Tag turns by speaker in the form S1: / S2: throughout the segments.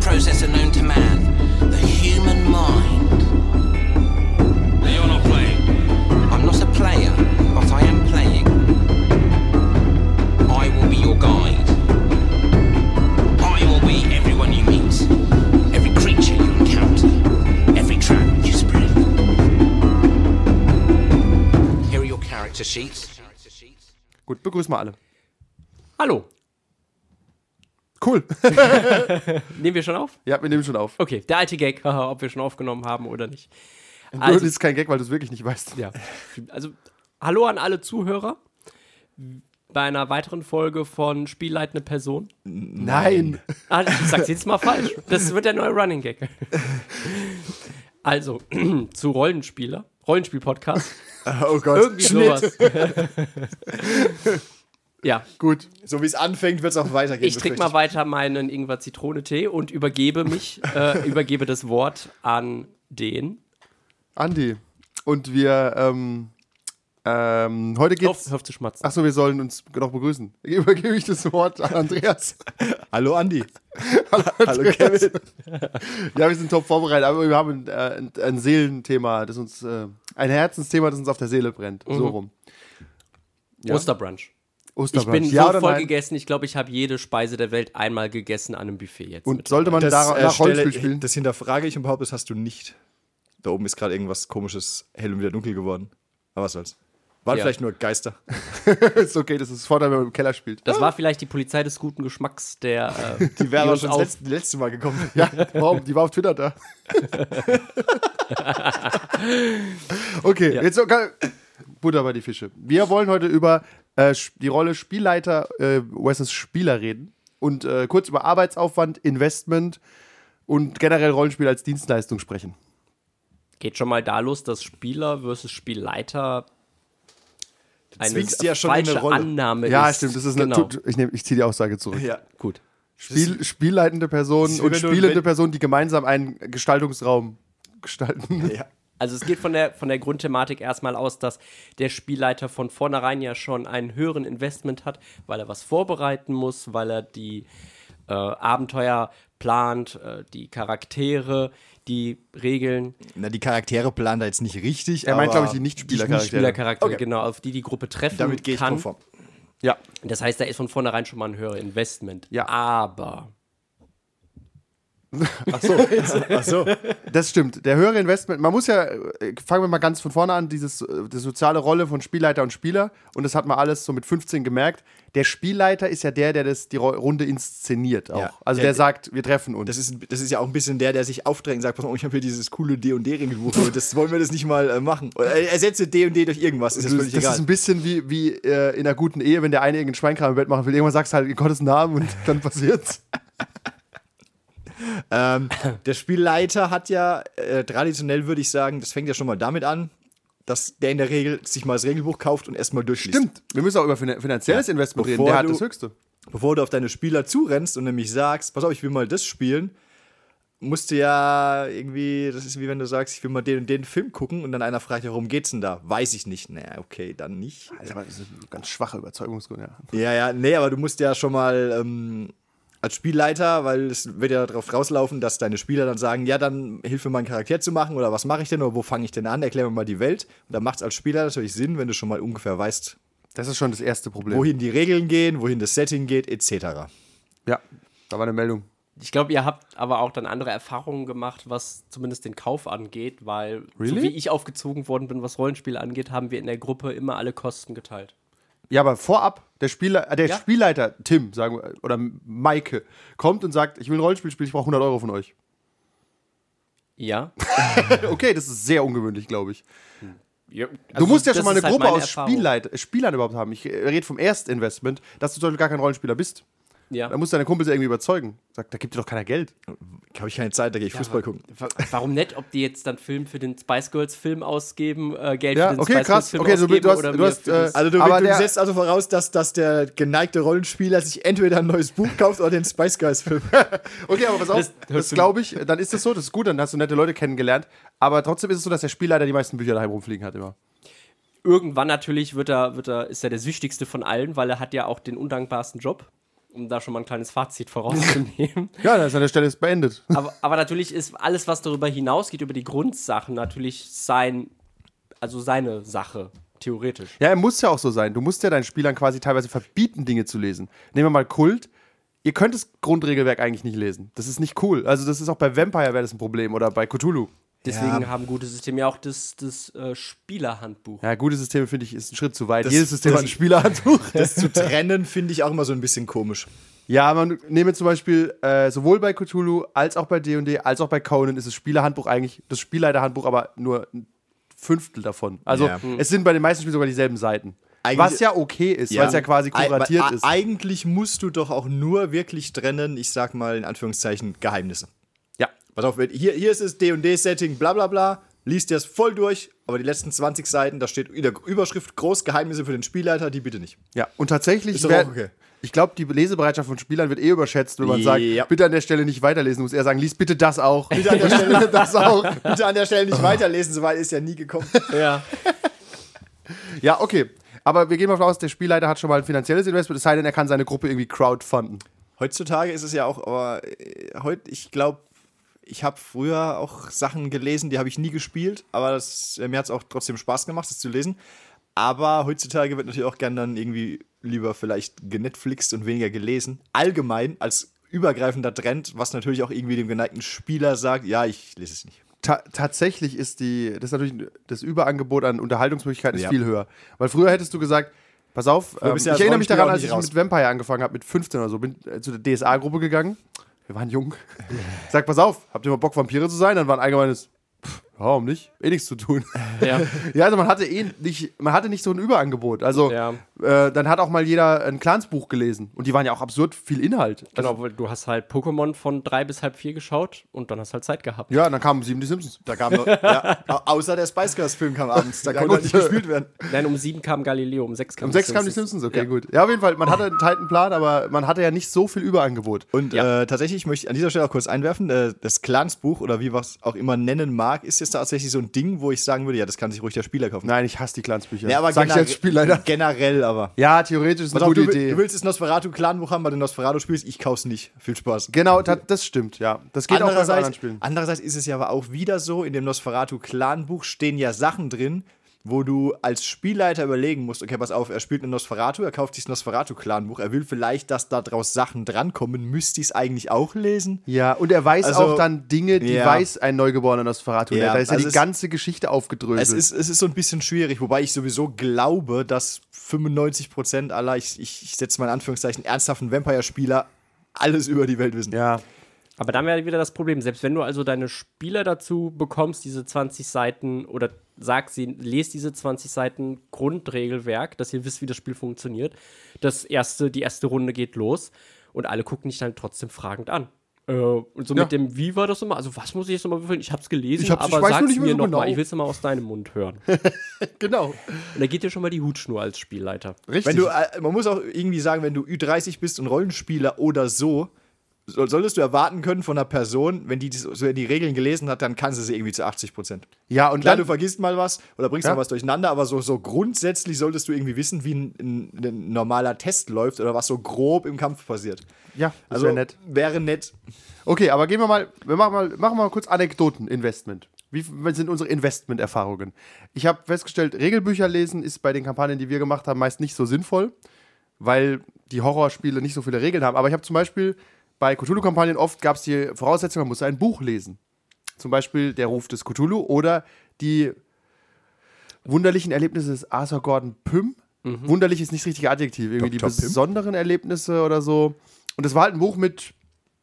S1: processor known to man the human mind.
S2: Now you're not playing.
S1: I'm not a player, but I am playing. I will be your guide. I will be everyone you meet, every creature you encounter, every trap you spread. Here are your character sheets.
S3: Gut, begrüßen wir alle.
S4: Hallo.
S3: Cool.
S4: Nehmen wir schon auf?
S3: ja, wir nehmen schon auf.
S4: Okay, der alte Gag, haha, ob wir schon aufgenommen haben oder nicht.
S3: Also,
S4: Also,
S3: das ist kein Gag, weil du es wirklich nicht weißt.
S4: ja. also hallo an alle Zuhörer bei einer weiteren Folge von Spielleitende Person.
S3: Nein.
S4: Ah, ich sag's jetzt mal falsch. Das wird der neue Running Gag. Also, zu Rollenspieler, Rollenspiel-Podcast,
S3: Oh Gott.
S4: irgendwie sowas. ja,
S3: Gut.
S5: So wie es anfängt, wird es auch weitergehen.
S4: ich trinke mal
S5: weiter.
S4: weiter meinen Ingwer-Zitrone-Tee und übergebe mich, äh, übergebe das Wort an den.
S3: Andi. Und wir, ähm, ähm, heute
S4: Hör,
S3: geht's.
S4: hör auf zu schmatzen.
S3: Achso, wir sollen uns noch begrüßen. Übergebe ich das Wort an Andreas.
S5: Hallo Andi.
S3: Hallo Kevin. ja, wir sind top vorbereitet, aber wir haben ein, äh, ein, ein Seelenthema, das uns, äh, ein Herzensthema, das uns auf der Seele brennt. So rum. Ja.
S4: Osterbrunch. Ich
S3: Osterbrunch.
S4: bin
S3: ja
S4: so
S3: oder
S4: voll
S3: nein?
S4: gegessen. Ich glaube, ich habe jede Speise der Welt einmal gegessen an einem Buffet jetzt.
S3: Und sollte man
S5: Das,
S3: da,
S5: äh,
S3: nach Rollenspiel
S5: stelle-
S3: spielen?
S5: das hinterfrage ich und behaupte, das hast du nicht. Da oben ist gerade irgendwas komisches, hell und wieder dunkel geworden. Aber was soll's. Waren
S4: Ja.
S5: vielleicht nur Geister.
S3: ist okay, das ist Vorteil, wenn man im Keller spielt.
S4: das war vielleicht die Polizei des guten Geschmacks, der. Äh,
S5: Die wären aber
S4: uns
S5: schon
S4: auf-
S5: das letzte, letzte Mal gekommen.
S3: Ja, warum? Die war auf Twitter da. okay, jetzt okay. Butter bei die Fische. Wir wollen heute über äh, Sch- die Rolle Spielleiter äh, versus Spieler reden und äh, kurz über Arbeitsaufwand, Investment und generell Rollenspiel als Dienstleistung sprechen.
S4: geht schon mal da los, dass Spieler versus Spielleiter eine
S5: zwingst die ja schon in
S4: falsche
S5: eine Rolle.
S4: Annahme
S3: Ja,
S4: ist.
S3: stimmt. Das ist
S4: genau.
S3: eine, tu- tu- ich nehm, ich ziehe die Aussage zurück.
S5: Ja.
S4: Gut.
S3: Spiel, spielleitende Personen
S5: ist wie
S3: und
S5: wenn du-
S3: spielende
S5: wenn-
S3: Personen, die gemeinsam einen Gestaltungsraum gestalten.
S5: ja.
S4: Also es geht von der, von der Grundthematik erstmal aus, dass der Spielleiter von vornherein ja schon einen höheren Investment hat, weil er was vorbereiten muss, weil er die äh, Abenteuer plant, äh, die Charaktere, die Regeln,
S5: Na, die Charaktere planen da jetzt nicht richtig.
S3: Er meint,
S5: aber
S3: glaube ich, die
S4: die
S3: Nicht-Spielercharaktere.
S4: Spielercharaktere,
S5: Okay.
S4: genau, auf die die Gruppe treffen
S5: Damit gehe ich
S4: Hm, kann.
S5: konform.
S3: ja.
S4: Das heißt, da ist von vornherein schon mal ein höheres Investment.
S3: Ja.
S4: Aber
S5: Achso.
S3: Das stimmt. Der höhere Investment, man muss ja, äh, fangen wir mal ganz von vorne an, dieses, äh, die soziale Rolle von Spielleiter und Spieler, und das hat man alles so mit 15 gemerkt. Der Spielleiter ist ja der, der das, die Ro- Runde inszeniert auch.
S5: Ja.
S3: Also der,
S5: Der-
S3: sagt, wir treffen uns.
S5: Das ist, das ist ja auch ein bisschen der, der sich aufdrängt und sagt, pass mal, auf, ich habe hier dieses coole D&D-Regelbuch, aber das wollen wir das nicht mal äh, machen. Oder äh, ersetze D&D durch irgendwas, ist das
S3: das
S5: völlig
S3: das
S5: egal.
S3: ist ein bisschen wie, wie äh, in einer guten Ehe, wenn der eine irgendeinen Schweinkram im Bett machen will. Irgendwann sagst du halt in Gottes Namen und dann passiert's.
S5: Ähm, der Spielleiter hat ja äh, traditionell, würde ich sagen, das fängt ja schon mal damit an, dass der in der Regel sich mal das Regelbuch kauft und erstmal durchliest.
S3: Stimmt. Wir müssen auch über finan- finanzielles
S5: Ja.
S3: Investment reden.
S5: Bevor
S3: Der hat
S5: du-
S3: das Höchste.
S5: Bevor du auf deine Spieler zurennst und nämlich sagst, pass auf, ich will mal das spielen, musst du ja irgendwie, das ist wie wenn du sagst, ich will mal den und den Film gucken und dann einer fragt, ja, worum geht's denn da? Weiß ich nicht. Naja, okay, dann nicht.
S3: Alter, Also, aber das ist eine ganz schwache Überzeugungsgrund, ja.
S5: Ja, ja, nee, aber du musst ja schon mal ähm, als Spielleiter, weil es wird ja darauf rauslaufen, dass deine Spieler dann sagen, ja, dann hilf mir, meinen Charakter zu machen oder was mache ich denn oder wo fange ich denn an, erklär mir mal die Welt. Und dann macht es als Spieler natürlich Sinn, wenn du schon mal ungefähr weißt,
S3: Das ist schon das erste Problem.
S5: wohin die Regeln gehen, wohin das Setting geht, etc.
S3: Ja, da war eine Meldung.
S4: Ich glaube, ihr habt aber auch dann andere Erfahrungen gemacht, was zumindest den Kauf angeht, weil so
S3: Really?
S4: wie ich aufgezogen worden bin, was Rollenspiele angeht, haben wir in der Gruppe immer alle Kosten geteilt.
S3: Ja, aber vorab, der, Spieler, äh, der
S4: Ja.
S3: Spielleiter Tim sagen wir, oder Maike kommt und sagt, ich will ein Rollenspiel spielen, ich brauche 100 Euro von euch.
S4: Ja.
S3: Okay, das ist sehr ungewöhnlich, glaube ich. du musst ja schon mal eine Gruppe aus Spielleiter, Spielern überhaupt haben. Ich äh, rede vom Erstinvestment, dass du zum Beispiel gar kein Rollenspieler bist. Da
S4: Ja.
S3: musst du deine Kumpels irgendwie überzeugen. Sagt, da gibt dir doch keiner Geld.
S5: Habe ich keine Zeit, da gehe ich Fußball gucken.
S4: Warum nicht, ob die jetzt dann Film für den Spice Girls Film ausgeben, äh, Geld
S3: Ja,
S4: für den
S3: okay,
S4: Spice
S3: krass.
S4: Girls Film
S3: Okay, so
S4: ausgeben
S3: du hast-
S4: oder
S3: du
S4: mir
S3: hast,
S4: für das-
S3: äh,
S5: Also du,
S3: Aber
S5: du
S3: der-
S5: setzt also voraus, dass, dass der geneigte Rollenspieler sich entweder ein neues Buch kauft oder den Spice Guys Film.
S3: Okay, aber pass auf, das,
S4: Das-
S3: glaube ich, dann ist das so, das ist gut, dann hast du nette Leute kennengelernt. Aber trotzdem ist es so, dass der Spielleiter die meisten Bücher daheim rumfliegen hat immer.
S4: irgendwann natürlich wird er, wird er, ist er der süchtigste von allen, weil er hat ja auch den undankbarsten Job. um da schon mal ein kleines Fazit vorauszunehmen.
S3: Ja, das an der Stelle ist beendet.
S4: aber, aber natürlich ist alles, was darüber hinausgeht, über die Grundsachen, natürlich sein, also seine Sache, theoretisch.
S3: Ja, er muss ja auch so sein. Du musst ja deinen Spielern quasi teilweise verbieten, Dinge zu lesen. Nehmen wir mal Kult. Ihr könnt das Grundregelwerk eigentlich nicht lesen. Das ist nicht cool. Also, das ist auch bei Vampire wäre das ein Problem oder bei Cthulhu.
S4: Deswegen haben gute Systeme ja auch das, das äh, Spielerhandbuch.
S3: Ja, gute Systeme finde ich ist ein Schritt zu weit.
S5: Das-
S3: Jedes System
S5: das-
S3: hat ein Spielerhandbuch.
S5: Das zu trennen finde ich auch immer so ein bisschen komisch.
S3: Ja, man nehme zum Beispiel äh, sowohl bei Cthulhu als auch bei D&D als auch bei Conan ist das Spielerhandbuch eigentlich das Spielleiterhandbuch, aber nur ein Fünftel davon. Also
S5: Ja.
S3: es sind bei den meisten Spielen sogar dieselben Seiten.
S5: Eigentlich-
S3: was ja okay ist, weil es ja quasi
S5: Ei-
S3: kuratiert
S5: weil-
S3: ist.
S5: Eigentlich musst du doch auch nur wirklich trennen, ich sag mal in Anführungszeichen, Geheimnisse.
S3: ja.
S5: Pass auf, wenn- hier, hier ist es DD-Setting, bla bla bla. Liest dir das voll durch, aber die letzten 20 Seiten, da steht in der Überschrift groß Geheimnisse für den Spielleiter, die bitte nicht.
S3: Ja, und tatsächlich,
S5: Ist doch
S3: wär-
S5: auch okay.
S3: ich glaube, die Lesebereitschaft von Spielern wird eh überschätzt, wenn man sagt,
S5: Ja.
S3: bitte an der Stelle nicht weiterlesen, muss er sagen, lies bitte das auch.
S5: Bitte an der Stelle, das auch. Bitte an der Stelle nicht weiterlesen, so weit ist ja nie gekommen.
S4: Ja.
S3: ja, okay. Aber wir gehen mal davon aus, der Spielleiter hat schon mal ein finanzielles Investment, es sei denn, er kann seine Gruppe irgendwie crowdfunden.
S5: Heutzutage ist es ja auch, aber äh, heute, ich glaube, ich habe früher auch Sachen gelesen, die habe ich nie gespielt, aber das, äh, mir hat es auch trotzdem Spaß gemacht, das zu lesen. Aber heutzutage wird natürlich auch gern dann irgendwie lieber vielleicht genetflixt und weniger gelesen. Allgemein als übergreifender Trend, was natürlich auch irgendwie dem geneigten Spieler sagt, ja, ich lese es nicht.
S3: ta tatsächlich ist die, das ist natürlich das Überangebot an Unterhaltungsmöglichkeiten ist
S5: Ja.
S3: viel höher. Weil früher hättest du gesagt, pass auf, ähm,
S5: bist
S3: ich
S5: du als
S3: erinnere mich daran,
S5: Rollenspieler
S3: als
S5: auch
S3: ich
S5: nicht raus.
S3: mit Vampire angefangen habe, mit 15 oder so, bin äh, zu der DSA-Gruppe gegangen. Wir waren jung. Sag, pass auf, habt ihr mal Bock, Vampire zu sein? Dann war ein allgemeines, pff, ja, warum nicht? Eh nichts zu tun.
S4: Ja.
S3: Ja, also man hatte eh nicht, man hatte nicht so ein Überangebot. Also
S4: Ja.
S3: äh, dann hat auch mal jeder ein Clansbuch gelesen. Und die waren ja auch absurd viel Inhalt. Also,
S4: Genau, weil du hast halt Pokémon von drei bis halb vier geschaut und dann hast halt Zeit gehabt.
S3: ja, und dann kamen sieben die Simpsons.
S5: Da kam noch, ja, au- außer der Spice Girls Film kam abends, da
S3: Ja,
S5: konnte
S3: gut.
S5: halt nicht gespielt werden.
S4: Nein, um sieben kam Galileo, um sechs kam
S3: Um sechs kamen die Simpsons, okay, gut. Ja, auf jeden Fall, man hatte einen tighten Plan, aber man hatte ja nicht so viel Überangebot.
S5: Und
S4: Ja.
S5: äh, tatsächlich möchte ich an dieser Stelle auch kurz einwerfen, äh, das Clansbuch oder wie was auch immer nennen mag, ist jetzt tatsächlich so ein Ding, wo ich sagen würde, ja, das kann sich ruhig der Spieler kaufen.
S3: Nein, ich hasse die Clansbücher.
S5: Ja, aber
S3: Sag ich
S5: genere-
S3: als Spielleiter.
S5: generell aber.
S3: Ja, theoretisch ist genau, eine
S5: Pass
S3: gute
S5: auf, du, will-
S3: Idee.
S5: du willst das Nosferatu-Clanbuch haben, weil du Nosferatu spielst, ich kauf's nicht. Viel Spaß.
S3: genau, das, das stimmt, ja. Das geht auch bei anderen
S5: Andererseits,
S3: Spielen.
S5: andererseits ist es ja aber auch wieder so, in dem Nosferatu-Clan-Buch stehen ja Sachen drin, wo du als Spielleiter überlegen musst, okay, pass auf, er spielt einen Nosferatu, er kauft sich das Nosferatu-Clan-Buch, er will vielleicht, dass da draus Sachen drankommen, müsste ich es eigentlich auch lesen?
S3: Ja, und er weiß
S5: Also-
S3: auch dann Dinge, die
S5: Ja.
S3: weiß ein Neugeborener Nosferatu.
S5: Ja,
S3: Ja, da ist ja
S5: also
S3: die
S5: es-
S3: ganze Geschichte
S5: Es
S3: aufgedröselt.
S5: ist, es ist so ein bisschen schwierig, wobei ich sowieso glaube, dass 95% aller, ich, ich, ich setze mal in Anführungszeichen, ernsthaften Vampire-Spieler alles über die Welt wissen.
S3: ja.
S4: Aber dann wäre wieder das Problem, selbst wenn du also deine Spieler dazu bekommst, diese 20 Seiten oder sagst sie, lest diese 20 Seiten Grundregelwerk, dass ihr wisst, wie das Spiel funktioniert. Das erste, die erste Runde geht los und alle gucken dich dann trotzdem fragend an. Äh, und so
S3: Ja.
S4: mit dem, wie war das nochmal? Also, was muss ich jetzt nochmal würfeln? Ich hab's gelesen,
S3: Ich hab's- ich
S4: aber
S3: weiß nur
S4: sag's
S3: nicht mehr
S4: mir
S3: so
S4: nochmal.
S3: genau.
S4: Ich will's nochmal aus deinem Mund hören.
S3: Genau.
S4: Und da geht dir schon mal die Hutschnur als Spielleiter.
S3: Richtig.
S5: Wenn du, äh, man muss auch irgendwie sagen, wenn du Ü30 bist und Rollenspieler oder so, so- solltest du erwarten können von einer Person, wenn die, dies- so die Regeln gelesen hat, dann kann sie sie irgendwie zu 80%.
S3: ja, und
S5: Klar,
S3: dann,
S5: du vergisst mal was oder bringst
S3: Ja.
S5: mal was durcheinander, aber so, so grundsätzlich solltest du irgendwie wissen, wie ein, ein, ein normaler Test läuft oder was so grob im Kampf passiert.
S3: Ja, das
S5: also
S3: wär nett.
S5: Wäre nett.
S3: Okay, aber gehen wir mal, wir machen mal, machen mal kurz Anekdoten-Investment. Wie f- sind unsere Investment-Erfahrungen? Ich habe festgestellt, Regelbücher lesen ist bei den Kampagnen, die wir gemacht haben, meist nicht so sinnvoll, weil die Horrorspiele nicht so viele Regeln haben. Aber ich habe zum Beispiel bei Cthulhu-Kampagnen oft gab es die Voraussetzung, man musste ein Buch lesen. Zum Beispiel Der Ruf des Cthulhu oder die wunderlichen Erlebnisse des Arthur Gordon Pym. Wunderlich ist nicht das richtige Adjektiv. Irgendwie
S5: Dr.
S3: die
S5: Pym?
S3: besonderen Erlebnisse oder so. Und das war halt ein Buch mit,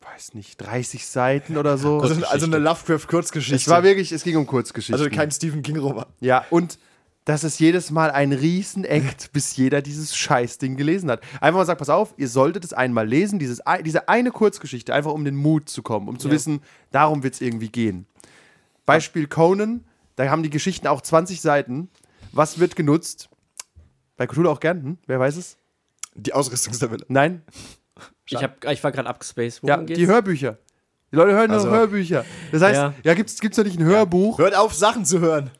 S3: weiß nicht, 30 Seiten oder so.
S5: Also, also eine Lovecraft-Kurzgeschichte.
S3: es war wirklich, es ging um Kurzgeschichten.
S5: also kein Stephen King-Roman.
S3: ja, und das ist jedes Mal ein Riesen-Act, bis jeder dieses Scheißding gelesen hat. Einfach mal sagt, pass auf, ihr solltet es einmal lesen, dieses, ei- diese eine Kurzgeschichte, einfach um den Mut zu kommen, um zu wissen, darum wird es irgendwie gehen. Beispiel Conan, da haben die Geschichten auch 20 Seiten. Was wird genutzt? Bei Cthulhu auch gern, hm? wer weiß es?
S5: Die Ausrüstungstabelle.
S3: Nein?
S4: Ich, hab, ich war gerade abgespaced.
S3: Ja,
S4: Worum geht's?
S3: die Hörbücher. Die Leute hören
S5: Also-
S3: nur Hörbücher. Das heißt,
S4: Ja.
S3: ja, gibt's, gibt's ja nicht ein Hörbuch.
S5: Hört auf, Sachen zu hören.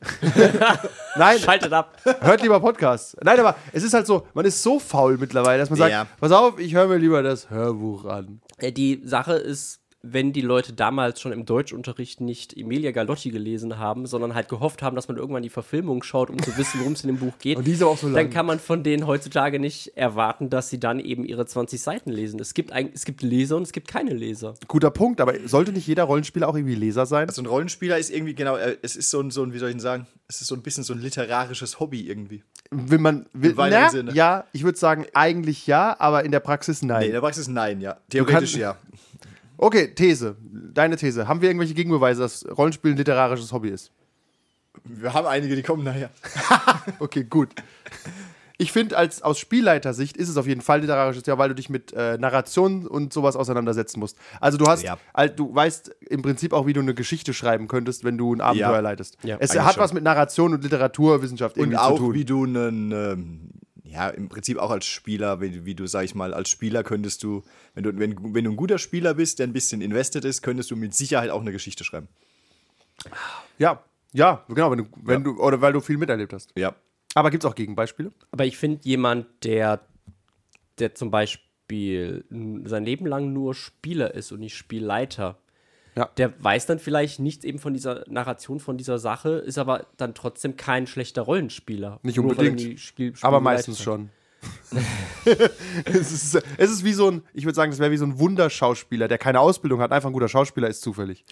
S3: Nein,
S4: Schaltet ab.
S3: hört lieber Podcasts. Nein, aber es ist halt so, man ist so faul mittlerweile, dass man sagt,
S5: Ja.
S3: pass auf, ich höre mir lieber das Hörbuch an.
S4: Äh, Die Sache ist, wenn die Leute damals schon im Deutschunterricht nicht Emilia Galotti gelesen haben, sondern halt gehofft haben, dass man irgendwann die Verfilmung schaut, um zu wissen, worum es in dem Buch geht,
S3: Und die ist aber auch so
S4: dann
S3: lang.
S4: kann man von denen heutzutage nicht erwarten, dass sie dann eben ihre 20 Seiten lesen. Es gibt, ein, es gibt Leser und es gibt keine Leser.
S3: Guter Punkt, aber sollte nicht jeder Rollenspieler auch irgendwie Leser sein?
S5: So ein Rollenspieler ist irgendwie, genau, äh, es ist so ein, so ein, wie soll ich denn sagen, es ist so ein bisschen so ein literarisches Hobby irgendwie.
S3: Wenn man will,
S5: weiteren
S3: na,
S5: Sinne.
S3: ja, ich würde sagen, eigentlich ja, aber in der Praxis
S5: Nee, in
S3: nein.
S5: der Praxis nein, ja. Theoretisch
S3: kannst-
S5: ja.
S3: okay, These. Deine These. Haben wir irgendwelche Gegenbeweise, dass Rollenspiel ein literarisches Hobby ist?
S5: Wir haben einige, die kommen nachher.
S3: Okay, gut. Ich finde, als aus Spielleitersicht ist es auf jeden Fall literarisches Jahr, weil du dich mit äh, Narration und sowas auseinandersetzen musst. Also du hast,
S5: Ja.
S3: al- du weißt im Prinzip auch, wie du eine Geschichte schreiben könntest, wenn du ein Abenteuer
S5: Ja.
S3: leitest.
S4: Ja,
S3: es
S5: eigentlich
S3: hat
S5: schon.
S3: was mit Narration und Literaturwissenschaft
S5: Und
S3: irgendwie zu
S5: auch,
S3: tun.
S5: wie du einen, ähm, ja, im Prinzip auch als Spieler, wie, wie du, sag ich mal, als Spieler könntest du, wenn du, wenn, wenn du ein guter Spieler bist, der ein bisschen invested ist, könntest du mit Sicherheit auch eine Geschichte schreiben.
S3: ja, ja, genau, wenn du, wenn du oder weil du viel miterlebt hast.
S5: Ja.
S3: Aber gibt es auch Gegenbeispiele?
S4: Aber ich finde jemand, der, der zum Beispiel n- sein Leben lang nur Spieler ist und nicht Spielleiter,
S3: Ja.
S4: der weiß dann vielleicht nichts eben von dieser Narration, von dieser Sache, ist aber dann trotzdem kein schlechter Rollenspieler.
S3: Nicht
S4: Nur weil er
S3: unbedingt,
S4: nie Spiel-
S3: Aber
S4: Spielleiter
S3: meistens
S4: hat.
S3: schon. es, ist, es ist wie so ein, ich würde sagen, das wäre wie so ein Wunderschauspieler, der keine Ausbildung hat, einfach ein guter Schauspieler ist zufällig.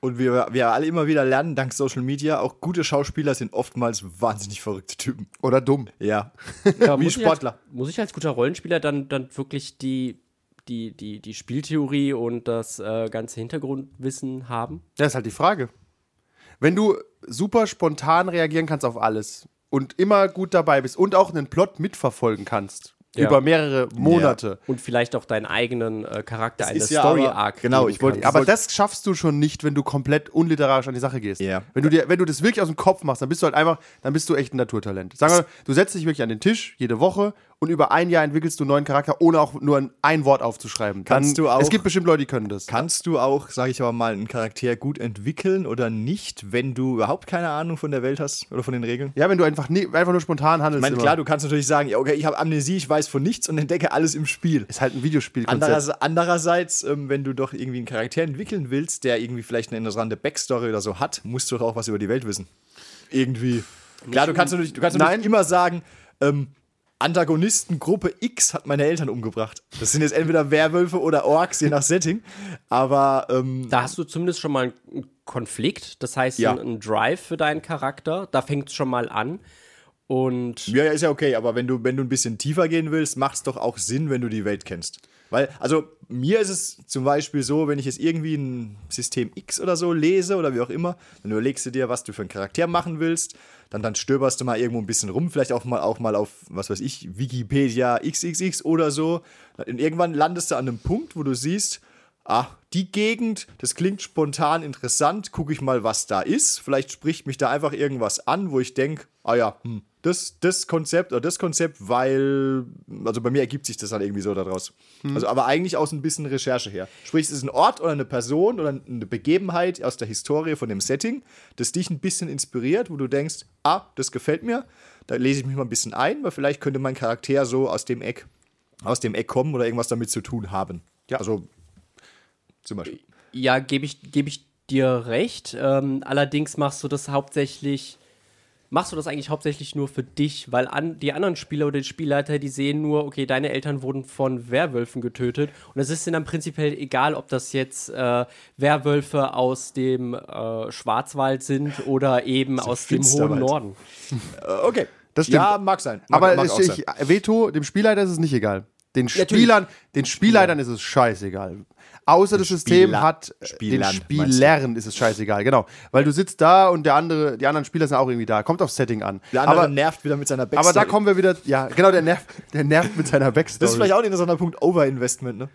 S5: Und wir, wir alle immer wieder lernen, dank Social Media, auch gute Schauspieler sind oftmals wahnsinnig verrückte Typen.
S3: Oder dumm.
S5: Ja.
S4: Ja,
S5: Wie
S4: muss ich
S5: Sportler.
S4: Als, muss ich als guter Rollenspieler dann, dann wirklich die, die, die, die Spieltheorie und das äh, ganze Hintergrundwissen haben?
S3: Das ist halt die Frage. Wenn du super spontan reagieren kannst auf alles und immer gut dabei bist und auch einen Plot mitverfolgen kannst
S4: Ja.
S3: über mehrere Monate.
S4: Und vielleicht auch deinen eigenen äh, Charakter, eine
S5: ist ja
S4: Story-Arc.
S5: aber- genau,
S4: geben
S5: ich wollte-
S4: kannst.
S3: Aber das schaffst du schon nicht, wenn du komplett unliterarisch an die Sache gehst.
S5: Ja.
S3: Wenn, du dir, wenn du das wirklich aus dem Kopf machst, dann bist du halt einfach, dann bist du echt ein Naturtalent. Sagen wir, du setzt dich wirklich an den Tisch jede Woche und über ein Jahr entwickelst du einen neuen Charakter, ohne auch nur ein, ein Wort aufzuschreiben.
S5: Kannst du auch-
S3: Es gibt bestimmt Leute, die können das.
S5: Kannst du auch, sag ich aber mal, einen Charakter gut entwickeln oder nicht, wenn du überhaupt keine Ahnung von der Welt hast oder von den Regeln?
S3: ja, wenn du einfach, nie, einfach nur spontan handelst.
S5: Ich meine,
S3: immer.
S5: klar, du kannst natürlich sagen, ja, okay, ich habe Amnesie, ich weiß von nichts und entdecke alles im Spiel.
S3: ist halt ein Videospiel.
S5: Andererseits, andererseits ähm, wenn du doch irgendwie einen Charakter entwickeln willst, der irgendwie vielleicht eine interessante Backstory oder so hat, musst du doch auch was über die Welt wissen. Irgendwie. Klar, du kannst natürlich, du kannst natürlich
S3: Nein.
S5: immer sagen, ähm, Antagonistengruppe X hat meine Eltern umgebracht. Das sind jetzt entweder Werwölfe oder Orks, je nach Setting. Aber ähm,
S4: Da hast du zumindest schon mal einen Konflikt, das heißt,
S5: Ja.
S4: einen einen Drive für deinen Charakter. Da fängt es schon mal an. Und
S5: Ja, ja, ist ja okay, aber wenn du, wenn du ein bisschen tiefer gehen willst, macht es doch auch Sinn, wenn du die Welt kennst. Weil, also mir ist es zum Beispiel so, wenn ich jetzt irgendwie ein System X oder so lese oder wie auch immer, dann überlegst du dir, was du für einen Charakter machen willst, dann, dann stöberst du mal irgendwo ein bisschen rum, vielleicht auch mal, auch mal auf, was weiß ich, Wikipedia XXX oder so. Und irgendwann landest du an einem Punkt, wo du siehst, ah, die Gegend, das klingt spontan interessant, gucke ich mal, was da ist. Vielleicht spricht mich da einfach irgendwas an, wo ich denke, ah ja, hm, das, das Konzept oder das Konzept, weil, also bei mir ergibt sich das dann irgendwie so daraus. Also aber eigentlich aus ein bisschen Recherche her. Sprich, es ist ein Ort oder eine Person oder eine Begebenheit aus der Historie von dem Setting, das dich ein bisschen inspiriert, wo du denkst, ah, das gefällt mir, da lese ich mich mal ein bisschen ein, weil vielleicht könnte mein Charakter so aus dem Eck, aus dem Eck kommen oder irgendwas damit zu tun haben.
S3: Ja.
S5: Also zum Beispiel.
S4: ja, gebe ich, geb ich dir recht. Ähm, allerdings machst du das hauptsächlich, machst du das eigentlich hauptsächlich nur für dich, weil an, die anderen Spieler oder die Spielleiter, die sehen nur, okay, deine Eltern wurden von Werwölfen getötet. Und es ist ihnen dann prinzipiell egal, ob das jetzt äh, Werwölfe aus dem äh, Schwarzwald sind oder eben aus dem hohen
S5: Finsterwald.
S4: Norden.
S5: Äh, Okay.
S3: Das stimmt.
S5: Ja, mag sein. Mag,
S3: Aber
S5: mag
S3: es-
S5: auch sein.
S3: ich, Veto, dem Spielleiter ist es nicht egal. Den Spielern, den Spielleitern ist es scheißegal. Außer das System
S5: Spieler-
S3: hat äh,
S5: Spielern,
S3: den
S5: meinst du?
S3: Spielern ist es scheißegal, genau. Weil du sitzt da und der andere, die anderen Spieler sind auch irgendwie da. Kommt aufs Setting an.
S5: Der andere
S3: aber,
S5: nervt wieder mit seiner Backstory.
S3: aber da kommen wir wieder, ja, genau, der nervt, der nervt mit seiner Backstory.
S5: das ist vielleicht auch ein interessanter Punkt, Overinvestment, ne?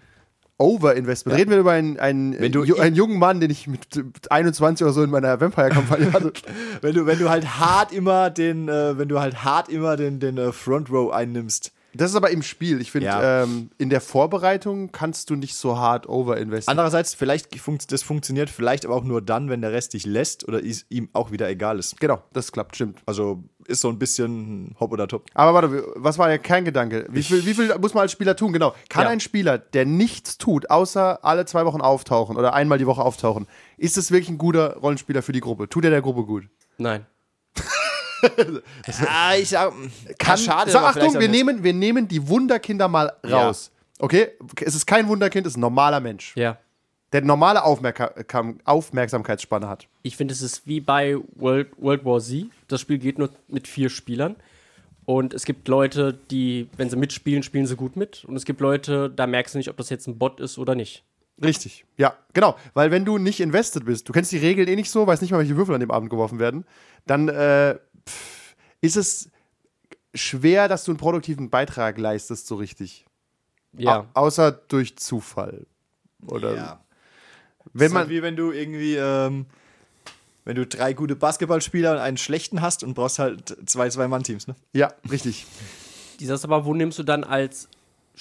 S3: Overinvestment. Reden wir über einen, einen,
S5: Wenn du-
S3: ju- einen jungen Mann, den ich mit 21 oder so in meiner Vampire-Kampagne hatte.
S5: Wenn du, wenn du halt hart immer den, äh, wenn du halt hart immer den, den äh, Front Row einnimmst.
S3: Das ist aber im Spiel. Ich finde,
S5: Ja.
S3: ähm, in der Vorbereitung kannst du nicht so hart overinvestieren.
S5: Andererseits, vielleicht funkt- das funktioniert vielleicht aber auch nur dann, wenn der Rest dich lässt oder is- ihm auch wieder egal ist.
S3: Genau, das klappt, stimmt.
S5: Also ist so ein bisschen hopp oder top.
S3: Aber warte, wir- was war der Kerngedanke? Wie viel, wie viel muss man als Spieler tun? Genau. Kann
S5: Ja.
S3: ein Spieler, der nichts tut, außer alle zwei Wochen auftauchen oder einmal die Woche auftauchen, ist es wirklich ein guter Rollenspieler für die Gruppe? Tut er der Gruppe gut?
S4: Nein.
S5: Ah, ich sag,
S3: Kann, so,
S5: aber vielleicht
S3: Achtung,
S5: auch
S3: wir
S5: nicht.
S3: nehmen, wir nehmen die Wunderkinder mal raus. Okay? Es ist kein Wunderkind, es ist ein normaler Mensch,
S4: Ja.
S3: der normale Aufmerka Kam- Aufmerksamkeitsspanne hat.
S4: Ich finde, es ist wie bei World, World War Z. Das Spiel geht nur mit vier Spielern. Und es gibt Leute, die, wenn sie mitspielen, spielen sie gut mit. Und es gibt Leute, da merkst du nicht, ob das jetzt ein Bot ist oder nicht.
S3: Richtig. Ja, genau. Weil wenn du nicht invested bist, du kennst die Regeln eh nicht so, weißt nicht mal, welche Würfel an dem Abend geworfen werden, dann äh, pff, ist es schwer, dass du einen produktiven Beitrag leistest, so richtig.
S4: Ja.
S3: Au außer durch Zufall. Oder
S5: Ja.
S3: wenn
S5: Ist
S3: man.
S5: halt wie wenn du irgendwie, ähm, wenn du drei gute Basketballspieler und einen schlechten hast und brauchst halt zwei Zwei-Mann-Teams, ne?
S3: ja, richtig.
S4: Dieses aber, wo nimmst du dann als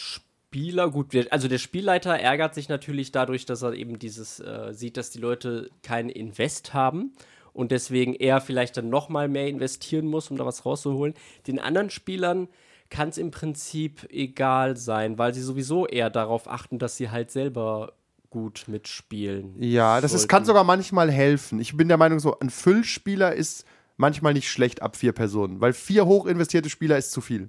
S4: Spieler, gut, wir- also der Spielleiter ärgert sich natürlich dadurch, dass er eben dieses äh, sieht, dass die Leute kein Invest haben und deswegen er vielleicht dann nochmal mehr investieren muss, um da was rauszuholen. Den anderen Spielern kann es im Prinzip egal sein, weil sie sowieso eher darauf achten, dass sie halt selber gut mitspielen.
S3: Ja, das ist, kann sogar manchmal helfen. Ich bin der Meinung, so ein Füllspieler ist manchmal nicht schlecht ab vier Personen, weil vier hoch investierte Spieler ist zu viel.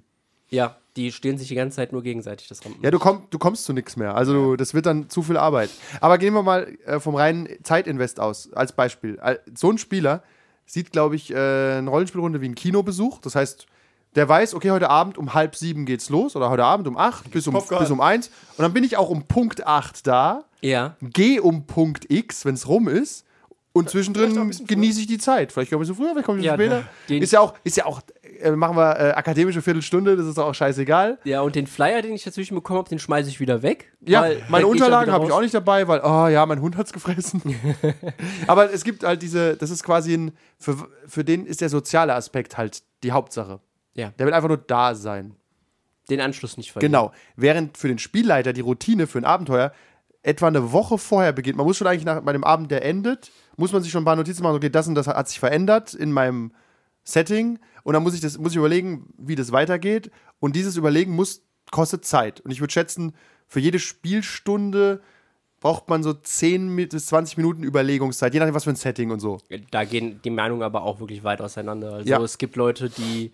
S4: Ja, die stehen sich die ganze Zeit nur gegenseitig das Rampen.
S3: Ja, du, komm, du kommst zu nichts mehr. Also du, das wird dann zu viel Arbeit. Aber gehen wir mal äh, vom reinen Zeitinvest aus, als Beispiel. Al- So ein Spieler sieht, glaube ich, äh, eine Rollenspielrunde wie einen Kinobesuch. Das heißt, der weiß, okay, heute Abend um halb sieben geht's los oder heute Abend um acht bis um,
S5: Popcorn.
S3: bis um eins. Und dann bin ich auch um Punkt acht da,
S4: ja.
S3: gehe um Punkt X, wenn's rum ist. Und
S5: auch ein
S3: zwischendrin
S5: bisschen früher. ne.
S3: genieße ich die Zeit. Vielleicht komme ich so früher, vielleicht komme ich so
S4: Ja,
S3: später.
S4: den-
S3: Ist ja auch, ist ja auch äh, machen wir äh, akademische Viertelstunde, das ist auch scheißegal.
S4: Ja, und den Flyer, den ich dazwischen bekommen habe, den schmeiße ich wieder weg.
S3: Ja,
S4: weil
S3: meine
S4: dann geht er
S3: Unterlagen
S4: wieder
S3: habe ich
S4: raus.
S3: auch nicht dabei, weil, oh ja, mein Hund hat's gefressen. Aber es gibt halt diese, das ist quasi ein, für, für den ist der soziale Aspekt halt die Hauptsache.
S4: Ja.
S3: Der will einfach nur da sein.
S4: Den Anschluss nicht verlieren.
S3: Genau. Während für den Spielleiter die Routine für ein Abenteuer etwa eine Woche vorher beginnt. Man muss schon eigentlich nach, bei dem Abend, der endet, muss man sich schon ein paar Notizen machen, okay, das und das hat sich verändert in meinem Setting. Und dann muss ich, das, muss ich überlegen, wie das weitergeht. Und dieses Überlegen muss, kostet Zeit. Und ich würde schätzen, für jede Spielstunde braucht man so 10 Mi- bis 20 Minuten Überlegungszeit, je nachdem, was für ein Setting und so.
S4: Da gehen die Meinungen aber auch wirklich weit auseinander. Also
S3: Genau. Ja.
S4: es gibt Leute, die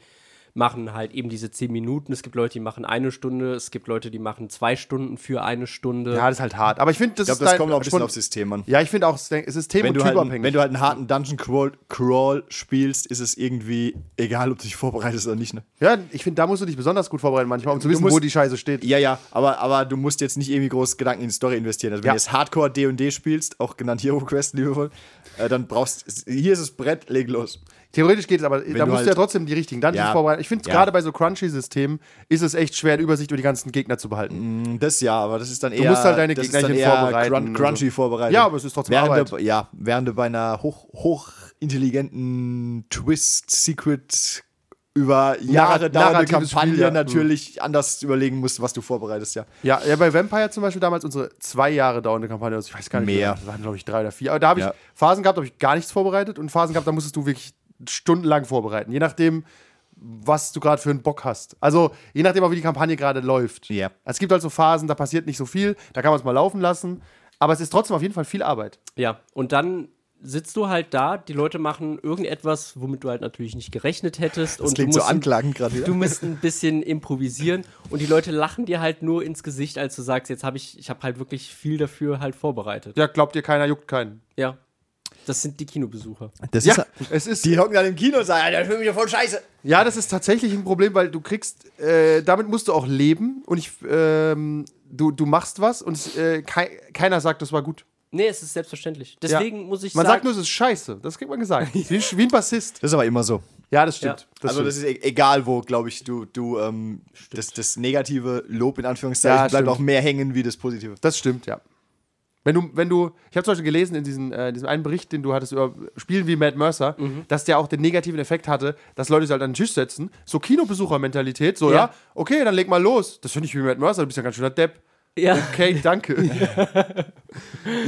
S4: machen halt eben diese zehn Minuten, es gibt Leute, die machen eine Stunde, es gibt Leute, die machen zwei Stunden für eine Stunde.
S3: Ja, das ist halt hart. Aber ich finde, das
S5: Ich glaube,
S3: ist
S5: das
S3: dein-
S5: kommt auch ein bisschen
S3: spon-
S5: aufs System an.
S3: Ja, ich finde auch, es ist System-
S5: Wenn
S3: und
S5: du, halt, wenn
S3: typabhängig.
S5: du halt einen harten Dungeon Crawl, Crawl spielst, ist es irgendwie egal, ob du dich vorbereitest oder nicht. Ne?
S3: ja, ich finde, da musst du dich besonders gut vorbereiten manchmal, um zu wissen,
S5: musst-
S3: wo die Scheiße steht.
S5: Ja, ja, aber, aber du musst jetzt nicht irgendwie groß Gedanken in die Story investieren. Also, wenn
S3: Ja.
S5: du jetzt Hardcore DD spielst, auch genannt Hero Quest, liebevoll, äh, dann brauchst Hier ist das Brett, leg los.
S3: Theoretisch geht es, aber da
S5: du
S3: musst du
S5: halt-
S3: ja trotzdem die richtigen Dungeons
S5: Ja.
S3: vorbereiten. Ich finde,
S5: Ja.
S3: gerade bei so Crunchy-Systemen ist es echt schwer, die Übersicht über die ganzen Gegner zu behalten.
S5: Das ja, aber das ist dann eher.
S3: musst halt deine
S5: das ist
S3: Gegnerchen
S5: dann eher
S3: vorbereiten
S5: Crun
S3: und so.
S5: crunchy vorbereiten.
S3: Ja, aber es ist trotzdem
S5: während
S3: Arbeit.
S5: Du, ja, während du bei einer hoch, hochintelligenten Twist-Secret über Jahre dauernde
S3: narratives Spiel,
S5: Kampagne
S3: ja.
S5: natürlich anders überlegen musst, was du vorbereitest, ja.
S3: Ja, ja, bei Vampire zum Beispiel damals unsere zwei Jahre dauernde Kampagne, also ich weiß gar nicht
S5: Mehr.
S3: das waren glaube ich drei oder vier. Aber da habe ich
S5: Ja.
S3: Phasen gehabt, da habe ich gar nichts vorbereitet und Phasen gehabt, da musstest du wirklich stundenlang vorbereiten, je nachdem, was du gerade für einen Bock hast. Also je nachdem, auch wie die Kampagne gerade läuft.
S5: Ja.
S3: Es gibt halt so Phasen, da passiert nicht so viel, da kann man es mal laufen lassen, aber es ist trotzdem auf jeden Fall viel Arbeit.
S4: Ja, und dann sitzt du halt da, die Leute machen irgendetwas, womit du halt natürlich nicht gerechnet hättest.
S5: Das
S4: und
S5: klingt
S4: du
S5: so
S4: musst ein-
S5: anklagend gerade wieder.
S4: Du musst ein bisschen improvisieren und die Leute lachen dir halt nur ins Gesicht, als du sagst, jetzt habe ich, ich habe halt wirklich viel dafür halt vorbereitet.
S3: Ja, glaubt ihr keiner, juckt keinen.
S4: Ja. Das sind die Kinobesucher.
S5: Das
S3: Ja, es ist halt
S5: Die hocken dann im Kino und sagen, Alter, ich fühle mich ja voll scheiße.
S3: Ja, das ist tatsächlich ein Problem, weil du kriegst, äh, damit musst du auch leben und ich, ähm, du, du machst was und es, äh, kei keiner sagt, das war gut.
S4: Nee, es ist selbstverständlich.
S3: Ja.
S4: Deswegen muss ich
S3: Man
S4: sagen.
S3: sagt nur, es ist scheiße. Das kriegt man gesagt. Wie, ein- wie ein Bassist.
S5: Das ist aber immer so.
S3: Ja, das stimmt.
S4: Ja.
S3: Das
S5: also
S3: stimmt.
S5: das ist e- egal wo, glaube ich, du, du ähm, das, das negative Lob in Anführungszeichen
S3: Ja,
S5: bleibt
S3: stimmt.
S5: auch mehr hängen wie das positive.
S3: Das stimmt, ja. Wenn du, wenn du, ich habe zum Beispiel gelesen in diesen, äh, in diesem einen Bericht, den du hattest über Spielen wie Matt Mercer,
S4: Mhm.
S3: dass der auch den negativen Effekt hatte, dass Leute sich halt an den Tisch setzen, so Kinobesuchermentalität, so ja.
S4: Ja.
S3: okay, dann leg mal los. Das finde ich wie Matt Mercer, du bist ja ein ganz schöner Depp.
S4: Ja.
S3: Okay, danke.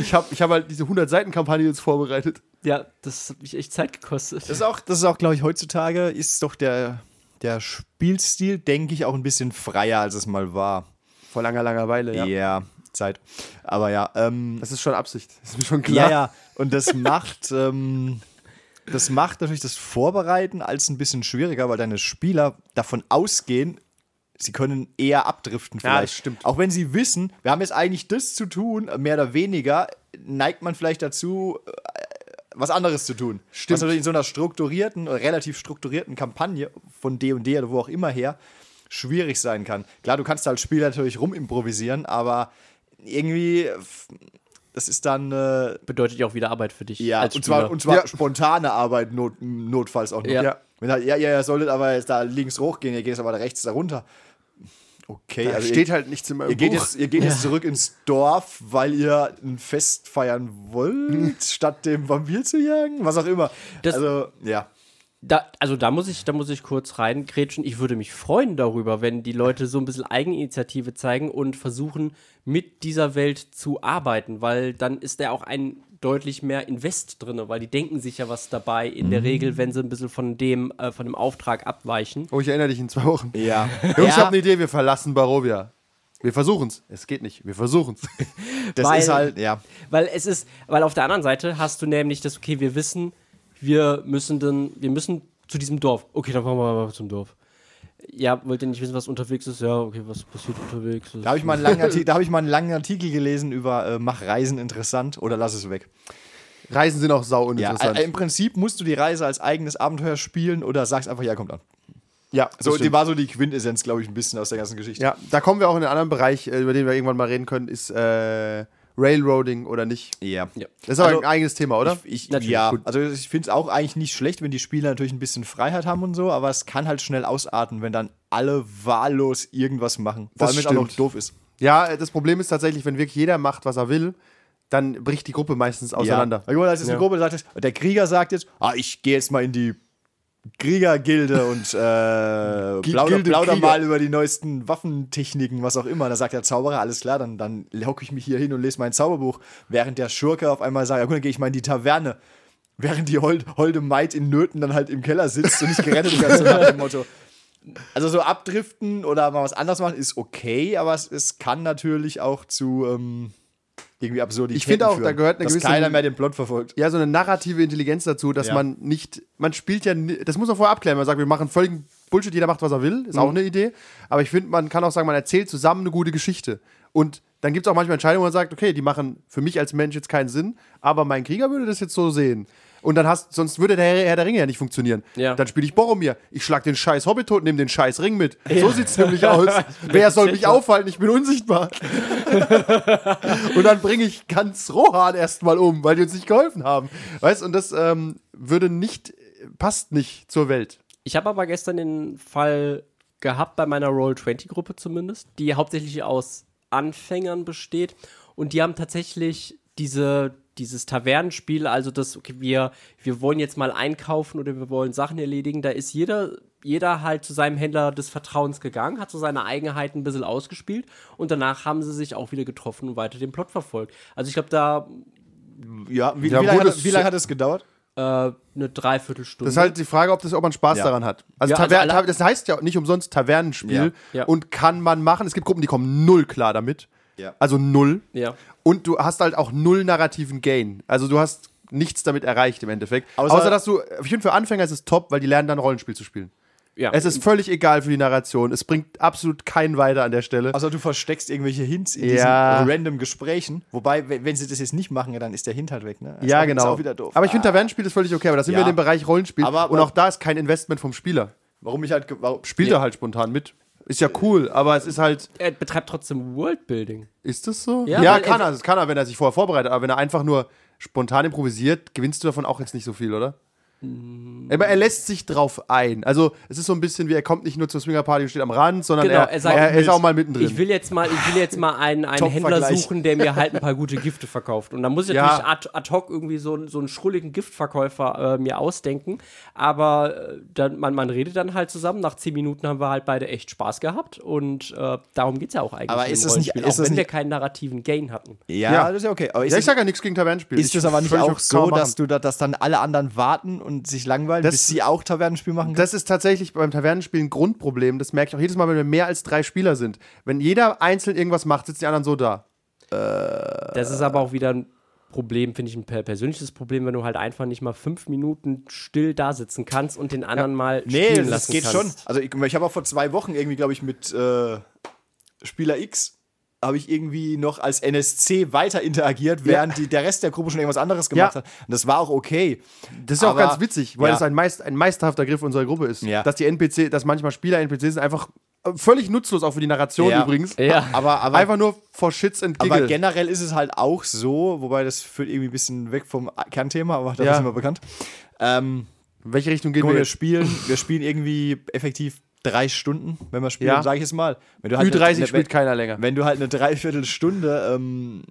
S3: ich habe ich hab halt diese 100 Seiten Kampagne jetzt vorbereitet.
S4: Ja, das hat mich echt Zeit gekostet.
S5: Das ist auch, das ist auch, glaube ich, heutzutage ist doch der, der Spielstil, denke ich, auch ein bisschen freier, als es mal war.
S3: Vor langer Langeweile, ja.
S5: Ja, Zeit. Aber ja, ähm,
S3: Das ist schon Absicht. Das ist mir schon klar.
S5: ja, ja. Und das macht, ähm, das macht natürlich das Vorbereiten als ein bisschen schwieriger, weil deine Spieler davon ausgehen, sie können eher abdriften
S3: Ja,
S5: vielleicht.
S3: das stimmt.
S5: Auch wenn sie wissen, wir haben jetzt eigentlich das zu tun, mehr oder weniger, neigt man vielleicht dazu, äh, was anderes zu tun.
S3: Stimmt.
S5: Was natürlich in so einer strukturierten, oder relativ strukturierten Kampagne von D&D oder wo auch immer her schwierig sein kann. Klar, du kannst da als Spieler natürlich rumimprovisieren, aber irgendwie, äh, f- das ist dann... Äh,
S4: Bedeutet ja auch wieder Arbeit für dich.
S5: ja,
S4: als
S5: und zwar,
S4: Spieler.
S5: und zwar
S3: Ja.
S5: spontane Arbeit not, notfalls auch noch.
S4: Ja.
S3: Ja.
S5: Wenn halt, ja, ja, ihr solltet aber jetzt da links hochgehen, ihr geht aber da rechts da runter. Okay,
S3: Da
S5: also
S3: steht
S5: ihr,
S3: halt nichts in meinem
S5: ihr geht,
S3: Buch.
S5: jetzt, ihr geht jetzt zurück ins Dorf, weil ihr ein Fest feiern wollt, statt dem Vampir zu jagen, was auch immer.
S4: Das-
S5: also, ja.
S4: Da, also da muss ich, da muss ich kurz reingrätschen. Ich würde mich freuen darüber, wenn die Leute so ein bisschen Eigeninitiative zeigen und versuchen, mit dieser Welt zu arbeiten, weil dann ist da auch ein deutlich mehr Invest drin, weil die denken sich ja was dabei in
S5: Mhm.
S4: der Regel, wenn sie ein bisschen von dem, äh, von dem Auftrag abweichen.
S3: Oh, ich erinnere dich in zwei Wochen.
S5: Ja.
S3: Jungs, ich
S5: ja,
S3: habe eine Idee, wir verlassen Barovia. Wir versuchen's. Es geht nicht. Wir versuchen's.
S5: das
S4: weil-
S5: ist halt, ja.
S4: Weil es ist, weil auf der anderen Seite hast du nämlich das, okay, wir wissen, wir müssen dann, wir müssen zu diesem Dorf. Okay, dann fahren wir mal zum Dorf. Ja, wollt ihr nicht wissen, was unterwegs ist? Ja, okay, was passiert unterwegs?
S5: Da habe ich, mal einen langen Arti- da hab ich mal einen langen Artikel gelesen über äh, Mach Reisen interessant oder lass es weg.
S3: Reisen sind auch sau
S5: Ja,
S3: uninteressant.
S5: äh, im Prinzip musst du die Reise als eigenes Abenteuer spielen oder sagst einfach, ja, kommt an.
S3: ja, das
S5: So,
S3: stimmt.
S5: die war so die Quintessenz, glaube ich, ein bisschen aus der ganzen Geschichte.
S3: ja, da kommen wir auch in einen anderen Bereich, äh, über den wir irgendwann mal reden können, ist äh, Railroading oder nicht.
S5: Ja.
S3: Das ist aber
S5: Also,
S3: ein eigenes Thema, oder?
S5: Ich,
S4: Natürlich,
S5: ja,
S4: gut.
S5: also ich finde es auch eigentlich nicht schlecht, wenn die Spieler natürlich ein bisschen Freiheit haben und so, aber es kann halt schnell ausarten, wenn dann alle wahllos irgendwas machen.
S3: Das
S5: Vor allem, wenn es auch noch
S3: stimmt.
S5: doof ist.
S3: ja, äh, das Problem ist tatsächlich, wenn wirklich jeder macht, was er will, dann bricht die Gruppe meistens auseinander.
S5: Ja. Guck mal, da ist jetzt
S3: Ja.
S5: eine Gruppe, die sagt jetzt, der Krieger sagt jetzt, ah, ich gehe jetzt mal in die Kriegergilde und äh, plauder,
S3: Gilde
S5: plauder
S3: Krieger.
S5: mal über die neuesten Waffentechniken, was auch immer. Da sagt der Zauberer, alles klar, dann, dann hocke ich mich hier hin und lese mein Zauberbuch, während der Schurke auf einmal sagt, ja gut, dann gehe ich mal in die Taverne. Während die hold, holde Maid in Nöten dann halt im Keller sitzt und nicht gerettet wird, so nach dem Motto. Also so abdriften oder mal was anderes machen ist okay, aber es, es kann natürlich auch zu ähm, irgendwie Absurditäten
S3: Ich finde auch,
S5: führen,
S3: da gehört eine
S5: dass
S3: gewisse-
S5: keiner mehr den Plot verfolgt.
S3: ja, so eine narrative Intelligenz dazu, dass
S5: Ja.
S3: man nicht, man spielt ja, ni- das muss man vorher abklären, man sagt, wir machen völligen Bullshit, jeder macht, was er will, ist auch
S5: Mhm.
S3: eine Idee, aber ich finde, man kann auch sagen, man erzählt zusammen eine gute Geschichte und dann gibt es auch manchmal Entscheidungen, wo man sagt, okay, die machen für mich als Mensch jetzt keinen Sinn, aber mein Krieger würde das jetzt so sehen. Und dann hast, sonst würde der Herr, Herr der Ringe ja nicht funktionieren.
S4: Ja.
S3: Dann spiele ich Boromir. Ich schlag den scheiß Hobbit tot, nehme den scheiß Ring mit. So sieht's nämlich aus. Wer soll mich aufhalten? Ich bin unsichtbar. Und dann bringe ich ganz Rohan erstmal um, weil die uns nicht geholfen haben. Weißt und das ähm, würde nicht, passt nicht zur Welt.
S4: Ich habe aber gestern den Fall gehabt, bei meiner Roll-20-Gruppe zumindest, die hauptsächlich aus Anfängern besteht. Und die haben tatsächlich diese, dieses Tavernenspiel, also das, okay, wir, wir wollen jetzt mal einkaufen oder wir wollen Sachen erledigen. Da ist jeder, jeder halt zu seinem Händler des Vertrauens gegangen, hat so seine Eigenheiten ein bisschen ausgespielt und danach haben sie sich auch wieder getroffen und weiter den Plot verfolgt. Also ich glaube, da
S5: Ja, wie,
S3: Ja, gut,
S5: wie, lange
S3: das-
S5: hat, wie lange hat es gedauert?
S4: äh, eine Dreiviertelstunde.
S3: Das ist halt die Frage, ob das, ob man Spaß
S5: Ja.
S3: daran hat. Also,
S4: Ja, also
S3: Taver
S4: alle-
S3: Ta- das heißt ja nicht umsonst Tavernenspiel
S4: Ja. Ja.
S3: und kann man machen. Es gibt Gruppen, die kommen null klar damit.
S5: Ja.
S3: Also null.
S4: Ja.
S3: Und du hast halt auch null narrativen Gain. Also du hast nichts damit erreicht im Endeffekt. Außer,
S5: Außer-
S3: dass du, ich finde für Anfänger ist es top, weil die lernen dann Rollenspiel zu spielen.
S4: ja.
S3: Es ist völlig egal für die Narration. Es bringt absolut keinen weiter an der Stelle.
S5: Außer du versteckst irgendwelche Hints in
S3: Ja.
S5: diesen random Gesprächen. Wobei, wenn wenn sie das jetzt nicht machen, ja, dann ist der Hint halt weg. Ne? Das
S3: Ja,
S5: ist
S3: genau.
S5: auch wieder doof. Ah.
S3: Aber ich finde, Tavernenspiel ist völlig okay, aber da sind
S5: Ja.
S3: wir in dem Bereich Rollenspiel.
S5: Aber-
S3: und auch da ist kein Investment vom Spieler.
S5: warum ich halt. ge- Warum,
S3: Spielt er halt spontan mit. Ist ja cool, aber es ist halt.
S4: er betreibt trotzdem Worldbuilding.
S3: Ist das so? Ja,
S4: Ja, weil-
S3: kann er. Das kann er, wenn er sich vorher vorbereitet. Aber wenn er einfach nur spontan improvisiert, gewinnst du davon auch jetzt nicht so viel, oder?
S5: Mm.
S3: Aber er lässt sich drauf ein. Also es ist so ein bisschen wie, er kommt nicht nur zur Swingerparty und steht am Rand, sondern
S4: Genau,
S3: er,
S4: er
S3: er,
S4: sagt,
S3: ist auch mal mittendrin.
S4: Ich will jetzt mal, ich will jetzt mal einen, einen Händler
S3: Top-Vergleich.
S4: suchen, der mir halt ein paar gute Gifte verkauft. Und dann muss ich
S3: Ja.
S4: natürlich ad, ad hoc irgendwie so, einen- so einen schrulligen Giftverkäufer äh, mir ausdenken. Aber äh, dann, man, man redet dann halt zusammen. Nach zehn Minuten haben wir halt beide echt Spaß gehabt. Und äh, darum geht es ja auch eigentlich.
S5: Aber
S4: in dem
S5: ist es nicht-
S4: Rollenspiel,
S5: ist
S4: auch
S5: es
S4: wenn wir
S5: nicht-
S4: keinen narrativen Gain hatten.
S5: Ja,
S3: Ja.
S5: das ist ja okay. Aber ist,
S3: ja,
S5: es-
S3: ich sage ja nichts gegen Tavernenspiel.
S5: ist
S3: Ich-
S5: das aber nicht
S3: völlig
S5: auch
S3: kann man
S5: so,
S3: machen.
S5: dass du da, dass dann alle anderen warten und sich langweilen,
S3: Das-
S5: bis sie auch Tavernenspiel machen können?
S3: Das ist tatsächlich beim Tavernenspiel ein Grundproblem. Das merke ich auch jedes Mal, wenn wir mehr als drei Spieler sind. Wenn jeder einzeln irgendwas macht, sitzen die anderen so da.
S4: Das ist aber auch wieder ein Problem, finde ich, ein per- persönliches Problem, wenn du halt einfach nicht mal fünf Minuten still da sitzen kannst und den anderen mal
S5: Nee,
S4: spielen
S5: das
S4: lassen
S5: geht
S4: kannst.
S5: schon. Also ich, ich habe auch vor zwei Wochen irgendwie, glaube ich, mit äh, Spieler X habe ich irgendwie noch als NSC weiter interagiert, während die, der Rest der Gruppe schon irgendwas anderes gemacht
S3: Ja.
S5: hat. Und das war auch okay.
S3: Das ist ja auch
S5: Aber-
S3: ganz witzig, weil
S5: ja.
S3: es ein, meist, ein meisterhafter Griff unserer Gruppe ist.
S5: Ja.
S3: Dass die NPC, dass manchmal Spieler NPCs einfach äh, völlig nutzlos, auch für die Narration
S5: Ja.
S3: übrigens.
S4: Ja.
S5: Aber, aber,
S3: Einfach nur for Shits and
S5: aber
S3: Giggles.
S5: generell ist es halt auch so, wobei das führt irgendwie ein bisschen weg vom Kernthema, aber dafür
S3: Ja.
S5: sind wir bekannt. Ähm,
S3: In welche Richtung gehen
S5: guck
S3: wir?
S5: mal, wir
S3: jetzt?
S5: spielen, wir spielen irgendwie effektiv drei Stunden, wenn wir spielen,
S3: Ja.
S5: sage ich es mal. Wenn du
S3: Ü30
S5: ne-
S3: spielt keiner länger.
S5: Wenn du halt eine Dreiviertelstunde ähm,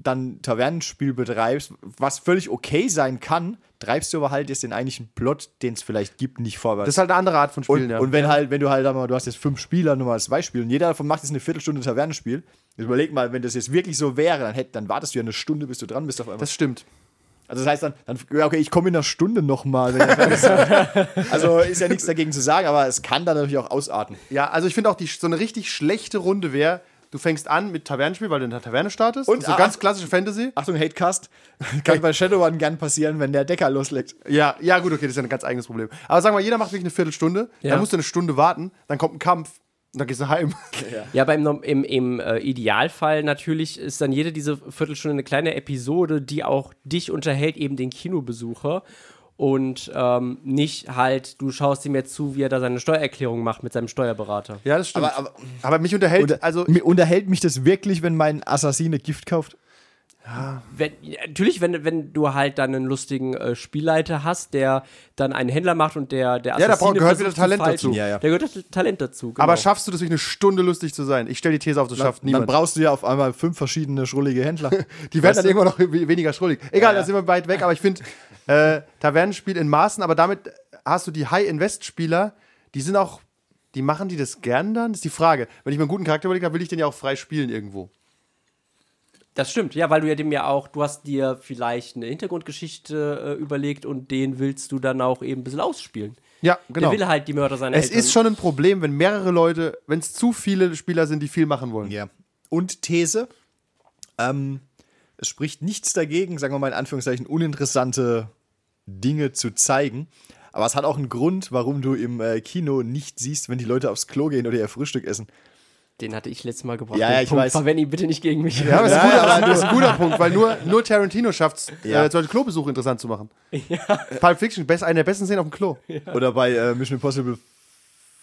S5: dann Tavernenspiel betreibst, was völlig okay sein kann, treibst du aber halt jetzt den eigentlichen Plot, den es vielleicht gibt, nicht vorwärts.
S3: Das ist halt eine andere Art von Spielen,
S5: und,
S3: ja.
S5: und wenn halt, wenn du halt, sag mal, du hast jetzt fünf Spieler, nur mal zwei Spiele, und jeder davon macht jetzt eine Viertelstunde Tavernenspiel. Jetzt überleg mal, wenn das jetzt wirklich so wäre, dann, hätt, dann wartest du ja eine Stunde, bis du dran bist auf einmal.
S3: das stimmt.
S5: also das heißt dann, dann ja, okay, ich komme in einer Stunde nochmal. also ist ja nichts dagegen zu sagen, aber es kann dann natürlich auch ausarten.
S3: Ja, also ich finde auch, die, so eine richtig schlechte Runde wäre, du fängst an mit Tavernenspiel, weil du in der Taverne startest.
S5: Und,
S3: so
S5: ah,
S3: ganz klassische Fantasy.
S5: Achtung, Hatecast. Kann bei Shadowrun gern passieren, wenn der Decker loslegt.
S3: Ja, ja, gut, okay, das ist ja ein ganz eigenes Problem. Aber sagen wir, jeder macht wirklich eine Viertelstunde,
S4: Ja.
S3: dann musst du eine Stunde warten, dann kommt ein Kampf und dann gehst du heim.
S4: Ja, aber im, Norm- im, im äh, Idealfall natürlich ist dann jede diese Viertelstunde eine kleine Episode, die auch dich unterhält, eben den Kinobesucher. Und ähm, nicht halt, du schaust ihm jetzt zu, wie er da seine Steuererklärung macht mit seinem Steuerberater.
S3: Ja, das stimmt.
S5: Aber-
S3: Aber,
S5: aber-
S3: mich unterhält,
S5: Unter-
S3: also
S5: mir unterhält mich das wirklich, wenn mein Assassine Gift kauft?
S4: Wenn, natürlich, wenn, wenn du halt dann einen lustigen äh, Spielleiter hast, der dann einen Händler macht und der der
S3: Ja, da
S4: Assassine
S3: braucht- gehört wieder
S4: versucht zu
S3: Talent
S4: falten.
S3: dazu.
S5: Ja, ja.
S4: Da gehört das Talent dazu. Genau.
S3: aber schaffst du das wirklich eine Stunde lustig zu sein? Ich stelle die These auf, das schafft
S5: Dann
S3: niemand.
S5: brauchst du ja auf einmal fünf verschiedene schrullige Händler.
S3: Die werden
S5: Weißt
S3: dann
S5: du?
S3: irgendwann noch we- weniger schrullig. Egal,
S5: Ja, ja.
S3: da sind wir weit weg, aber ich finde, äh, Tavernenspiel in Maßen, aber damit hast du die High-Invest-Spieler, die sind auch, die machen die das gern dann? Das ist die Frage. Wenn ich mir einen guten Charakter überlegt habe, will ich den ja auch frei spielen irgendwo.
S4: Das stimmt, ja, weil du ja dem ja auch, du hast dir vielleicht eine Hintergrundgeschichte äh, überlegt und den willst du dann auch eben ein bisschen ausspielen.
S3: Ja,
S4: Genau.
S3: genau.
S4: Der will halt die Mörder seiner
S3: Es
S4: Eltern.
S3: ist schon ein Problem, wenn mehrere Leute, wenn es zu viele Spieler sind, die viel machen wollen.
S5: Ja. Und These. Ähm, es spricht nichts dagegen, sagen wir mal in Anführungszeichen, uninteressante Dinge zu zeigen. Aber es hat auch einen Grund, warum du im äh, Kino nicht siehst, wenn die Leute aufs Klo gehen oder ihr Frühstück essen.
S4: Den hatte ich letztes Mal gebracht.
S5: Ja, ja,
S4: Den
S5: ich
S4: Punkt
S5: weiß.
S4: Verwende ihn bitte nicht gegen mich.
S3: Ja, aber das ist, ein guter, das ist ein guter Punkt, weil nur, nur Tarantino schafft es,
S5: Ja.
S3: äh, zum Beispiel Klobesuche interessant zu machen. Pulp Fiction, best, eine der besten Szenen auf dem Klo.
S5: Oder bei äh, Mission Impossible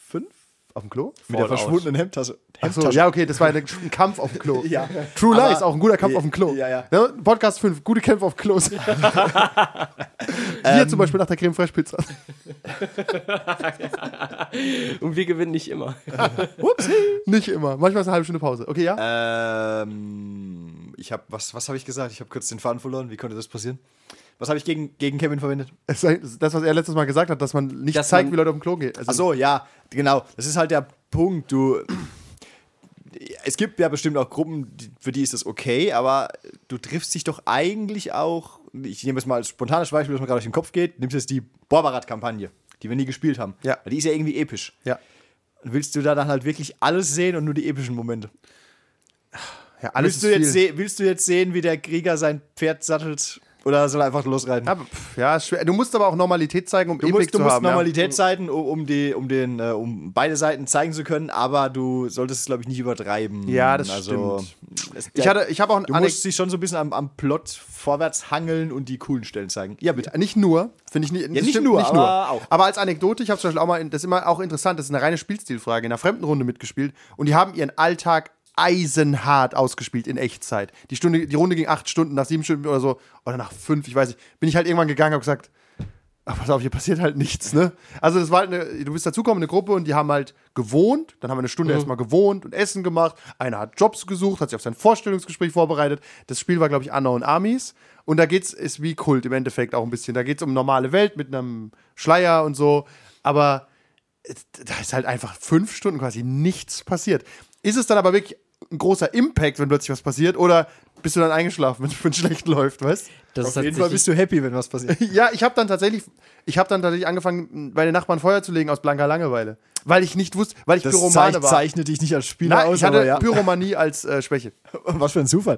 S5: 5
S3: Auf dem Klo?
S5: mit der verschwundenen Hemdtasse.
S3: Ach so, ja, okay, das war eine, ein Kampf auf dem Klo.
S5: Ja.
S3: True
S5: Aber-
S3: Lies, auch ein guter Kampf auf dem Klo.
S5: Ja, ja.
S3: Ne? Podcast 5, gute Kämpfe auf Klos.
S5: Ähm.
S3: Hier zum Beispiel nach der Creme Fraiche Pizza.
S4: Und wir gewinnen nicht immer.
S3: Nicht immer, manchmal ist eine halbe Stunde Pause. Okay, ja?
S5: Ähm, ich habe was, was habe ich gesagt? Ich habe kurz den Faden verloren. Wie konnte das passieren? Was habe ich gegen, gegen Kevin verwendet?
S3: Es ist Das, was er letztes Mal gesagt hat, dass man nicht
S4: Dass
S3: zeigt,
S4: man-
S3: wie Leute auf dem Klo gehen. Also,
S5: Ach so, ja, genau. Das ist halt der Punkt. Du, es gibt ja bestimmt auch Gruppen, die- für die ist das okay, aber du triffst dich doch eigentlich auch. Ich nehme jetzt mal als spontanes Beispiel, das mir gerade durch den Kopf geht. Nimmst jetzt die Borbarat-Kampagne, die wir nie gespielt haben.
S3: Ja.
S5: Die ist ja irgendwie episch.
S3: ja.
S5: Willst du da dann halt wirklich alles sehen und nur die epischen Momente?
S3: ja, alles ist
S5: willst, du jetzt
S3: viel.
S5: se- willst du jetzt sehen, wie der Krieger sein Pferd sattelt? Oder soll er einfach losreiten?
S3: Ja, pf, ja, ist schwer. Du musst aber auch Normalität zeigen, um
S5: du musst,
S3: zu
S5: du musst
S3: haben. ja.
S5: Normalität zeiten, um, um, die, um, den, äh, um beide Seiten zeigen zu können, aber du solltest es, glaube ich, nicht übertreiben. Also,
S3: Ja, das
S5: Es,
S3: Ich, hatte, ich habe auch
S5: du
S3: Anek-
S5: musst dich schon so ein bisschen am, am Plot vorwärts hangeln und die coolen Stellen zeigen. Ja, bitte.
S3: Nicht nur, finde ich nicht, das
S5: nicht
S3: stimmt,
S5: nur, aber auch.
S3: Aber als Anekdote, ich habe zum Beispiel auch mal, in- das ist immer auch interessant, das ist eine reine Spielstilfrage, in einer fremden Runde mitgespielt und die haben ihren Alltag eisenhart ausgespielt in Echtzeit. Die, Stunde, die Runde ging acht Stunden, nach sieben Stunden oder so, oder nach fünf, ich weiß nicht, bin ich halt irgendwann gegangen und gesagt, ach, pass auf, hier passiert halt nichts, ne? Also das war halt eine, du bist dazukommende Gruppe und die haben halt gewohnt, dann haben wir eine Stunde erstmal gewohnt und Essen gemacht, einer hat Jobs gesucht, hat sich auf sein Vorstellungsgespräch vorbereitet. Das Spiel war, glaube ich, Anna und Amis. Und da geht's, ist wie Kult im Endeffekt auch ein bisschen. Da geht's um normale Welt mit einem Schleier und so. Aber es- da ist halt einfach fünf Stunden quasi nichts passiert. Ist es dann aber wirklich ein großer Impact, wenn plötzlich was passiert, oder bist du dann eingeschlafen, wenn- wenn es schlecht läuft, weißt
S4: Das
S5: Auf jeden Fall bist du happy, wenn was passiert.
S3: ja, ich habe dann tatsächlich, ich habe dann tatsächlich angefangen, bei den Nachbarn Feuer zu legen aus blanker Langeweile, weil ich nicht wusste, weil ich
S5: Das
S3: Pyromane
S5: zeich-
S3: war.
S5: zeichnet dich nicht als Spieler
S3: Nein,
S5: aus,
S3: ich hatte
S5: aber ja.
S3: Pyromanie als äh, Schwäche.
S5: Was für ein Zufall.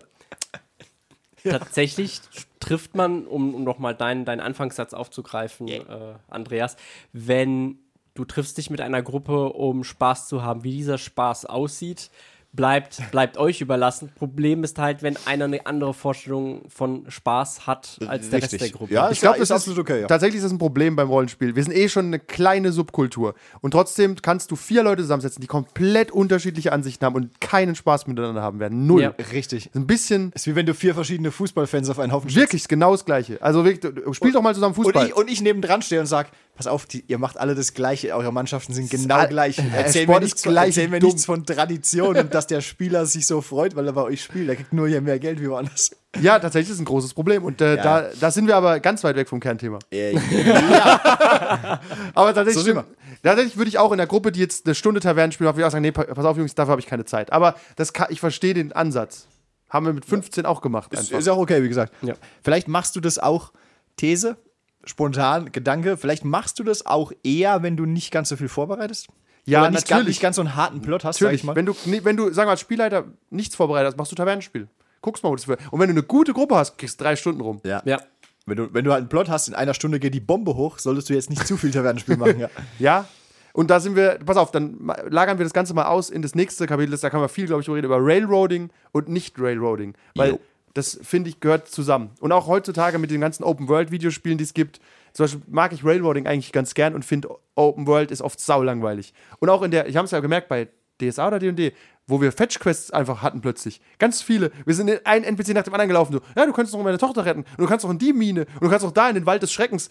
S4: Tatsächlich trifft man, um, um nochmal deinen, deinen Anfangssatz aufzugreifen, äh, Andreas, wenn du triffst dich mit einer Gruppe, um Spaß zu haben, wie dieser Spaß aussieht, bleibt, bleibt euch überlassen. Problem ist halt, wenn einer eine andere Vorstellung von Spaß hat als der Rest der Gruppe.
S5: Ja,
S3: Ich glaube,
S5: ist
S3: das
S5: absolut okay. Ja.
S3: Tatsächlich ist das ein Problem beim Rollenspiel. Wir sind eh schon eine kleine Subkultur. Und trotzdem kannst du vier Leute zusammensetzen, die komplett unterschiedliche Ansichten haben und keinen Spaß miteinander haben werden. Null.
S4: Ja.
S5: Richtig.
S3: Ein bisschen
S5: Ist wie wenn du vier verschiedene Fußballfans auf einen Haufen schmeißt.
S3: wirklich genau das Gleiche. Also wirklich, du- spiel doch mal zusammen
S5: Und
S3: Fußball.
S5: ich, und ich nebendran stehe und sage, pass auf, die, ihr macht alle das Gleiche, eure Mannschaften sind genau
S3: all-
S5: gleich.
S3: Äh,
S5: Erzähl mir,
S3: Sport
S5: nichts,
S3: ist
S5: von-
S3: gleich
S5: erzähl mir
S3: dumm.
S5: nichts von Tradition und dass der Spieler sich so freut, weil er bei euch spielt. Er kriegt nur hier mehr Geld wie woanders.
S3: ja, tatsächlich ist ein großes Problem. Und äh, da, da sind wir aber ganz weit weg vom Kernthema. Aber tatsächlich,
S5: So sind
S3: tatsächlich würde ich auch in der Gruppe, die jetzt eine Stunde Tavernen spielt, würde ich auch sagen, nee, pa- pass auf, Jungs, dafür habe ich keine Zeit. Aber das kann, ich verstehe den Ansatz. Haben wir mit 15 auch gemacht.
S5: Ist,
S3: Einfach.
S5: ist auch okay, wie gesagt.
S4: Ja.
S5: Vielleicht machst du das auch, These, spontan, Gedanke, vielleicht machst du das auch eher, wenn du nicht ganz so viel vorbereitest.
S3: Ja,
S5: Oder nicht, gar-
S3: natürlich.
S5: nicht ganz so einen harten Plot hast, sag
S3: Natürlich.
S5: ich mal.
S3: Wenn du, nee, wenn du, sagen wir, als Spielleiter nichts vorbereitet hast, machst du Tavernenspiel. Guckst mal, wo das wird. Und wenn du eine gute Gruppe hast, kriegst du drei Stunden rum.
S5: ja.
S4: Ja.
S5: Wenn, du, wenn du halt einen Plot hast, in einer Stunde geht die Bombe hoch, solltest du jetzt nicht zu viel Tavernenspiel machen. Ja.
S3: Ja. Und da sind wir, pass auf, dann ma- lagern wir das Ganze mal aus in das nächste Kapitel. Da kann man viel, glaube ich, drüber reden, über Railroading und Nicht-Railroading. Weil das, finde ich, gehört zusammen. Und auch heutzutage mit den ganzen Open-World-Videospielen, die es gibt, zum Beispiel mag ich Railroading eigentlich ganz gern und finde, Open-World ist oft saulangweilig. Und auch in der, ich habe es ja gemerkt bei DSA oder D&D, wo wir Fetch-Quests einfach hatten plötzlich. Ganz viele. Wir sind in einen NPC nach dem anderen gelaufen. So, ja, du kannst noch meine Tochter retten. Und du kannst noch in die Mine. Und du kannst noch da in den Wald des Schreckens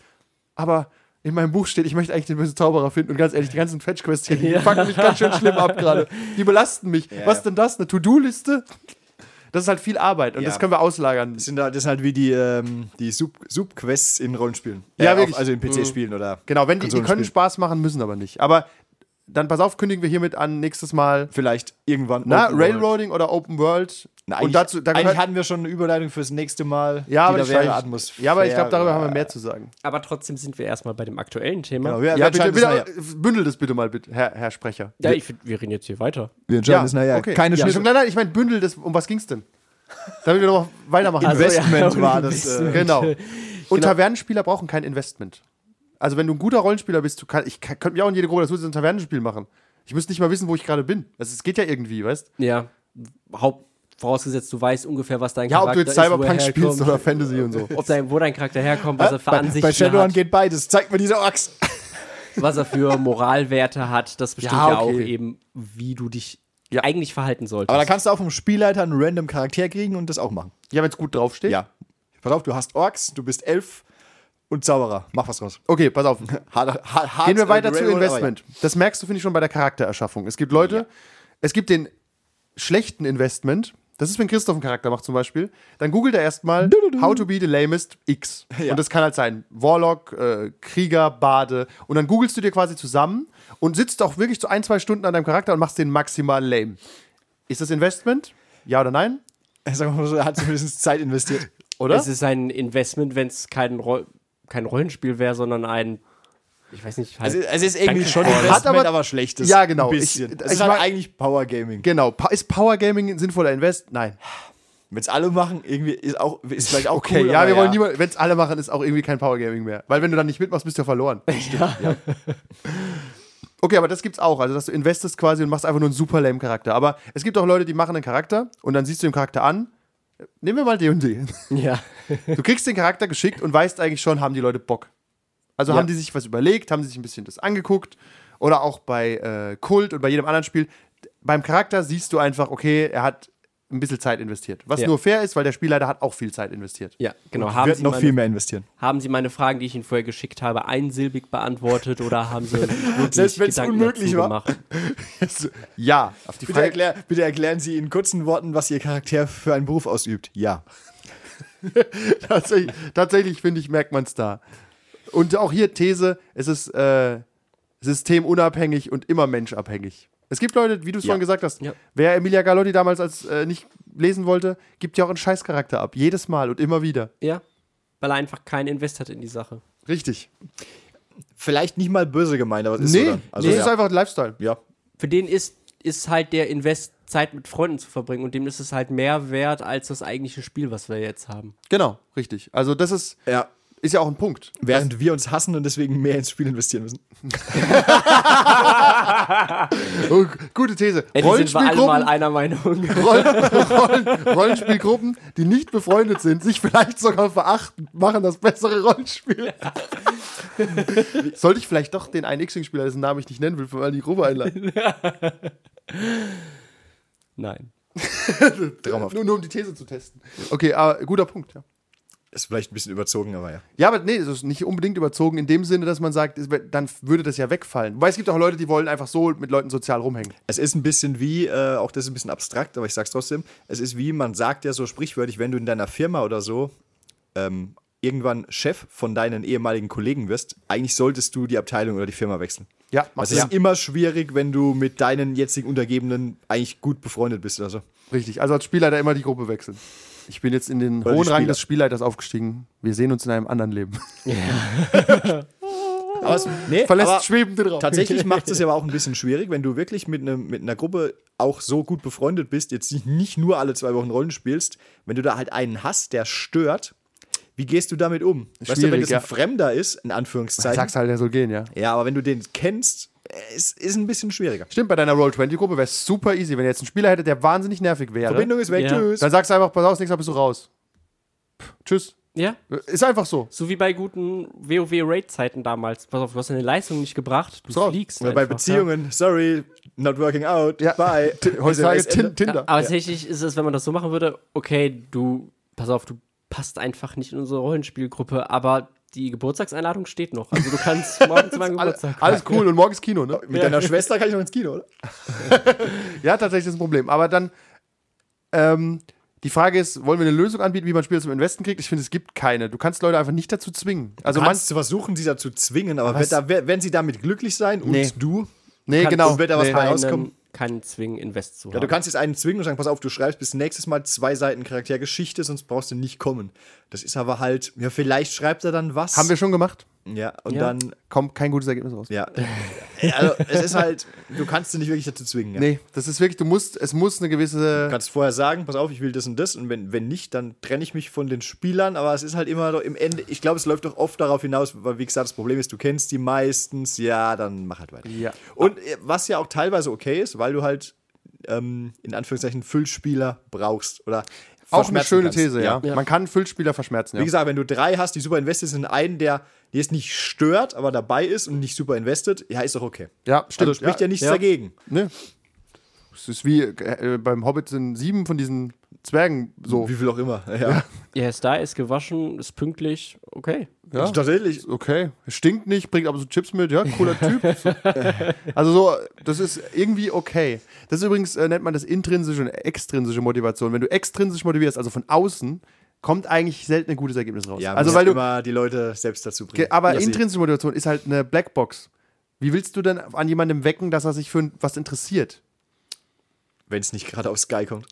S3: aber in meinem Buch steht, ich möchte eigentlich den bösen Zauberer finden und ganz ehrlich, die ganzen Fetch-Quests hier, die fangen mich ganz schön schlimm ab gerade. Die belasten mich. Was ist denn das? Eine To-Do-Liste? Das ist halt viel Arbeit und
S5: Ja.
S3: das können wir auslagern.
S5: sind halt, das sind halt wie die, ähm, die Sub- Sub-Quests in Rollenspielen.
S3: Ja,
S5: auf-
S3: wirklich.
S5: Also in PC-Spielen oder.
S3: Genau, wenn die, die können
S5: Konsolenspielen.
S3: Spaß machen, müssen aber nicht. Aber dann pass auf, kündigen wir hiermit an, nächstes Mal.
S5: Vielleicht irgendwann.
S3: Na,
S5: Open World.
S3: Railroading oder Open World.
S5: Na,
S3: und dazu, da
S5: eigentlich
S3: gehört,
S5: hatten wir schon eine Überleitung fürs nächste Mal.
S3: ja, aber
S5: die
S3: ich,
S5: da wäre
S3: weiß-
S5: Atmosphäre.
S3: ja, aber ich glaube, darüber haben wir mehr zu sagen.
S4: Aber trotzdem sind wir erstmal bei dem aktuellen Thema.
S5: Genau, wir,
S3: Ja,
S5: wir
S3: bitte,
S5: entscheiden
S3: bitte, äh,
S5: das nachher.
S3: bündel das bitte mal, bitte, Herr, Herr Sprecher.
S4: ja, ich, find, wir reden jetzt hier weiter.
S5: Wir entscheiden das nachher. Keine
S3: ja.
S5: Schnitte.
S3: Schon- Nein, nein, ich meine, bündel das, um was ging's denn? Damit wir nochmal weitermachen. können.
S5: Investment war das. Äh,
S3: Genau. Und Tavernenspieler brauchen kein Investment. Also wenn du ein guter Rollenspieler bist, du kann, ich kann- könnte mir auch in jede Gruppe das ein Tavernenspiel machen. Ich müsste nicht mal wissen, wo ich gerade bin. Das ist- geht ja irgendwie, weißt?
S4: Ja. Haupt, vorausgesetzt, du weißt ungefähr, was dein
S3: Ja, ob
S4: Charakter
S3: du jetzt
S4: ist, wo er
S3: Cyberpunk spielst
S4: herkommt,
S3: oder Fantasy und so.
S4: Ob dein, wo dein Charakter herkommt, was er für
S5: bei,
S4: Ansichten
S5: bei Shadowrun
S4: hat.
S5: geht beides. Zeig mir diese Axt.
S4: was er für Moralwerte hat, das bestimmt ja,
S3: Ja,
S4: auch
S3: okay.
S4: eben, wie du dich eigentlich verhalten solltest.
S5: Aber da kannst du auch vom Spielleiter einen random Charakter kriegen und das auch machen.
S3: Ja, wenn es gut draufsteht.
S5: Ja. Pass auf, du hast Orks, du bist Elf und Zauberer. Mach was raus.
S3: Okay, pass auf.
S5: Hard, hard, hard
S3: Gehen wir weiter zu Investment. Das merkst du, finde ich, schon bei der Charaktererschaffung. Es gibt Leute, es gibt den schlechten Investment. Das ist, wenn Christoph einen Charakter macht zum Beispiel. Dann googelt er erstmal How to be the lamest X. Und das kann halt sein Warlock, äh, Krieger, Bade. Und dann googelst du dir quasi zusammen und sitzt auch wirklich so ein, zwei Stunden an deinem Charakter und machst den maximal lame. Ist das Investment? Ja oder nein?
S5: Sagen wir mal so, er hat zumindest Zeit investiert.
S3: Oder?
S4: Es ist ein Investment, wenn es kein, Roll- kein Rollenspiel wäre, sondern ein, ich weiß nicht, halt,
S5: Es ist, Also, es ist irgendwie schon
S3: Hat
S5: Investment,
S3: aber-
S5: aber, schlechtes.
S3: Ja, genau.
S5: Ein bisschen.
S3: Ich-
S5: es
S3: ich
S5: ist halt
S3: mag-
S5: eigentlich Power Gaming.
S3: Genau. Pa ist Power Gaming ein sinnvoller Invest? Nein.
S5: Wenn es alle machen, irgendwie ist auch ist vielleicht auch
S3: Okay,
S5: cool,
S3: ja,
S5: aber
S3: wir wollen niemand, wenn es alle machen, ist auch irgendwie kein Power Gaming mehr. Weil wenn du dann nicht mitmachst, bist du ja verloren. Ja. Okay, aber das gibt's auch. Also, dass du investest quasi und machst einfach nur einen super lame Charakter. Aber es gibt auch Leute, die machen einen Charakter und dann siehst du den Charakter an. Nehmen wir mal D&D.
S4: ja.
S3: Du kriegst den Charakter geschickt und weißt eigentlich schon, haben die Leute Bock. Also haben die sich was überlegt, haben sie sich ein bisschen das angeguckt. Oder auch bei äh, Kult und bei jedem anderen Spiel. Beim Charakter siehst du einfach, okay, er hat ein bisschen Zeit investiert. Was
S4: Ja.
S3: nur fair ist, weil der Spielleiter hat auch viel Zeit investiert.
S4: Ja, genau.
S5: Haben
S4: Haben
S5: wird
S4: Sie,
S5: noch
S4: meine,
S5: viel mehr investieren.
S4: haben Sie meine Fragen, die ich Ihnen vorher geschickt habe, einsilbig beantwortet oder haben Sie wirklich
S5: Selbst wenn's
S4: Gedanken
S5: unmöglich
S4: dazu
S5: war.
S4: Gemacht?
S3: Ja, auf die
S5: Bitte,
S3: Frage.
S5: erklär, bitte erklären Sie in kurzen Worten, was Ihr Charakter für einen Beruf ausübt. Ja.
S3: Tatsächlich, tatsächlich finde ich, merkt man es da. Und auch hier These, es ist äh, systemunabhängig und immer menschabhängig. Es gibt Leute, wie du es
S5: Ja.
S3: vorhin gesagt hast,
S4: Ja.
S3: wer Emilia Galotti damals als äh, nicht lesen wollte, gibt ja auch einen Scheißcharakter ab. Jedes Mal und immer wieder.
S4: Ja, weil er einfach keinen Invest hat in die Sache.
S3: Richtig.
S5: Vielleicht nicht mal böse gemeint, aber es ist so
S3: nee,
S5: dann. Also,
S3: das
S5: ja.
S3: ist einfach ein Lifestyle.
S5: ja.
S4: Für den ist, ist halt der Invest, Zeit mit Freunden zu verbringen und dem ist es halt mehr wert als das eigentliche Spiel, was wir jetzt haben.
S3: Genau, richtig. Also das ist,
S5: ja.
S3: ist ja auch ein Punkt.
S5: Während wir uns hassen und deswegen mehr ins Spiel investieren müssen.
S3: Oh, gute These.
S4: Endlich sind wir alle mal
S3: Rollenspielgruppen,
S4: einer Meinung.
S3: Rollen, Rollen, Rollenspielgruppen, die nicht befreundet sind, sich vielleicht sogar verachten, machen das bessere Rollenspiel. Sollte ich vielleicht doch den einen X-Wing-Spieler, dessen Namen ich nicht nennen will, mal in die Gruppe einladen?
S4: Nein.
S5: Traumhaft.
S3: Nur, nur um die These zu testen. Okay, aber guter Punkt, ja.
S5: Ist vielleicht ein bisschen überzogen, aber ja.
S3: Ja, aber nee, das ist nicht unbedingt überzogen in dem Sinne, dass man sagt, es wär- dann würde das ja wegfallen. Weil es gibt auch Leute, die wollen einfach so mit Leuten sozial rumhängen.
S5: Es ist ein bisschen wie, äh, auch das ist ein bisschen abstrakt, aber ich sag's trotzdem, es ist wie, man sagt ja so sprichwörtlich, wenn du in deiner Firma oder so ähm, irgendwann Chef von deinen ehemaligen Kollegen wirst, eigentlich solltest du die Abteilung oder die Firma wechseln.
S3: Ja, macht
S5: Es
S3: Sinn.
S5: ist immer schwierig, wenn du mit deinen jetzigen Untergebenen eigentlich gut befreundet bist oder so.
S3: Richtig, also als Spielleiter immer die Gruppe wechseln. Ich bin jetzt in den
S5: Oder die
S3: hohen Rang
S5: Spieler.
S3: des Spielleiters aufgestiegen. Wir sehen uns in einem anderen Leben.
S5: Aber es, nee,
S3: Verlässt
S5: aber-
S3: schwebend den Raum.
S5: Tatsächlich macht es ja aber auch ein bisschen schwierig, wenn du wirklich mit, einem, mit einer Gruppe auch so gut befreundet bist, jetzt nicht- nicht nur alle zwei Wochen Rollen spielst, wenn du da halt einen hast, der stört, wie gehst du damit um? Weißt du, wenn
S3: Schwierig,
S5: es
S3: ja.
S5: ein Fremder ist, in Anführungszeichen.
S3: Sagst halt, der soll gehen, ja.
S5: Ja, aber wenn du den kennst, es ist ein bisschen schwieriger.
S3: Stimmt, bei deiner Roll-20-Gruppe wäre es super easy, wenn ihr jetzt einen Spieler hättet, der wahnsinnig nervig wäre.
S5: Verbindung ist weg,
S4: Ja.
S5: tschüss.
S3: Dann sagst du einfach, pass auf, nächstes Mal bist du raus. Pff, tschüss.
S4: Ja,
S3: Ist einfach so.
S4: so wie bei guten WoW-Raid-Zeiten damals. Pass auf, du hast deine Leistung nicht gebracht, du
S3: raus.
S4: fliegst.
S5: Oder bei
S4: einfach,
S5: Beziehungen, sorry, not working out, bye.
S3: Heutzutage
S5: SMS Ende.
S3: Tin Tinder.
S4: Aber tatsächlich ist es, wenn man das so machen würde, okay, du, pass auf, du passt einfach nicht in unsere Rollenspielgruppe, aber die Geburtstagseinladung steht noch. Also du kannst morgen zu meinem
S3: Alle-
S4: Geburtstag.
S3: Alles cool und morgen ist Kino, ne?
S5: Mit deiner Schwester kann ich noch ins Kino, oder?
S3: Ja, tatsächlich ist ein Problem. Aber dann, ähm, die Frage ist, wollen wir eine Lösung anbieten, wie man Spieler zum Investen kriegt? Ich finde, es gibt keine. Du kannst Leute einfach nicht dazu zwingen. Also
S5: Du
S3: man,
S5: kannst versuchen, sie dazu zwingen, aber
S3: Was?
S5: wird da, wer- werden sie damit glücklich sein und
S3: Nee.
S5: du?
S3: nee,
S4: kann-
S3: genau.
S5: und wird da was
S3: nee.
S5: bei
S4: keinen-
S5: rauskommen.
S4: Keinen zwingen, Invest zu
S5: Ja,
S4: haben.
S5: du kannst jetzt einen zwingen und sagen, pass auf, du schreibst bis nächstes Mal zwei Seiten Charaktergeschichte, sonst brauchst du nicht kommen. Das ist aber halt, ja, vielleicht schreibt er dann was.
S3: Haben wir schon gemacht?
S5: Ja, und
S4: Ja.
S5: dann,
S3: Kommt kein gutes Ergebnis raus.
S5: ja. also, es ist halt, du kannst sie nicht wirklich dazu zwingen. Ja.
S3: Nee, das ist wirklich, du musst, es muss eine
S5: Du
S3: gewisse.
S5: kannst vorher sagen, pass auf, ich will das und das und wenn, wenn nicht, dann trenne ich mich von den Spielern, aber es ist halt immer doch im Ende, ich glaube, es läuft doch oft darauf hinaus, weil wie gesagt, das Problem ist, du kennst die meistens, ja, dann mach halt weiter.
S3: Ja.
S5: Und äh, was ja auch teilweise okay ist, weil du halt ähm, in Anführungszeichen Füllspieler brauchst oder
S3: Auch eine
S5: verschmerzen
S3: schöne
S5: kannst.
S3: These, ja. Man kann Füllspieler verschmerzen, ja.
S5: Wie gesagt, wenn du drei hast, die super invested sind, einen, der die es nicht stört, aber dabei ist und nicht super invested, ja, ist doch okay.
S3: Ja, stimmt.
S5: Also spricht ja, nichts dagegen.
S3: Ne? Es ist wie äh, beim Hobbit sind sieben von diesen Zwergen so.
S5: Wie viel auch immer. Ja.
S4: ja, ist da, ist gewaschen, ist pünktlich, okay.
S3: Ja.
S5: Also tatsächlich,
S3: Okay, stinkt nicht, bringt aber so Chips mit, ja, cooler Typ. So. Also so, das ist irgendwie okay. Das ist übrigens, äh, nennt man das intrinsische und extrinsische Motivation. Wenn du extrinsisch motivierst, also von außen, kommt eigentlich selten ein gutes Ergebnis raus.
S5: Ja,
S3: also weil du,
S5: immer die Leute selbst dazu
S3: Ge-
S5: bringen.
S3: Aber
S5: dass sie-
S3: intrinsische Motivation ist halt eine Blackbox. Wie willst du denn an jemandem wecken, dass er sich für was interessiert?
S5: wenn es nicht gerade auf Sky kommt.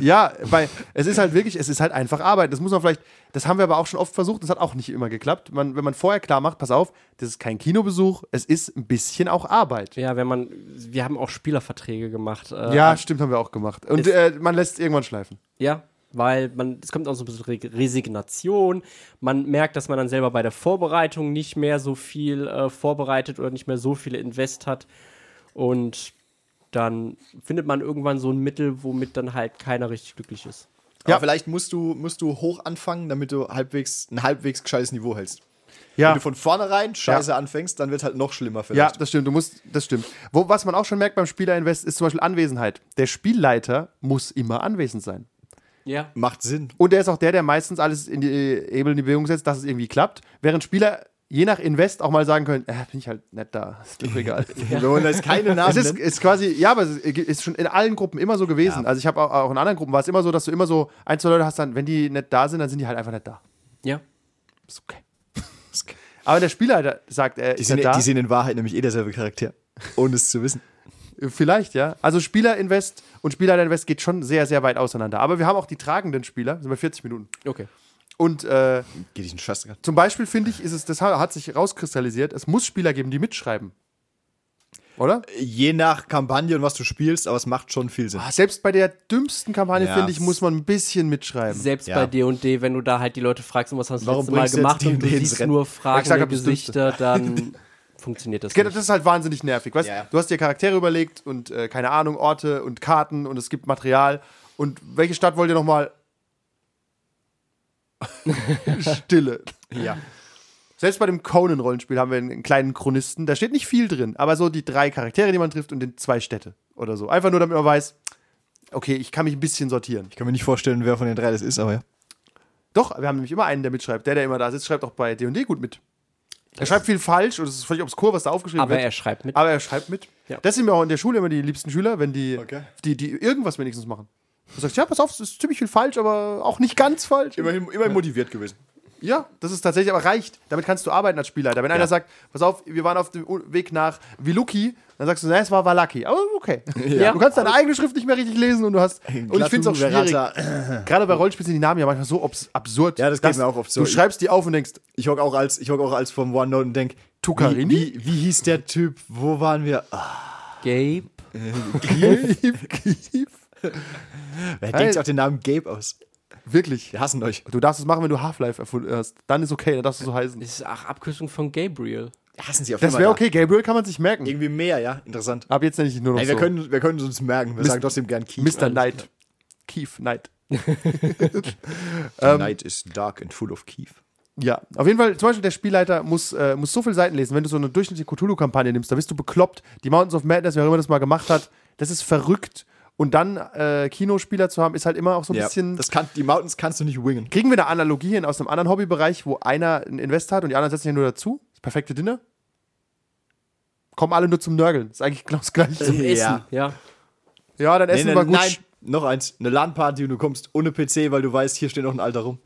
S3: ja, weil es ist halt wirklich, es ist halt einfach Arbeit. Das muss man vielleicht, das haben wir aber auch schon oft versucht, das hat auch nicht immer geklappt. Man, wenn man vorher klar macht, pass auf, das ist kein Kinobesuch, es ist ein bisschen auch Arbeit.
S4: Ja, wenn man, wir haben auch Spielerverträge gemacht. äh,
S3: Ja, stimmt, haben wir auch gemacht. Und äh, man lässt es irgendwann schleifen.
S4: Ja, weil man, es kommt auch so ein bisschen Re- Resignation. Man merkt, dass man dann selber bei der Vorbereitung nicht mehr so viel äh, vorbereitet oder nicht mehr so viele Invest hat. Und dann findet man irgendwann so ein Mittel, womit dann halt keiner richtig glücklich ist.
S5: Ja.
S3: Ja.
S5: Aber vielleicht musst du, musst du hoch anfangen, damit du halbwegs ein halbwegs gescheites Niveau hältst.
S3: Ja.
S5: Wenn du von vornherein scheiße anfängst, dann wird halt noch schlimmer
S3: Ja,
S5: vielleicht.
S3: das stimmt. Du musst, das stimmt. Wo, was man auch schon merkt beim Spielerinvest ist zum Beispiel Anwesenheit. Der Spielleiter muss immer anwesend sein.
S4: Ja.
S5: Macht Sinn.
S3: Und er ist auch der, der meistens alles in die, eben in die Bewegung setzt, dass es irgendwie klappt. Während Spieler je nach Invest auch mal sagen können, äh, bin ich halt nicht da. Ist mir doch egal.
S5: Wir wollen da jetzt keine Namen ne?
S3: Es ist,
S5: nennen.
S3: ist quasi, ja, aber es ist- ist schon in allen Gruppen immer so gewesen. Also ich habe auch, auch in anderen Gruppen war es immer so, dass du immer so ein, zwei Leute hast, dann, wenn die nicht da sind, dann sind die halt einfach nicht da.
S4: Ja.
S3: Ist okay. Aber der Spielleiter sagt, er
S5: Die
S3: ist
S5: sind,
S3: nicht da.
S5: die sind in Wahrheit nämlich eh derselbe Charakter. Ohne es zu wissen.
S3: Vielleicht, ja. Also Spielerinvest und Spielleiterinvest geht schon sehr, sehr weit auseinander. Aber wir haben auch die tragenden Spieler, sind bei 40 Minuten.
S4: Okay.
S3: Und äh,
S5: Geht ich einen Scheiß dran.
S3: zum Beispiel finde ich, ist es, das hat sich rauskristallisiert, es muss Spieler geben, die mitschreiben. Oder?
S5: Je nach Kampagne und was du spielst, aber es macht schon viel Sinn.
S3: Ah, Selbst bei der dümmsten Kampagne,
S5: Ja.
S3: finde ich, muss man ein bisschen mitschreiben.
S4: Selbst
S5: Ja.
S4: bei D&D, wenn du da halt die Leute fragst, was hast du das
S5: Warum
S4: letzte Mal
S5: bringst du jetzt
S4: gemacht und du
S5: D&D ins
S4: siehst
S5: Rennen?
S4: nur fragende
S3: hab, das
S4: Gesichter, dann funktioniert das
S3: Genau,
S4: nicht.
S3: Das ist halt wahnsinnig nervig. Weißt?
S5: Ja, ja.
S3: Du hast dir Charaktere überlegt und äh, keine Ahnung, Orte und Karten und es gibt Material. Und welche Stadt wollt ihr nochmal? Stille.
S5: Ja.
S3: Selbst bei dem Conan-Rollenspiel haben wir einen, einen kleinen Chronisten. Da steht nicht viel drin, aber so die drei Charaktere, die man trifft und den zwei Städte oder so. Einfach nur, damit man weiß, okay, ich kann mich ein bisschen sortieren.
S5: Ich kann mir nicht vorstellen, wer von den drei das ist, aber ja.
S3: Doch, wir haben nämlich immer einen, der mitschreibt. Der, der immer da sitzt, schreibt auch bei D&D gut mit. Er schreibt viel falsch und es ist völlig obskur, was da aufgeschrieben
S4: Aber
S3: wird.
S4: er schreibt mit.
S3: Aber er schreibt mit.
S4: Ja.
S3: Das sind mir auch in der Schule immer die liebsten Schüler, wenn die,
S5: Okay.
S3: die, die irgendwas wenigstens machen. Du sagst, ja, pass auf, es ist ziemlich viel falsch, aber auch nicht ganz falsch.
S5: Immerhin, immerhin motiviert gewesen.
S3: Ja, das ist tatsächlich, aber reicht. Damit kannst du arbeiten als Spielleiter. Wenn einer sagt, pass auf, wir waren auf dem U- Weg nach Wiluki, dann sagst du, na, es war Valaki. Aber okay.
S4: Ja.
S3: Du kannst deine eigene Schrift nicht mehr richtig lesen und du hast. Und ich finde es auch schwierig. Gerade bei Rollspielen sind die Namen ja manchmal so obs- absurd.
S5: Ja, das geht
S3: dass
S5: mir auch oft so.
S3: Du schreibst die auf und denkst,
S5: Ich hock auch als, ich hock auch als vom OneNote und denk,
S3: Tucarini?
S5: Wie, wie, wie hieß der Typ? Wo waren wir? Ah,
S4: Gabe.
S3: Kief, Kief.
S5: wer
S3: Hey.
S5: denkt sich auch den Namen Gabe aus?
S3: Wirklich.
S5: Wir hassen euch.
S3: Du darfst es machen, wenn du Half-Life erfunden hast. Dann ist okay, dann darfst du so heißen.
S4: Das ist ach, Abkürzung von Gabriel.
S5: Wir hassen sie auf
S3: Das
S5: Fall.
S3: wäre okay, Gabriel kann man sich merken.
S5: Irgendwie mehr, ja. Interessant.
S3: Ab jetzt nenne ich ihn nur noch
S5: Ey, wir,
S3: so.
S5: können, wir können es uns merken. Wir sagen trotzdem gern Keith.
S3: Mr. Knight. Keith Knight. ähm,
S5: Night is dark and full of Keith.
S3: Ja, auf jeden Fall, zum Beispiel der Spielleiter muss, äh, muss so viele Seiten lesen. Wenn du so eine durchschnittliche Cthulhu-Kampagne nimmst, da bist du bekloppt. Die Mountains of Madness, wer auch immer das mal gemacht hat, das ist verrückt. Und dann äh, Kinospieler zu haben, ist halt immer auch so ein
S5: Ja.
S3: bisschen.
S5: Das kann, die Mountains kannst du nicht wingen.
S3: Kriegen wir eine Analogie hin aus einem anderen Hobbybereich, wo einer ein Invest hat und die anderen setzen sich nur dazu? Das perfekte Dinner? Kommen alle nur zum Nörgeln. Ist eigentlich genau das Gleiche.
S5: Ja.
S4: Essen, ja.
S3: Ja, dann essen
S5: Äh, Nee, nee,
S3: wir gut.
S5: Nein, noch eins. Eine LAN-Party und du kommst ohne PC, weil du weißt, hier steht noch ein Alter rum.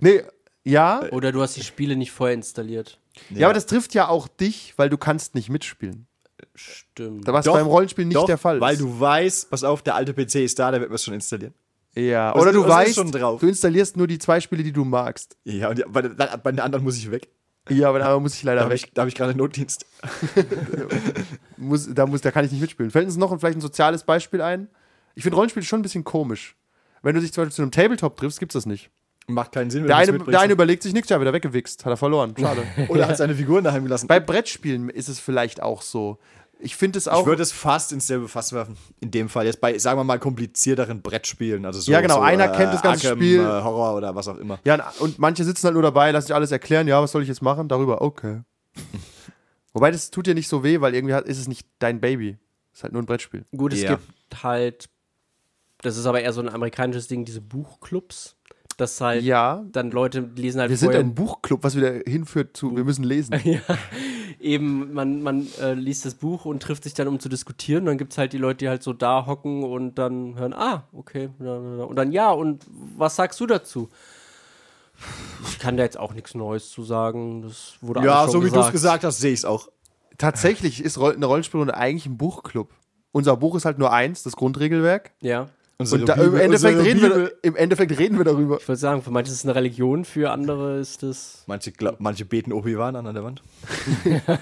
S3: Nee, ja.
S5: Äh,
S4: Oder du hast die Spiele nicht vorher installiert.
S3: Ja, aber das trifft ja auch dich, weil du kannst nicht mitspielen.
S4: Stimmt.
S3: Da war es beim Rollenspiel nicht
S5: doch,
S3: der Fall.
S5: Weil
S3: ist.
S5: du weißt, pass auf, der alte PC ist da, der wird mir schon installieren.
S3: ja,
S5: Was
S3: oder
S5: ist-
S3: du
S5: was ist
S3: weißt,
S5: schon drauf?
S3: du installierst nur die zwei Spiele, die du magst.
S5: Ja, und die- bei, der- bei den anderen muss ich weg.
S3: Ja, aber da muss ich
S5: Da
S3: leider
S5: habe
S3: weg.
S5: ich, da hab ich gerade Notdienst.
S3: Muss, da, muss, da kann ich nicht mitspielen. Fällt uns noch ein- vielleicht ein soziales Beispiel ein? Ich finde Rollenspiel schon ein bisschen komisch. Wenn du dich zum Beispiel zu einem Tabletop triffst, gibt's das nicht.
S5: Macht keinen Sinn, wenn
S3: Der
S5: du es
S3: eine,
S5: mitbringst. ne?
S3: der eine überlegt sich nichts, ja, wieder weggewichst, hat er verloren. Schade.
S5: Oder hat seine Figuren daheim gelassen.
S3: Bei Brettspielen ist es vielleicht auch so. Ich finde es
S5: ich
S3: auch.
S5: würde es fast ins selbe Fass werfen. In dem Fall jetzt bei, sagen wir mal, komplizierteren Brettspielen. Also so,
S3: Ja, genau,
S5: So,
S3: einer kennt das ganze
S5: Arkham,
S3: Spiel.
S5: Äh, Horror oder was auch immer.
S3: ja, und manche sitzen halt nur dabei, lassen sich alles erklären. Ja, was soll ich jetzt machen? Darüber, okay. Wobei das tut dir nicht so weh, weil irgendwie hat- ist es nicht dein Baby. Ist halt nur ein Brettspiel.
S4: Gut, es
S5: Ja.
S4: gibt halt, das ist aber eher so ein amerikanisches Ding, diese Buchclubs. Das halt
S3: Ja.
S4: dann Leute lesen halt
S3: Wir sind
S4: vorher
S3: ein Buchclub, was wieder hinführt zu, wir müssen lesen.
S4: eben, man, man äh, liest das Buch und trifft sich dann, um zu diskutieren. Dann gibt es halt die Leute, die halt so da hocken und dann hören, ah, okay. na, na, na. Und dann, ja, und was sagst du dazu? Ich kann da jetzt auch nichts Neues zu sagen. Das wurde
S5: Ja,
S4: alles
S5: so
S4: schon
S5: wie du
S4: gesagt.
S5: es gesagt hast, sehe ich es auch.
S3: Tatsächlich ist Roll- eine Rollenspielrunde eigentlich ein Buchclub. Unser Buch ist halt nur eins, das Grundregelwerk.
S4: Ja.
S5: Unsere
S3: Und da, im,
S5: Bibel-
S3: Endeffekt
S5: unsere
S3: reden wir,
S5: Bibel-
S3: im Endeffekt reden wir darüber.
S4: Ich würde sagen, für manche ist es eine Religion, für andere ist es.
S5: Manche, glaub, manche beten Obi-Wan an der Wand.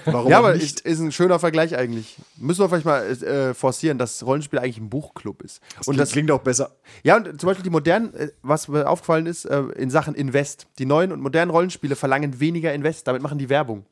S5: Warum
S3: Ja,
S5: auch
S3: aber ist,
S5: nicht?
S3: ist ein schöner Vergleich eigentlich. Müssen wir vielleicht mal äh, forcieren, dass Rollenspiel eigentlich ein Buchclub ist. und das,
S5: klingt auch besser.
S3: ja, und zum Beispiel die modernen, äh, was mir aufgefallen ist, äh, in Sachen Invest. Die neuen und modernen Rollenspiele verlangen weniger Invest, damit machen die Werbung.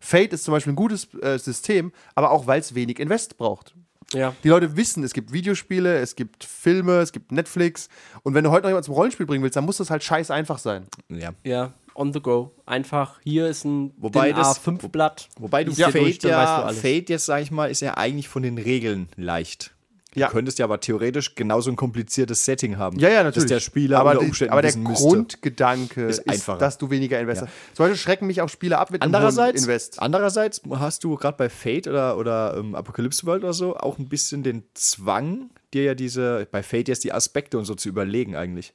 S3: Fate ist zum Beispiel ein gutes äh, System, aber auch weil es wenig Invest braucht.
S4: Ja.
S3: Die Leute wissen, es gibt Videospiele, es gibt Filme, es gibt Netflix. Und wenn du heute noch jemanden zum Rollenspiel bringen willst, dann muss das halt scheiß einfach sein.
S5: Ja.
S4: Ja. on the go. Einfach, hier ist ein
S5: Wobei das-
S4: A5-Blatt.
S5: Wobei du
S4: Liest dir
S5: Fate,
S4: durch, dann
S5: ja,
S4: weißt du alles.
S5: Fate jetzt, sag ich mal, ist ja eigentlich von den Regeln leicht.
S3: Ja.
S5: Du könntest ja aber theoretisch genauso ein kompliziertes Setting haben.
S3: Ja, ja, natürlich.
S5: Dass der Spieler
S3: aber,
S5: unter
S3: die-
S5: Umständen
S3: aber der
S5: wissen müsste.
S3: Grundgedanke ist,
S5: einfacher.
S3: dass du weniger Invest hast. Zum Beispiel schrecken mich auch Spieler ab mit einem hohen
S5: Andererseits, Ah.
S3: Invest.
S5: andererseits hast du gerade bei Fate oder, oder ähm, Apocalypse World oder so auch ein bisschen den Zwang, dir ja diese, bei Fate jetzt die Aspekte und so zu überlegen eigentlich.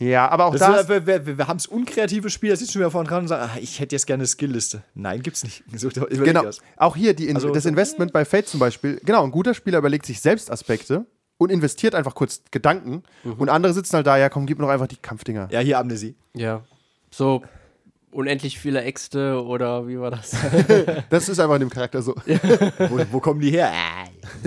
S3: Ja, aber auch
S5: Das
S3: da
S5: ist, wir wir, wir, wir haben es unkreative Spieler, sitzen schon wieder vorne dran und sagen, ah, ich hätte jetzt gerne eine Skillliste. Nein, gibt's nicht. Such dir- überleg dir
S3: Genau.
S5: was.
S3: Auch hier die In
S5: Also-
S3: das Investment bei Fate zum Beispiel. Genau, ein guter Spieler überlegt sich selbst Aspekte und investiert einfach kurz Gedanken. Und andere sitzen halt da, ja komm, gib mir doch einfach die Kampfdinger.
S5: Mhm. Ja, hier Amnesie.
S4: Ja. So unendlich viele Äxte oder wie war das?
S3: Das ist einfach in dem Charakter so. Ja,
S5: Wo, wo kommen die her? Ah,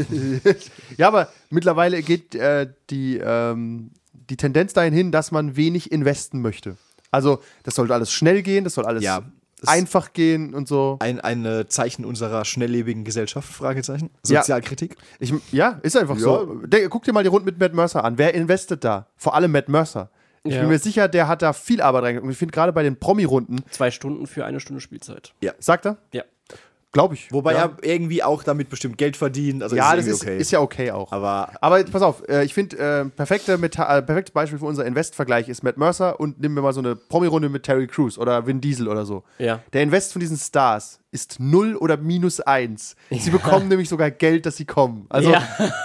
S3: aber mittlerweile geht äh, die, ähm, die Tendenz dahin hin, dass man wenig investen möchte. Also, das sollte alles schnell gehen, das soll alles
S5: Ja, das-
S3: einfach gehen und so.
S5: ein, ein äh, Zeichen unserer schnelllebigen Gesellschaft? Fragezeichen.
S3: Ja.
S5: Sozialkritik.
S3: Ich, ja, ist einfach so. Der, guck dir mal die Runden mit Matt Mercer an. Wer investet da? Vor allem Matt Mercer. Ich
S4: Ja.
S3: bin mir sicher, der hat da viel Arbeit reingegangen. Und ich finde gerade bei den Promi-Runden,
S4: Zwei Stunden für eine Stunde Spielzeit.
S3: sagt er,
S4: Ja.
S3: Glaube ich.
S5: Wobei
S3: ja.
S5: er irgendwie auch damit bestimmt Geld verdient. Also
S3: Ja, das
S5: ist
S3: ist,
S5: irgendwie okay.
S3: ist ja okay auch.
S5: Aber-
S3: aber jetzt pass auf, äh, ich finde, äh, perfekte Meta äh, perfektes Beispiel für unser Invest-Vergleich ist Matt Mercer und nehmen wir mal so eine Promi-Runde mit Terry Crews oder Vin Diesel oder so.
S4: Ja.
S3: Der Invest von diesen Stars ist null oder minus eins. Sie bekommen nämlich sogar Geld, dass sie kommen. Also,
S4: Ja.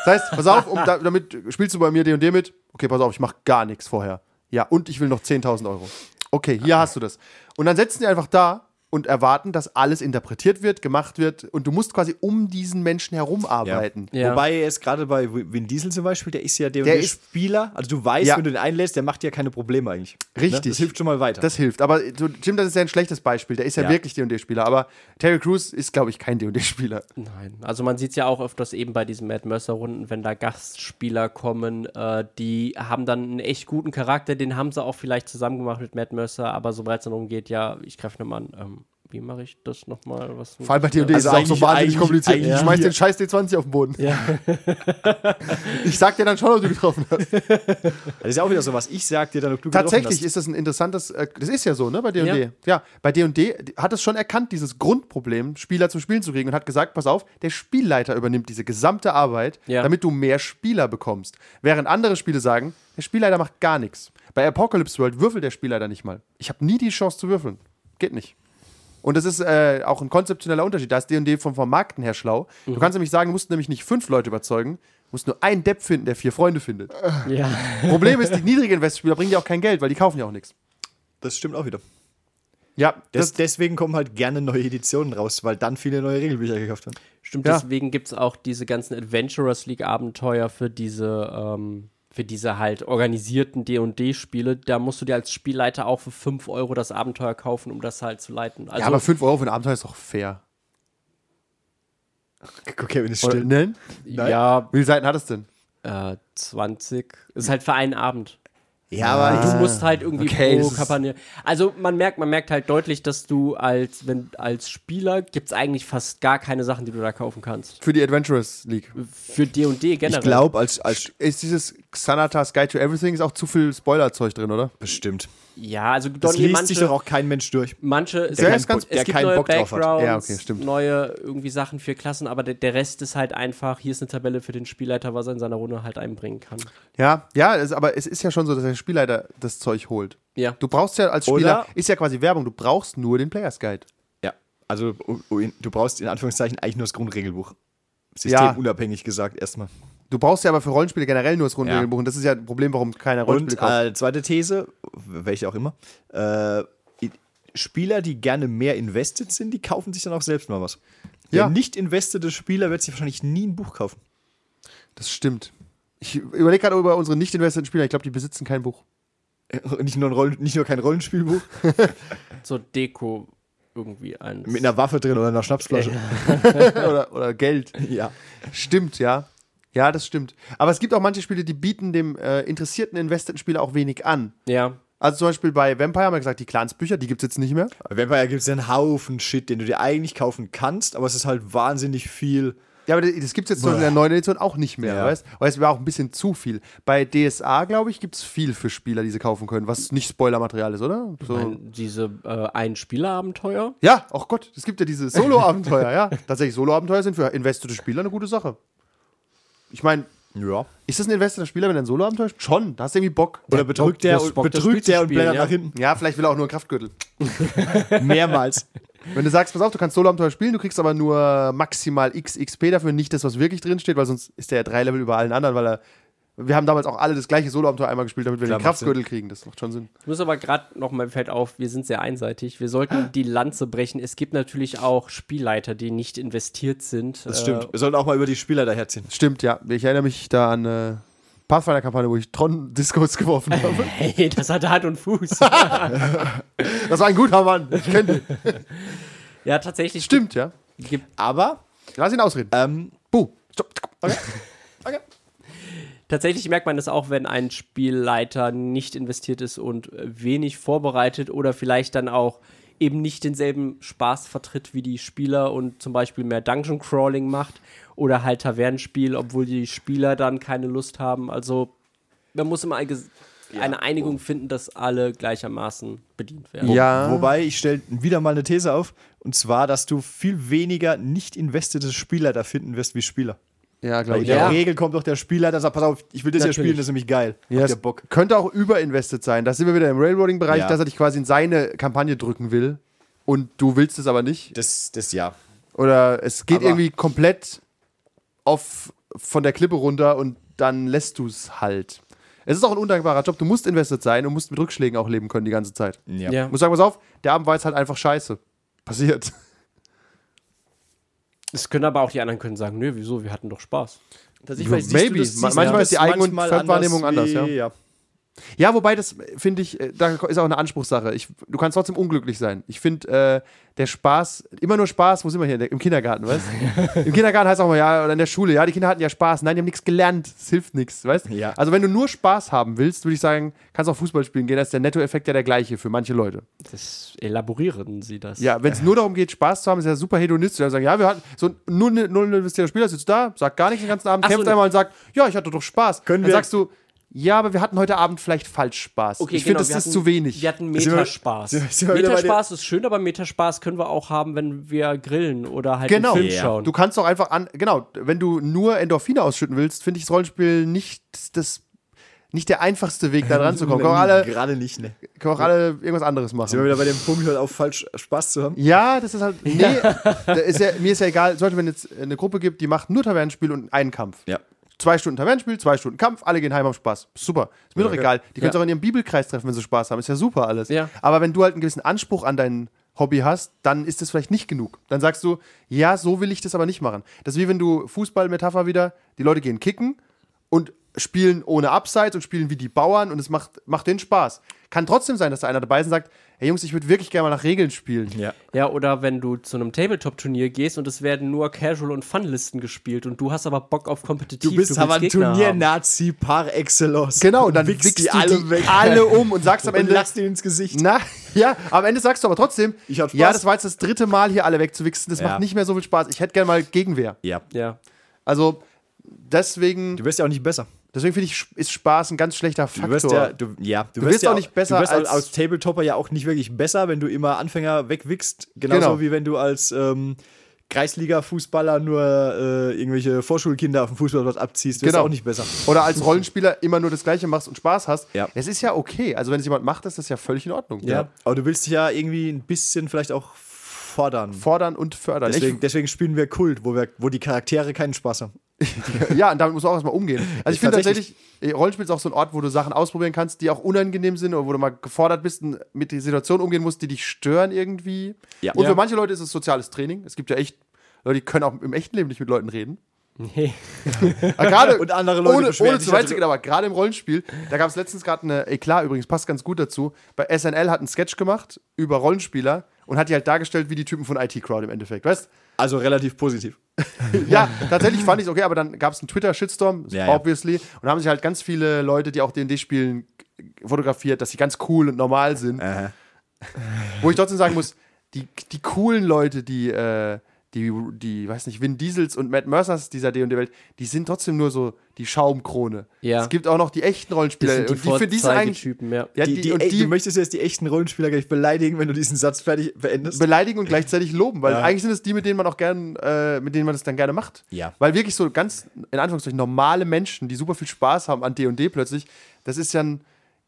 S3: das heißt, pass auf, um, da, damit spielst du bei mir D und D mit. Okay, pass auf, ich mache gar nichts vorher. Ja, und ich will noch 10.000 Euro. Okay, hier hast du das. Und dann setzen die einfach da und erwarten, dass alles interpretiert wird, gemacht wird und du musst quasi um diesen Menschen herum arbeiten.
S4: Ja.
S5: Wobei jetzt gerade bei Vin Diesel zum Beispiel, der ist ja der,
S3: Der
S5: der
S3: ist-
S5: Spieler. Also du weißt,
S3: Ja.
S5: wenn du den einlädst, der macht dir keine Probleme eigentlich.
S3: Richtig.
S5: Ne? Das hilft schon mal weiter.
S3: Das hilft. Aber so, Jim, das ist ja ein schlechtes Beispiel. Der ist ja,
S5: Ja.
S3: wirklich D&D-Spieler. Aber Terry Crews ist, glaube ich, kein D&D-Spieler.
S4: Nein. Also man sieht es ja auch öfters eben bei diesen Mad Mercer-Runden, wenn da Gastspieler kommen, äh, die haben dann einen echt guten Charakter, den haben sie auch vielleicht zusammen gemacht mit Mad Mercer, aber sobald es darum geht, ja, ich greife nochmal an, ähm, wie mache ich das nochmal? Was
S3: Vor allem bei D&D
S5: Also
S3: ist es auch so
S5: eigentlich-
S3: wahnsinnig
S5: eigentlich-
S3: kompliziert.
S5: eigentlich
S3: Ich schmeiß
S5: hier.
S3: den scheiß D20 auf den Boden. ich sag dir dann schon, ob du getroffen hast.
S5: das ist ja auch wieder so was. Ich sag dir dann, ob du getroffen
S3: Tatsächlich
S5: hast.
S3: ist das ein interessantes, äh, das ist ja so, ne, bei D&D. Ja.
S4: Ja.
S3: bei D&D hat es schon erkannt, dieses Grundproblem, Spieler zum Spielen zu kriegen und hat gesagt, pass auf, der Spielleiter übernimmt diese gesamte Arbeit,
S4: Ja.
S3: damit du mehr Spieler bekommst. Während andere Spiele sagen, der Spielleiter macht gar nichts. Bei Apocalypse World würfelt der Spielleiter nicht mal. Ich habe nie die Chance zu würfeln. Geht nicht. Und das ist äh, auch ein konzeptioneller Unterschied. Da ist D&D vom Vermarkten her schlau. Du kannst nämlich sagen, du musst nämlich nicht fünf Leute überzeugen, du musst nur einen Depp finden, der vier Freunde findet.
S4: Ja.
S3: Problem ist, die niedrigen Investmentspieler bringen dir auch kein Geld, weil die kaufen ja auch nichts.
S5: das stimmt auch wieder.
S3: Ja, das,
S5: Des, deswegen kommen halt gerne neue Editionen raus, weil dann viele neue Regelbücher gekauft haben.
S4: Stimmt,
S3: Ja.
S4: deswegen gibt es auch diese ganzen Adventurers League Abenteuer für diese, ähm, für diese halt organisierten D&D-Spiele. Da musst du dir als Spielleiter auch für 5 Euro das Abenteuer kaufen, um das halt zu leiten. Also,
S3: ja, aber 5 Euro für ein Abenteuer ist doch fair.
S5: Guck, Kevin ist
S3: Oder,
S5: still.
S3: ne?
S4: ja,
S3: Wie viele Seiten hat es denn?
S4: äh, 20. Ist halt für einen Abend.
S5: Ja,
S3: Ah.
S5: aber äh,
S4: Du musst halt irgendwie
S3: okay,
S4: pro
S3: das ist-
S4: Kampagne. Also man merkt, man merkt halt deutlich, dass du als, wenn, als Spieler gibt es eigentlich fast gar keine Sachen, die du da kaufen kannst.
S3: Für die Adventurers League.
S4: Für D&D generell.
S5: ich glaube, als, als
S3: Ist dieses Xanata Sky to Everything ist auch zu viel Spoilerzeug drin, oder?
S5: bestimmt.
S4: Ja, also
S5: Das
S4: Donny,
S5: liest sich doch
S4: manche,
S5: auch kein Mensch durch.
S4: manche es
S3: Der
S4: gibt-
S3: ist ganz-
S5: der
S4: es gibt
S5: keinen
S4: neue
S5: Bock drauf hat.
S4: Backgrounds,
S3: Ja, okay, stimmt.
S4: neue irgendwie Sachen für Klassen, aber der, der Rest ist halt einfach, hier ist eine Tabelle für den Spielleiter, was er in seiner Runde halt einbringen kann.
S3: Ja, ja, es, aber es ist ja schon so, dass der Spielleiter das Zeug holt.
S4: Ja.
S3: Du brauchst ja als Spieler,
S5: Oder-
S3: ist ja quasi Werbung, du brauchst nur den Players Guide.
S5: Ja, also u- u- du brauchst in Anführungszeichen eigentlich nur das Grundregelbuch.
S3: Ja.
S5: Systemunabhängig gesagt erstmal.
S3: Du brauchst ja aber für Rollenspiele generell nur das Rundenregelbuch und das ist ja ein Problem, warum keiner Rollenspiele
S5: Und
S3: kauft.
S5: äh, zweite These, welche auch immer, äh, i- Spieler, die gerne mehr invested sind, die kaufen sich dann auch selbst mal was.
S3: Ja.
S5: Der nicht investierte Spieler wird sich wahrscheinlich nie ein Buch kaufen.
S3: das stimmt. Ich überlege gerade über unsere nicht investierten Spieler, ich glaube, die besitzen kein Buch.
S5: Nicht nur, ein Rollen, nicht nur kein Rollenspielbuch,
S4: So Deko irgendwie eins.
S5: mit einer Waffe drin oder einer Schnapsflasche.
S3: oder, oder Geld.
S5: Ja.
S3: Stimmt, ja. Ja, das stimmt. Aber es gibt auch manche Spiele, die bieten dem äh, interessierten, investierten Spieler auch wenig an.
S4: ja.
S3: Also zum Beispiel bei Vampire haben wir gesagt, die Clansbücher, die gibt es jetzt nicht mehr.
S5: Bei Vampire gibt es ja einen Haufen Shit, den du dir eigentlich kaufen kannst, aber es ist halt wahnsinnig viel
S3: Ja, aber das gibt es jetzt in der neuen Edition auch nicht mehr,
S5: Ja.
S3: weißt du? Weil es war auch ein bisschen zu viel. Bei DSA, glaube ich, gibt es viel für Spieler, die sie kaufen können, was nicht Spoilermaterial ist, oder? So.
S4: Diese äh, Ein-Spieler-Abenteuer.
S3: Ja, oh Gott, es gibt ja diese Solo-Abenteuer, ja. Tatsächlich, Solo-Abenteuer sind für investierte Spieler eine gute Sache. Ich meine,
S5: Ja.
S3: ist das ein investierter Spieler, wenn er ein Solo-Abenteuer spielt? Schon, da hast du irgendwie Bock.
S5: Oder betrügt der,
S4: das
S5: und-
S4: Bock, das Spiel
S5: betrügt
S4: zu
S5: der und
S4: spielen,
S5: blättert
S4: ja.
S5: nach hinten.
S3: Ja, vielleicht will er auch nur einen Kraftgürtel.
S5: Mehrmals.
S3: Wenn du sagst, pass auf, du kannst Solo-Abenteuer spielen, du kriegst aber nur maximal x XP dafür, nicht das, was wirklich drinsteht, weil sonst ist der ja drei Level über allen anderen, weil er. Wir haben damals auch alle das gleiche Solo-Abenteuer einmal gespielt, damit wir
S5: Klar,
S3: den
S5: macht Sinn.
S3: Kraftgürtel kriegen. Das macht schon Sinn.
S4: Ich muss aber gerade noch mal fällt auf, wir sind sehr einseitig. Wir
S5: Ah.
S4: sollten die Lanze brechen. Es gibt natürlich auch Spielleiter, die nicht investiert sind.
S5: Das stimmt. Äh, Wir sollten auch mal über die Spieler daherziehen.
S3: Stimmt, ja. Ich erinnere mich da an eine Pathfinder-Kampagne, wo ich Tron-Discos geworfen habe.
S4: Äh, Hey, das hat Hand und Fuß.
S3: Das war ein guter Mann. Ich kenne den.
S4: ja, tatsächlich.
S3: Stimmt, ja.
S4: Gibt,
S5: Aber,
S3: Lass ihn ausreden.
S5: ähm,
S3: Buh. Stopp. Okay.
S4: tatsächlich merkt man das auch, wenn ein Spielleiter nicht investiert ist und äh, wenig vorbereitet oder vielleicht dann auch eben nicht denselben Spaß vertritt wie die Spieler und zum Beispiel mehr Dungeon Crawling macht oder halt Tavernenspiel, obwohl die Spieler dann keine Lust haben. Also man muss immer ein ges- eine Einigung finden, dass alle gleichermaßen bedient werden.
S3: Ja.
S5: Wobei, ich stelle wieder mal eine These auf, und zwar, dass du viel weniger nicht investierte Spieler da finden wirst wie Spieler.
S3: Ja,
S5: Weil
S3: glaube
S5: in
S3: ich.
S5: der
S3: Ja.
S5: Regel kommt doch der Spieler, der sagt, pass auf, ich will das hier
S4: Natürlich.
S5: spielen, das ist nämlich geil.
S3: Ja,
S5: Habt ihr
S3: es
S5: Bock?
S3: könnte auch überinvested sein. Da sind wir wieder im Railroading-Bereich,
S5: Ja.
S3: dass er dich quasi in seine Kampagne drücken will und du willst es aber nicht.
S5: Das, das ja.
S3: Oder es geht
S5: Aber-
S3: irgendwie komplett auf, von der Klippe runter und dann lässt du es halt. Es ist auch ein undankbarer Job. Du musst invested sein und musst mit Rückschlägen auch leben können die ganze Zeit.
S5: Ja.
S4: Ja.
S3: Ich muss sagen, pass auf, der Abend war jetzt halt einfach scheiße. Passiert.
S4: Es können aber auch die anderen können sagen, nö, wieso, wir hatten doch Spaß.
S3: Ja, maybe. Ma- manchmal ist die Eigen- und Fremdwahrnehmung anders,
S5: ja.
S3: Ja, wobei das äh, finde ich, äh, da ist auch eine Anspruchssache. Ich, du kannst trotzdem unglücklich sein. Ich finde, äh, der Spaß, immer nur Spaß, wo sind wir hier? In der- Im Kindergarten, weißt du? Im Kindergarten heißt auch mal, ja, oder in der Schule, ja, die Kinder hatten ja Spaß. Nein, die haben nichts gelernt. Das hilft nichts, weißt du?
S5: Ja.
S3: Also, wenn du nur Spaß haben willst, würde ich sagen, kannst auch Fußball spielen gehen. Da ist der Nettoeffekt ja der gleiche für manche Leute.
S4: Das elaborieren sie das.
S3: Ja, wenn es nur darum geht, Spaß zu haben, ist ja super hedonistisch. Dann sagen, ja, wir hatten so ein null null investierter Spieler, sitzt da, sagt gar nichts den ganzen Abend,
S4: Ach so,
S3: kämpft
S4: ne-
S3: einmal und sagt, ja, ich hatte doch Spaß.
S5: Können
S3: Dann
S5: wir-
S3: sagst du, ja, aber wir hatten heute Abend vielleicht falsch Spaß. ich finde, das
S4: genau, wir
S3: ist
S4: hatten-
S3: zu wenig.
S4: Wir hatten
S5: wir-
S4: Metaspaß.
S5: sind wir wieder bei
S4: Metaspaß ist schön, aber Metaspaß können wir auch haben, wenn wir grillen oder halt
S3: Genau.
S4: einen Film
S3: Ja.
S4: schauen.
S3: Du kannst doch einfach an, genau, wenn du nur Endorphine ausschütten willst, finde ich das Rollenspiel nicht das nicht der einfachste Weg, da dran zu kommen. Können wir alle, können
S5: Gerade nicht, ne?
S3: wir auch alle irgendwas anderes
S5: Sind wir
S3: machen.
S5: wieder bei dem Punkt, hört auf, falsch äh, Spaß zu haben?
S3: Ja, das ist halt. Nee, da ist ja, mir ist ja egal, zum Beispiel, wenn jetzt eine Gruppe gibt, die macht nur Tavernenspiel und einen Kampf.
S5: Ja.
S3: Zwei Stunden Tavernenspiel, zwei Stunden Kampf, alle gehen heim haben Spaß. Super. Ist mir doch egal. Die können es
S4: Ja.
S3: auch in ihrem Bibelkreis treffen, wenn sie Spaß haben. Ist ja super alles.
S4: Ja.
S3: Aber wenn du halt einen gewissen Anspruch an dein Hobby hast, dann ist das vielleicht nicht genug. Dann sagst du, ja, so will ich das aber nicht machen. Das ist wie wenn du Fußball-Metapher wieder, die Leute gehen kicken und spielen ohne Abseits und spielen wie die Bauern und es macht, macht denen Spaß. Kann trotzdem sein, dass da einer dabei ist und sagt, hey Jungs, ich würde wirklich gerne mal nach Regeln spielen.
S5: Ja.
S4: ja, oder wenn du zu einem Tabletop-Turnier gehst und es werden nur Casual- und Fun-Listen gespielt und du hast aber Bock auf kompetitiv.
S5: Du bist
S4: willst
S5: aber ein
S4: Gegner haben.
S5: Turnier-Nazi par excellence.
S3: Genau, und dann
S5: Wichst
S3: wickst
S5: die
S3: du
S5: alle
S3: die
S5: weg.
S3: alle um und sagst am
S5: und
S3: Ende,
S5: lasst ihn ins Gesicht.
S3: Na, ja, am Ende sagst du aber trotzdem,
S5: Ich hatte Spaß.
S3: ja, das war jetzt das dritte Mal, hier alle wegzuwichsen. Das
S5: Ja.
S3: macht nicht mehr so viel Spaß. Ich hätte gerne mal Gegenwehr.
S5: Ja.
S4: Ja.
S3: Also, deswegen,
S5: Du wirst ja auch nicht besser.
S3: deswegen finde ich, ist Spaß ein ganz schlechter Faktor.
S5: Du wirst ja, du, ja, du,
S3: wirst
S5: ja
S3: auch nicht besser
S5: Du wirst
S3: als-
S5: als, als Tabletopper ja auch nicht wirklich besser, wenn du immer Anfänger wegwickst. Genauso
S3: Genau.
S5: wie wenn du als ähm, Kreisliga-Fußballer nur äh, irgendwelche Vorschulkinder auf dem Fußballplatz abziehst. Du wirst
S3: Genau.
S5: auch nicht besser.
S3: Oder als Rollenspieler immer nur das Gleiche machst und Spaß hast.
S5: Ja.
S3: Es ist ja okay. Also, wenn es jemand macht, ist das ja völlig in Ordnung.
S5: Ja. Aber du willst dich ja irgendwie ein bisschen vielleicht auch fordern.
S3: Fordern und fördern.
S5: Deswegen, deswegen spielen wir Kult, wo, wir, wo die Charaktere keinen Spaß haben.
S3: Ich, ja, und damit muss man auch erstmal umgehen. Also, ich
S5: Ja,
S3: finde
S5: tatsächlich.
S3: tatsächlich, eh, Rollenspiel ist auch so ein Ort, wo du Sachen ausprobieren kannst, die auch unangenehm sind oder wo du mal gefordert bist und mit der Situation umgehen musst, die dich stören irgendwie.
S5: Ja.
S3: Und
S5: Ja.
S3: für manche Leute ist es soziales Training. Es gibt ja echt Leute, die können auch im echten Leben nicht mit Leuten reden.
S4: Nee.
S3: Aber gerade
S5: Und andere Leute
S3: ohne,
S5: beschweren
S3: ohne
S5: sich also
S3: zu weit zu gehen, aber gerade im Rollenspiel, da gab es letztens gerade eine, ey klar übrigens, passt ganz gut dazu, bei SNL hat ein Sketch gemacht über Rollenspieler und hat die halt dargestellt wie die Typen von IT-Crowd im Endeffekt, weißt?
S5: Also relativ positiv.
S3: Äh, Ja, tatsächlich fand ich es okay, aber dann gab es einen Twitter-Shitstorm,
S5: Ja, ja.
S3: obviously, und da haben sich halt ganz viele Leute, die auch D&D spielen, g- fotografiert, dass sie ganz cool und normal sind. Wo ich trotzdem sagen muss, die, die coolen Leute, die, äh, die, die, weiß nicht, Vin Diesels und Matt Mercers dieser D&D-Welt, die sind trotzdem nur so die Schaumkrone.
S4: Ja.
S3: Es gibt auch noch die echten Rollenspieler.
S4: Das sind die
S3: und die für die sind eigentlich,
S4: Vorzeigetypen, ja.
S3: ja,
S5: die, die,
S3: und
S5: ey,
S3: die
S5: du möchtest jetzt die echten Rollenspieler gleich beleidigen, wenn du diesen Satz fertig beendest.
S3: beleidigen und gleichzeitig loben, weil
S5: Ja.
S3: eigentlich sind es die, mit denen man auch gern, äh, mit denen man das dann gerne macht.
S5: Ja.
S3: Weil wirklich so ganz, in Anführungszeichen, normale Menschen, die super viel Spaß haben an D&D plötzlich, das ist ja ein,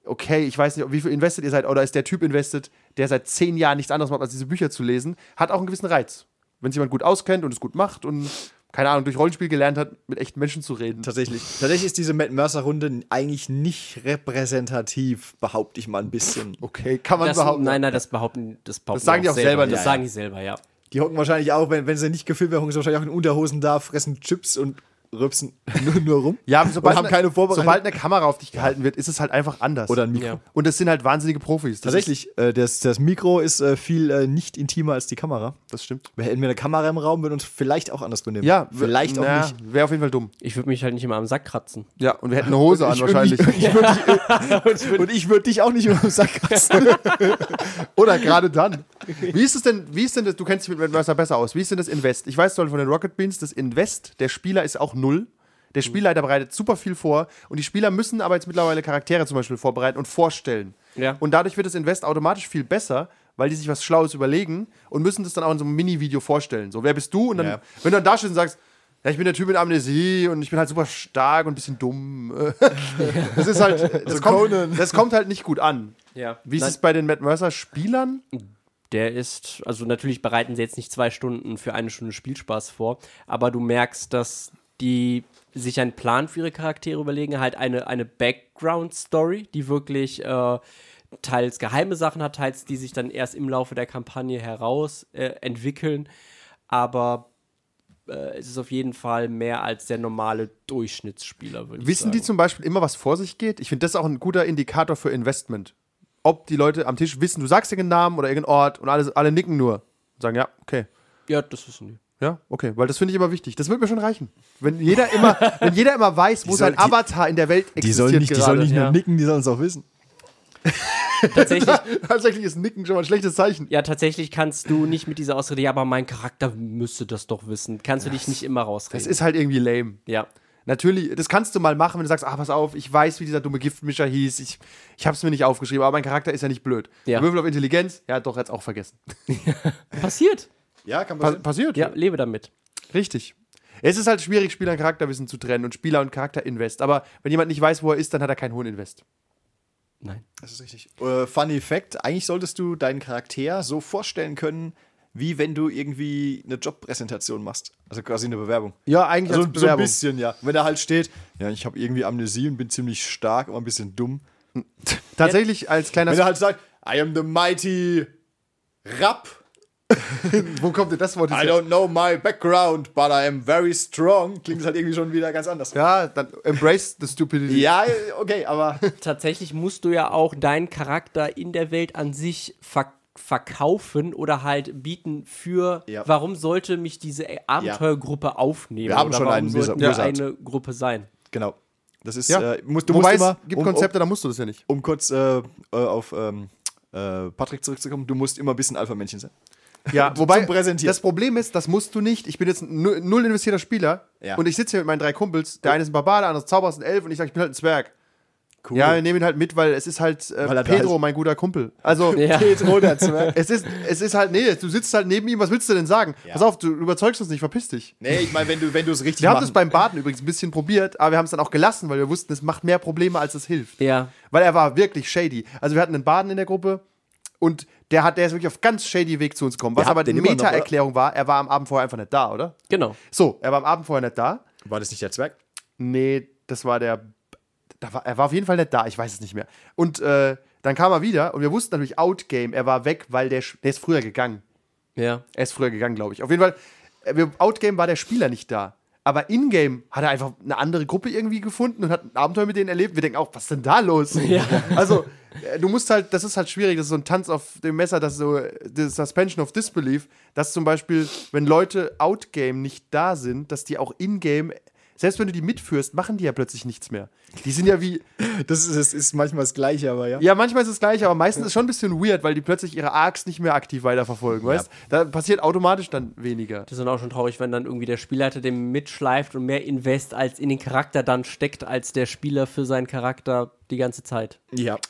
S3: okay, ich weiß nicht, wie viel invested ihr seid, oder ist der Typ invested, der seit zehn Jahren nichts anderes macht, als diese Bücher zu lesen, hat auch einen gewissen Reiz. Wenn es jemand gut auskennt und es gut macht und, keine Ahnung, durch Rollenspiel gelernt hat, mit echten Menschen zu reden.
S5: Tatsächlich. Tatsächlich ist diese Matt Mercer-Runde eigentlich nicht repräsentativ, behaupte ich mal ein bisschen.
S3: Okay, kann man
S4: Das,
S3: behaupten.
S4: nein, nein, das behaupten, das behaupten
S3: sagen die auch selber,
S4: Das
S3: ja,
S4: sagen die selber, ja.
S5: Die hocken wahrscheinlich auch, wenn, wenn sie nicht gefilmt werden, hocken sie wahrscheinlich auch in Unterhosen da, fressen Chips und rübsen nur, nur rum.
S3: Ja, sobald,
S5: und haben
S3: eine-
S5: keine Vorbereitung.
S3: sobald eine Kamera auf dich gehalten wird, ist es halt einfach anders.
S5: Oder ein Mikro.
S4: Ja.
S3: und das sind halt wahnsinnige Profis. Das
S5: Tatsächlich, äh, das, das Mikro ist äh, viel äh, nicht intimer als die Kamera.
S3: Ist, das stimmt.
S5: Wir hätten wir eine Kamera im Raum, würden uns vielleicht auch anders benehmen.
S3: Ja, w-
S5: vielleicht auch
S3: na,
S5: nicht.
S3: Wäre auf jeden Fall dumm.
S4: Ich würde mich halt nicht immer am Sack kratzen.
S3: Ja, und wir hätten eine Hose an wahrscheinlich.
S5: Und ich würde und ich würd dich auch nicht um über den Sack kratzen.
S3: Oder gerade dann. Wie ist es denn, wie ist denn das, du kennst dich mit Red Mercer besser aus, wie ist denn das Invest? Ich weiß soll von den Rocket Beans, das Invest, der Spieler ist auch null.
S5: Mhm.
S3: Der Spielleiter bereitet super viel vor und die Spieler müssen aber jetzt mittlerweile Charaktere zum Beispiel vorbereiten und vorstellen.
S4: Ja.
S3: Und dadurch wird das Invest automatisch viel besser, weil die sich was Schlaues überlegen und müssen das dann auch in so einem Mini-Video vorstellen. So, wer bist du? Und dann,
S5: Ja.
S3: wenn du dann da stehst und sagst, ja, ich bin der Typ mit Amnesie und ich bin halt super stark und ein bisschen dumm. Das ist halt, das,
S5: Conan.
S3: kommt, das kommt halt nicht gut an.
S4: Ja.
S3: Wie ist
S4: Nein.
S3: es bei den Matt Mercer-Spielern?
S4: Der ist, also natürlich bereiten sie jetzt nicht zwei Stunden für eine Stunde Spielspaß vor, aber du merkst, dass die sich einen Plan für ihre Charaktere überlegen, halt eine, eine Background-Story, die wirklich äh, teils geheime Sachen hat, teils die sich dann erst im Laufe der Kampagne heraus äh, entwickeln. Aber äh, es ist auf jeden Fall mehr als der normale Durchschnittsspieler, würde ich
S3: Wissen
S4: sagen.
S3: die zum Beispiel immer, was vor sich geht? Ich finde das ist auch ein guter Indikator für Investment. Ob die Leute am Tisch wissen, du sagst irgendeinen Namen oder irgendeinen Ort und alle, alle nicken nur. Und sagen, ja, okay.
S4: Ja, das wissen die.
S3: Ja, okay, weil das finde ich immer wichtig. Das wird mir schon reichen. Wenn jeder immer, wenn jeder immer weiß, wo
S5: sollen-
S3: sein Avatar in der Welt existiert
S5: Die sollen nicht, die
S3: gerade.
S5: sollen nicht
S4: ja.
S5: nur nicken, die sollen es auch wissen.
S4: Tatsächlich
S3: Tatsächlich ist Nicken schon mal ein schlechtes Zeichen.
S4: Ja, tatsächlich kannst du nicht mit dieser Ausrede, ja, aber mein Charakter müsste das doch wissen. Kannst du dich nicht immer rausreden.
S3: Das ist halt irgendwie lame.
S4: ja.
S3: Natürlich, das kannst du mal machen, wenn du sagst, ah, pass auf, ich weiß, wie dieser dumme Giftmischer hieß, ich, ich hab's mir nicht aufgeschrieben, aber mein Charakter ist ja nicht blöd.
S4: Ja.
S3: Würfel auf Intelligenz, ja, doch, hat's auch vergessen.
S4: Passiert.
S5: Ja, kann
S3: Pa passiert.
S4: Ja, lebe damit.
S3: Richtig. Es ist halt schwierig, Spieler und Charakterwissen zu trennen und Spieler und Charakterinvest. Aber wenn jemand nicht weiß, wo er ist, dann hat er keinen hohen Invest.
S4: Nein.
S5: Das ist richtig. Äh, funny Fact: Eigentlich solltest du deinen Charakter so vorstellen können, wie wenn du irgendwie eine Jobpräsentation machst. Also quasi eine Bewerbung.
S3: Ja, eigentlich als
S5: Also so ein
S3: Bewerbung.
S5: bisschen, ja. Wenn da halt steht, ja, ich habe irgendwie Amnesie und bin ziemlich stark, aber ein bisschen dumm.
S3: Tatsächlich als kleiner.
S5: Wenn er halt sagt, I am the mighty Rapp.
S3: wo kommt denn das Wort
S5: I don't know my background, but I am very strong. Klingt es halt irgendwie schon wieder ganz anders.
S3: Ja, dann embrace the stupidity.
S5: Ja, okay, aber
S4: Tatsächlich musst du ja auch deinen Charakter in der Welt an sich verk verkaufen oder halt bieten für,
S5: Ja.
S4: warum sollte mich diese Abenteuergruppe aufnehmen?
S5: Wir haben
S4: oder
S5: schon
S4: warum
S5: einen
S4: sollten
S5: Wizard-
S4: wir eine Gruppe sein?
S5: genau. Das ist,
S3: Ja.
S5: äh, musst, du
S3: Wobei
S5: musst immer,
S3: es gibt
S5: um-
S3: Konzepte, da musst du das ja nicht.
S5: um kurz äh, äh, auf ähm, äh, Patrick zurückzukommen, du musst immer ein bisschen Alpha-Männchen sein.
S3: Ja, wobei
S5: zum Präsentieren.
S3: das Problem ist, das musst du nicht. Ich bin jetzt ein nu- null investierter Spieler
S5: Ja.
S3: und ich sitze hier mit meinen drei Kumpels. Der eine ist ein Barbar, der andere ist Zauberer, ist ein Elf und ich sage, ich bin halt ein Zwerg.
S5: Cool.
S3: Ja, wir nehmen ihn halt mit, weil es ist halt
S5: Weil
S3: äh,
S5: er da
S3: Pedro,
S5: ist.
S3: mein guter Kumpel. Also
S4: Ja.
S5: Pedro, der Zwerg.
S3: es ist, es ist halt, nee, du sitzt halt neben ihm, was willst du denn sagen? Pass auf, du überzeugst uns nicht, verpiss dich.
S5: Nee, ich meine, wenn du wenn du es richtig
S3: Wir haben das beim
S5: machen-
S3: Baden übrigens ein bisschen probiert, aber wir haben es dann auch gelassen, weil wir wussten, es macht mehr Probleme, als es hilft.
S4: Ja.
S3: Weil er war wirklich shady. Also wir hatten einen Baden in der Gruppe und der, hat, der ist wirklich auf ganz shady Weg zu uns gekommen. Was
S5: habt
S3: aber die
S5: den immer noch, oder?
S3: Meta-Erklärung war, er war am Abend vorher einfach nicht da, oder?
S4: Genau.
S3: So, er war am Abend vorher nicht da.
S5: War das nicht der Zwerg?
S3: Nee, das war der. Da war, er war auf jeden Fall nicht da, ich weiß es nicht mehr. Und äh, dann kam er wieder und wir wussten natürlich, Outgame, er war weg, weil der, der ist früher gegangen.
S4: Ja.
S3: Er ist früher gegangen, glaube ich. Auf jeden Fall, äh, wir- Outgame war der Spieler nicht da. Aber Ingame hat er einfach eine andere Gruppe irgendwie gefunden und hat ein Abenteuer mit denen erlebt. Wir denken auch, was ist denn da los? Also, äh, du musst halt, das ist halt schwierig, das ist so ein Tanz auf dem Messer, das ist so äh, die Suspension of Disbelief, dass zum Beispiel, wenn Leute Outgame nicht da sind, dass die auch Ingame selbst wenn du die mitführst, machen die ja plötzlich nichts mehr. Die sind ja wie.
S5: Das ist, das ist manchmal das Gleiche, aber ja.
S3: Ja, manchmal ist es gleich, aber meistens ist es schon ein bisschen weird, weil die plötzlich ihre Arcs nicht mehr aktiv weiterverfolgen, weißt Da passiert automatisch dann weniger.
S4: Das ist dann auch schon traurig, wenn dann irgendwie der Spielleiter dem mitschleift und mehr Invest als in den Charakter dann steckt, als der Spieler für seinen Charakter die ganze Zeit.
S5: Ja.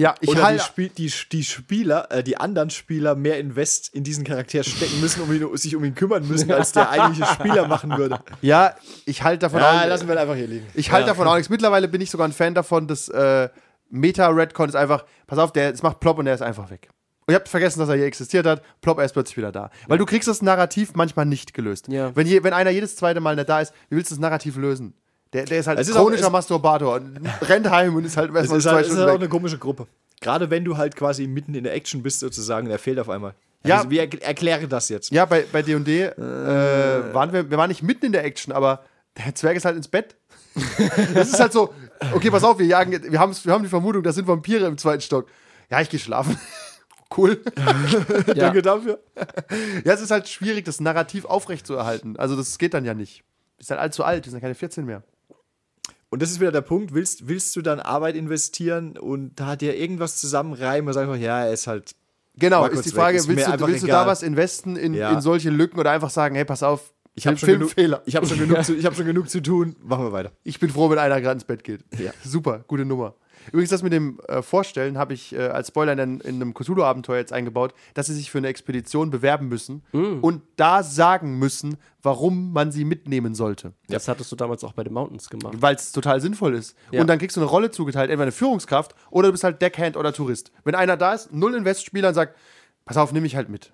S3: Ja, ich
S5: Oder die,
S3: halte.
S5: Spiel, die, die Spieler, äh, die anderen Spieler mehr Invest in diesen Charakter stecken müssen, um ihn, sich um ihn kümmern müssen, als der eigentliche Spieler machen würde.
S3: Ja, ich halte davon
S5: Ja,
S3: auch-
S5: lassen wir ihn einfach hier liegen.
S3: Ich halte davon auch nichts. Mittlerweile bin ich sogar ein Fan davon, dass äh, Meta-Redcon ist einfach, pass auf, der, es macht Plop und er ist einfach weg. Und ihr habt vergessen, dass er hier existiert hat. Plop, er ist plötzlich wieder da. Weil du kriegst das Narrativ manchmal nicht gelöst.
S4: Ja.
S3: Wenn, je, wenn einer jedes zweite Mal nicht da ist, wie willst du das Narrativ lösen? Der, der ist halt
S5: Es ist auch-
S3: chronischer
S5: es-
S3: Masturbator und rennt heim und ist halt
S5: Es
S3: erstmal
S5: ist
S3: zwei
S5: halt, es ist
S3: Stunden
S5: halt
S3: weg.
S5: auch eine komische Gruppe. Gerade wenn du halt quasi mitten in der Action bist, sozusagen, und er fehlt auf einmal.
S3: Ja.
S5: Also, wie er, erkläre das jetzt?
S3: Ja, bei bei D&D äh, waren wir, wir waren nicht mitten in der Action, aber der Zwerg ist halt ins Bett. das ist halt so, okay, pass auf, wir jagen, wir, haben's- wir haben die Vermutung, da sind Vampire im zweiten Stock. Ja, ich geh schlafen. Cool.
S5: Danke dafür.
S3: Ja, es ist halt schwierig, das Narrativ aufrechtzuerhalten. Also das geht dann ja nicht. Wir sind halt allzu alt, wir sind ja keine 14 mehr.
S5: Und das ist wieder der Punkt, willst, willst du dann Arbeit investieren und da dir irgendwas zusammenreimen und sagst, ja, er ist halt.
S3: Genau,
S5: Mal
S3: ist
S5: kurz
S3: die
S5: weg,
S3: Frage,
S5: ist mir
S3: willst, du,
S5: einfach
S3: willst du
S5: egal.
S3: da was investen in,
S5: Ja.
S3: in solche Lücken oder einfach sagen, hey, pass auf,
S5: Ich habe
S3: Film-
S5: schon, genug-
S3: Filmfehler.
S5: ich hab schon, genug zu- ich hab schon genug zu tun, machen wir weiter.
S3: Ich bin froh, wenn einer gerade ins Bett geht.
S5: Ja.
S3: Super, gute Nummer. Übrigens, das mit dem äh, Vorstellen habe ich äh, als Spoiler in, in einem Cthulhu-Abenteuer jetzt eingebaut, dass sie sich für eine Expedition bewerben müssen und da sagen müssen, warum man sie mitnehmen sollte.
S4: Das hattest du damals auch bei The Mountains gemacht.
S3: Weil es total sinnvoll ist.
S4: Ja.
S3: Und dann kriegst du eine Rolle zugeteilt, entweder eine Führungskraft oder du bist halt Deckhand oder Tourist. Wenn einer da ist, null Invest-Spieler und sagt, pass auf, nimm mich halt mit.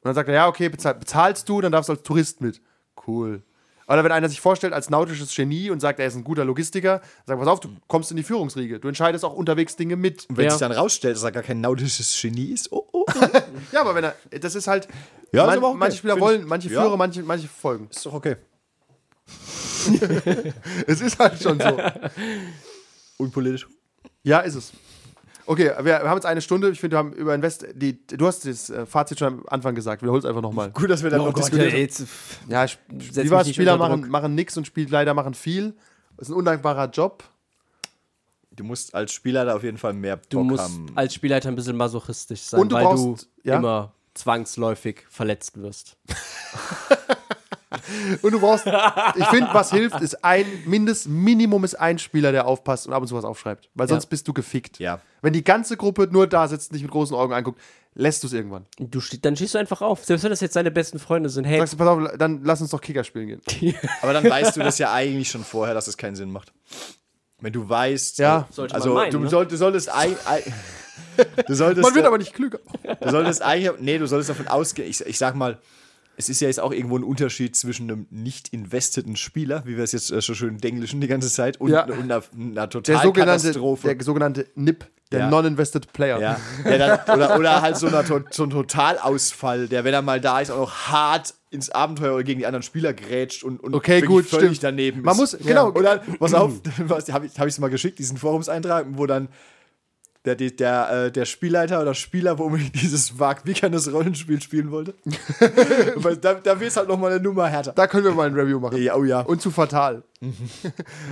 S3: Und dann sagt er, ja, okay, bezahl, bezahlst du, dann darfst du als Tourist mit. Cool. Oder wenn einer sich vorstellt als nautisches Genie und sagt, er ist ein guter Logistiker, sagt, pass auf, du kommst in die Führungsriege. Du entscheidest auch unterwegs Dinge mit.
S5: Und wenn
S4: Ja.
S5: sich dann rausstellt, dass er gar kein nautisches Genie ist, oh, oh,
S3: Ja, aber wenn er, das ist halt,
S5: Ja, ist
S3: man,
S5: aber auch okay.
S3: manche Spieler
S5: Find ich-
S3: wollen, manche
S5: ja.
S3: Führer, manche, manche folgen.
S5: ist doch okay.
S3: Es ist halt schon so.
S5: Unpolitisch.
S3: Ja, ist es. Okay, wir haben jetzt eine Stunde. Ich finde, wir haben über Invest. Die, du hast das äh, Fazit schon am Anfang gesagt. Wiederhol's einfach nochmal.
S5: Gut, dass wir
S4: Oh
S5: dann noch diskutieren.
S3: eh Ja, Sp-
S4: mich
S3: wie war's?
S4: nicht
S3: Spieler
S4: unter
S3: machen,
S4: Druck.
S3: machen nix und Spielleiter machen viel. Das ist ein undankbarer Job.
S5: Du musst als Spieler da auf jeden Fall mehr Bock
S4: Du musst
S5: haben.
S4: als Spielleiter ein bisschen masochistisch sein,
S3: Und du
S4: weil
S3: brauchst-
S4: du
S3: ja?
S4: immer zwangsläufig verletzt wirst.
S3: Und du brauchst. ich finde, was hilft, ist ein Mindest, Minimum ist ein Spieler, der aufpasst und ab und zu was aufschreibt. Weil sonst bist du gefickt.
S5: Ja.
S3: Wenn die ganze Gruppe nur da sitzt und dich mit großen Augen anguckt, lässt du es irgendwann.
S4: Du ste- dann stehst du einfach auf. Selbst wenn das jetzt deine besten Freunde sind, hey,
S3: Sagst du, pass auf, dann lass uns doch Kicker spielen gehen.
S5: Aber dann weißt du das ja eigentlich schon vorher, dass es keinen Sinn macht. Wenn du weißt,
S3: Ja.
S4: Sollte man
S5: also
S4: meinen,
S5: du,
S4: ne?
S5: soll, du solltest ein, ein, du solltest,
S3: Man wird aber nicht klüger.
S5: du solltest eigentlich, nee, du solltest davon ausgehen. Ich, ich sag mal, es ist ja jetzt auch irgendwo ein Unterschied zwischen einem nicht investierten Spieler, wie wir es jetzt äh, schon schön im Englischen die ganze Zeit, und,
S3: Ja.
S5: und einer, einer
S3: Der sogenannte,
S5: Totalkatastrophe.
S3: der sogenannte NIP, der
S5: Ja.
S3: Non-Invested Player.
S5: Ja, der dann, oder, oder halt so, einer, to- so ein Totalausfall, der, wenn er mal da ist, auch noch hart ins Abenteuer oder gegen die anderen Spieler grätscht und, und
S3: Okay,
S5: wirklich
S3: gut,
S5: völlig
S3: stimmt.
S5: daneben
S3: Man muss-
S5: ist.
S3: genau.
S5: Oder, pass auf, was, habe ich es mal geschickt, diesen Forumseintrag, wo dann der, der, der, äh, der Spielleiter oder Spieler, wo unbedingt dieses wagwickernes Rollenspiel spielen wollte. Weil da, da wird es halt nochmal eine Nummer härter.
S3: Da können wir mal ein Review machen.
S5: Ja, oh ja.
S3: Und zu fatal.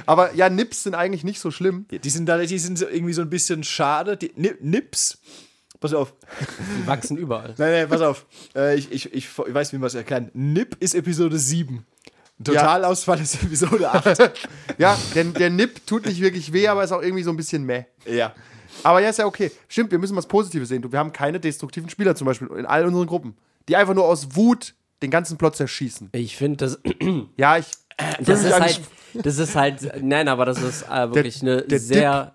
S3: Aber ja, Nips sind eigentlich nicht so schlimm.
S5: Die sind, da, die sind so irgendwie so ein bisschen schade. Die, Ni- Nips, pass auf,
S4: die wachsen überall.
S5: Nein, nein, pass auf. Äh, ich, ich, ich, ich weiß, wie man es erklären. Nip ist Episode 7. Totalausfall ist Episode 8.
S3: Ja, denn der Nip tut nicht wirklich weh, aber ist auch irgendwie so ein bisschen meh.
S5: ja.
S3: Aber ja, ist ja okay. Stimmt, wir müssen was Positives sehen. Du, Wir haben keine destruktiven Spieler zum Beispiel in all unseren Gruppen, die einfach nur aus Wut den ganzen Plot zerschießen.
S4: Ich finde, das,
S3: Ja, ich.
S4: das
S3: mich
S4: ist halt,
S3: angesprochen.
S4: das ist halt, nein, aber das ist äh, wirklich eine
S3: der
S4: sehr,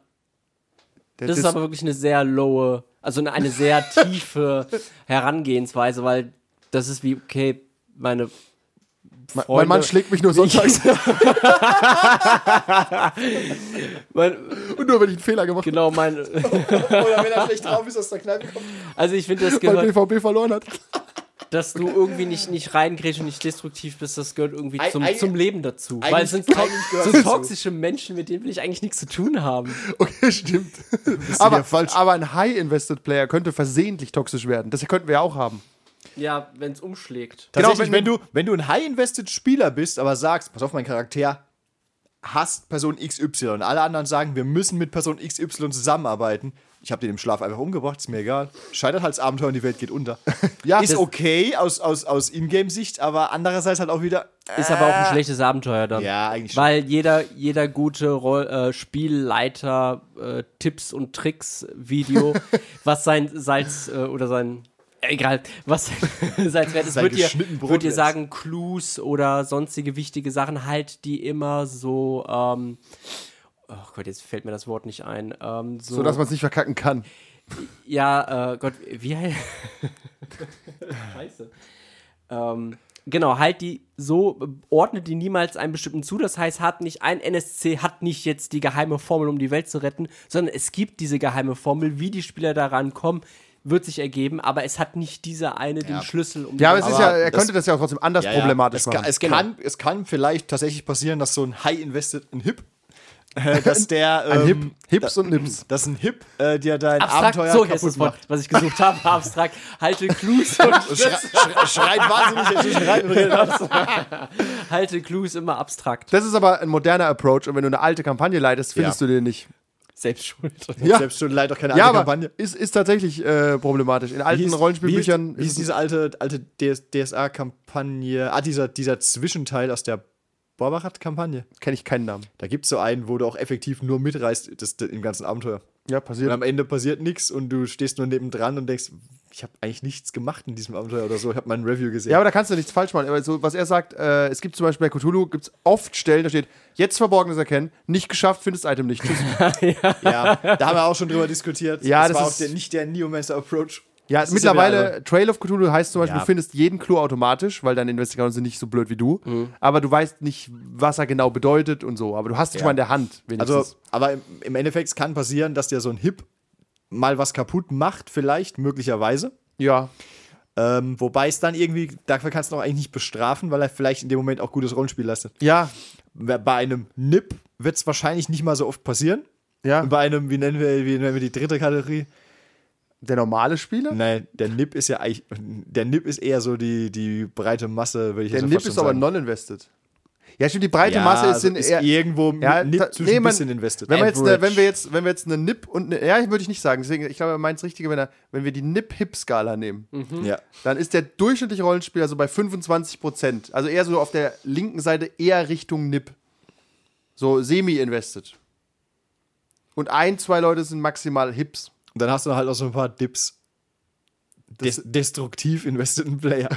S3: Der
S4: das ist
S3: Dis-
S4: aber wirklich eine sehr lowe, also eine, eine sehr tiefe Herangehensweise, weil das ist wie, okay, meine Freunde,
S3: mein Mann schlägt mich nur sonntags
S4: mein,
S3: und nur, wenn ich einen Fehler gemacht habe,
S4: genau, mein,
S5: Oder wenn er schlecht drauf ist, aus der Kneipe kommt.
S4: also ich finde, das
S3: weil
S4: gehört,
S3: BVB verloren hat.
S4: dass du irgendwie nicht, nicht reingrätsch und nicht destruktiv bist, das gehört irgendwie
S5: Ei-
S4: zum,
S5: ei-
S4: zum Leben dazu. Weil
S5: eigentlich-
S4: es sind, to
S5: eigentlich gehört
S4: sind
S5: dazu.
S4: toxische Menschen, mit denen will ich eigentlich nichts zu tun haben.
S3: Okay, stimmt. Aber,
S5: wieder falsch.
S3: aber ein High-Invested Player könnte versehentlich toxisch werden. Das könnten wir ja auch haben.
S4: Ja, wenn es umschlägt.
S5: Tatsächlich,
S3: wenn-
S5: wenn, du, wenn du ein High-Invested-Spieler bist, aber sagst, pass auf, mein Charakter hasst Person XY. Alle anderen sagen, wir müssen mit Person XY zusammenarbeiten. Ich habe den im Schlaf einfach umgebracht, ist mir egal. Scheitert halt das Abenteuer und die Welt geht unter.
S3: Ja,
S5: ist
S3: das-
S5: okay aus, aus, aus Ingame-Sicht, aber andererseits halt auch wieder.
S4: Ist aber auch ein schlechtes Abenteuer dann.
S5: Ja, eigentlich schon.
S4: Weil jeder, jeder gute Roll, äh, Spielleiter äh, Tipps und Tricks Video, was sein Salz äh, oder sein egal, was sein Salz wert ist,
S5: Sein
S4: wird dir,
S5: geschnitten Brot
S4: wird dir
S5: wert.
S4: sagen Clues oder sonstige wichtige Sachen halt, die immer so ähm, oh Gott, jetzt fällt mir das Wort nicht ein. Ähm, so,
S3: so dass man es nicht verkacken kann.
S4: ja, äh, Gott, wie heißt. Scheiße. Ähm, genau, halt die so, äh, ordne die niemals einem bestimmten zu. Das heißt, hat nicht ein NSC, hat nicht jetzt die geheime Formel, um die Welt zu retten, sondern es gibt diese geheime Formel. Wie die Spieler daran kommen, wird sich ergeben, aber es hat nicht dieser eine den Schlüssel, um die
S3: Ja, aber
S4: Welt-
S3: es ist ja,
S5: Aber
S3: er
S5: das-
S3: könnte das ja auch trotzdem anders
S5: Ja, ja.
S3: problematisch
S5: es
S3: machen. Genau.
S5: Kann, es, genau. kann, es kann vielleicht tatsächlich passieren, dass so ein High-Invested, ein Hip, äh, dass der.
S3: Ein
S5: ähm,
S3: Hip, Hips
S5: da-
S3: und Nips.
S5: Dass ein Hip äh, dir dein
S4: Abstrakt,
S5: Abenteuer
S4: so, jetzt
S5: kaputt
S4: das
S5: macht.
S4: Wort, was ich gesucht habe, abstrakt. Halte Clues und
S5: Schrei, schrei, schreit wahnsinnig dazwischen rein.
S4: halte Clues immer abstrakt.
S3: Das ist aber ein moderner Approach und wenn du eine alte Kampagne leitest, findest
S5: Ja.
S3: du den nicht.
S4: Selbst schuld.
S3: Ja.
S5: Selbst schon leider auch keine
S3: Ja,
S5: andere
S3: aber
S5: Kampagne.
S3: ist, ist tatsächlich äh, problematisch. In alten
S5: Wie hieß-
S3: Rollenspielbüchern
S5: Wie ist, wie ist
S3: es-
S5: diese alte, alte DSA-Kampagne? Ah, dieser, dieser Zwischenteil aus der Borbachat-Kampagne.
S3: kenne ich keinen Namen.
S5: Da gibt es so einen, wo du auch effektiv nur mitreist das, das, im ganzen Abenteuer.
S3: Ja,
S5: Und
S3: passiert.
S5: am Ende passiert nichts und du stehst nur nebendran und denkst, ich habe eigentlich nichts gemacht in diesem Abenteuer oder so. Ich habe mein Review gesehen.
S3: Ja, aber da kannst du nichts falsch machen. Aber so, was er sagt, äh, es gibt zum Beispiel bei Cthulhu gibt's oft Stellen, da steht, jetzt Verborgenes erkennen, nicht geschafft, findest Item nicht. Tschüss.
S5: Ja, da haben wir auch schon drüber diskutiert.
S3: Ja,
S5: das
S3: das
S5: war
S3: ist-
S5: auch der, nicht der Neomancer-Approach.
S3: Ja,
S5: Das ist wieder
S3: mittlerweile,
S5: irre.
S3: Trail of Cthulhu heißt zum Beispiel,
S5: Ja.
S3: du findest jeden Clou automatisch, weil deine Investigatoren sind nicht so blöd wie du.
S5: Mhm.
S3: Aber du weißt nicht, was er genau bedeutet und so. Aber du hast es schon mal in der Hand, wenigstens.
S5: Also, aber im, im Endeffekt es kann passieren, dass dir so ein Hip mal was kaputt macht, vielleicht, möglicherweise.
S3: ja.
S5: Ähm, wobei es dann irgendwie, dafür kannst du ihn auch eigentlich nicht bestrafen, weil er vielleicht in dem Moment auch gutes Rollenspiel leistet.
S3: Ja.
S5: Bei einem Nip wird es wahrscheinlich nicht mal so oft passieren.
S3: Ja.
S5: Und bei einem, wie nennen wir, wie nennen wir die dritte Kategorie?
S3: Der normale Spieler?
S5: Nein, der Nip ist ja eigentlich, der Nip ist eher so die, die breite Masse, würde ich
S3: Der
S5: jetzt
S3: NIP
S5: also fast schon
S3: ist aber
S5: sagen.
S3: non-invested. Ja, stimmt, die breite
S5: Ja,
S3: Masse ist,
S5: also
S3: in
S5: ist
S3: eher-
S5: irgendwo mit NIP
S3: ta-
S5: zwischen bisschen invested.
S3: Wenn wir, jetzt eine,
S5: Average.
S3: wenn, wir jetzt, wenn wir jetzt eine NIP und eine, ja, würde ich nicht sagen. Deswegen, ich glaube, er meint es richtige, wenn, er, wenn wir die NIP-Hip-Skala
S5: Mhm.
S3: nehmen,
S5: Ja.
S3: dann ist der durchschnittliche Rollenspieler so bei 25 Prozent. Also eher so auf der linken Seite eher Richtung NIP. So semi-invested. Und ein, zwei Leute sind maximal Hips.
S5: Und dann hast du halt auch so ein paar Dips. Des destruktiv investierten Player.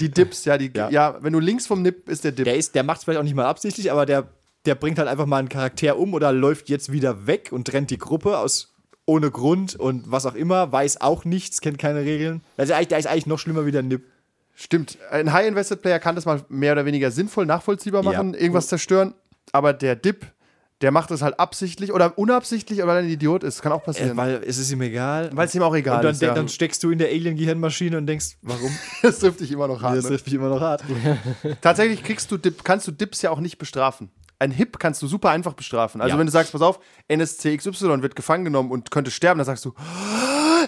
S3: Die Dips, ja, die, ja.
S5: Ja.
S3: wenn du links vom NIP ist der Dip.
S5: der ist, der macht es vielleicht auch nicht mal absichtlich, aber der, der bringt halt einfach mal einen Charakter um oder läuft jetzt wieder weg und trennt die Gruppe aus ohne Grund und was auch immer, weiß auch nichts, kennt keine Regeln. Also eigentlich, der ist eigentlich noch schlimmer wie der Nip.
S3: Stimmt. Ein High-Invested-Player kann das mal mehr oder weniger sinnvoll nachvollziehbar
S5: Ja.
S3: machen, irgendwas zerstören. Aber der Dip, der macht das halt absichtlich oder unabsichtlich, weil er ein Idiot ist. Kann auch
S5: Äh,
S3: passieren.
S5: weil es ist ihm egal.
S3: Weil es ihm auch egal
S5: und dann,
S3: ist. Ja.
S5: dann steckst du in der Alien-Gehirnmaschine und denkst, warum?
S3: das trifft dich immer noch hart.
S5: das
S3: Ne?
S5: trifft mich immer noch hart.
S3: Tatsächlich kriegst du Dip, kannst du Dips ja auch nicht bestrafen. Ein Hip kannst du super einfach bestrafen. Also
S5: Ja.
S3: wenn du sagst, pass auf, NSC XY wird gefangen genommen und könnte sterben, dann sagst du,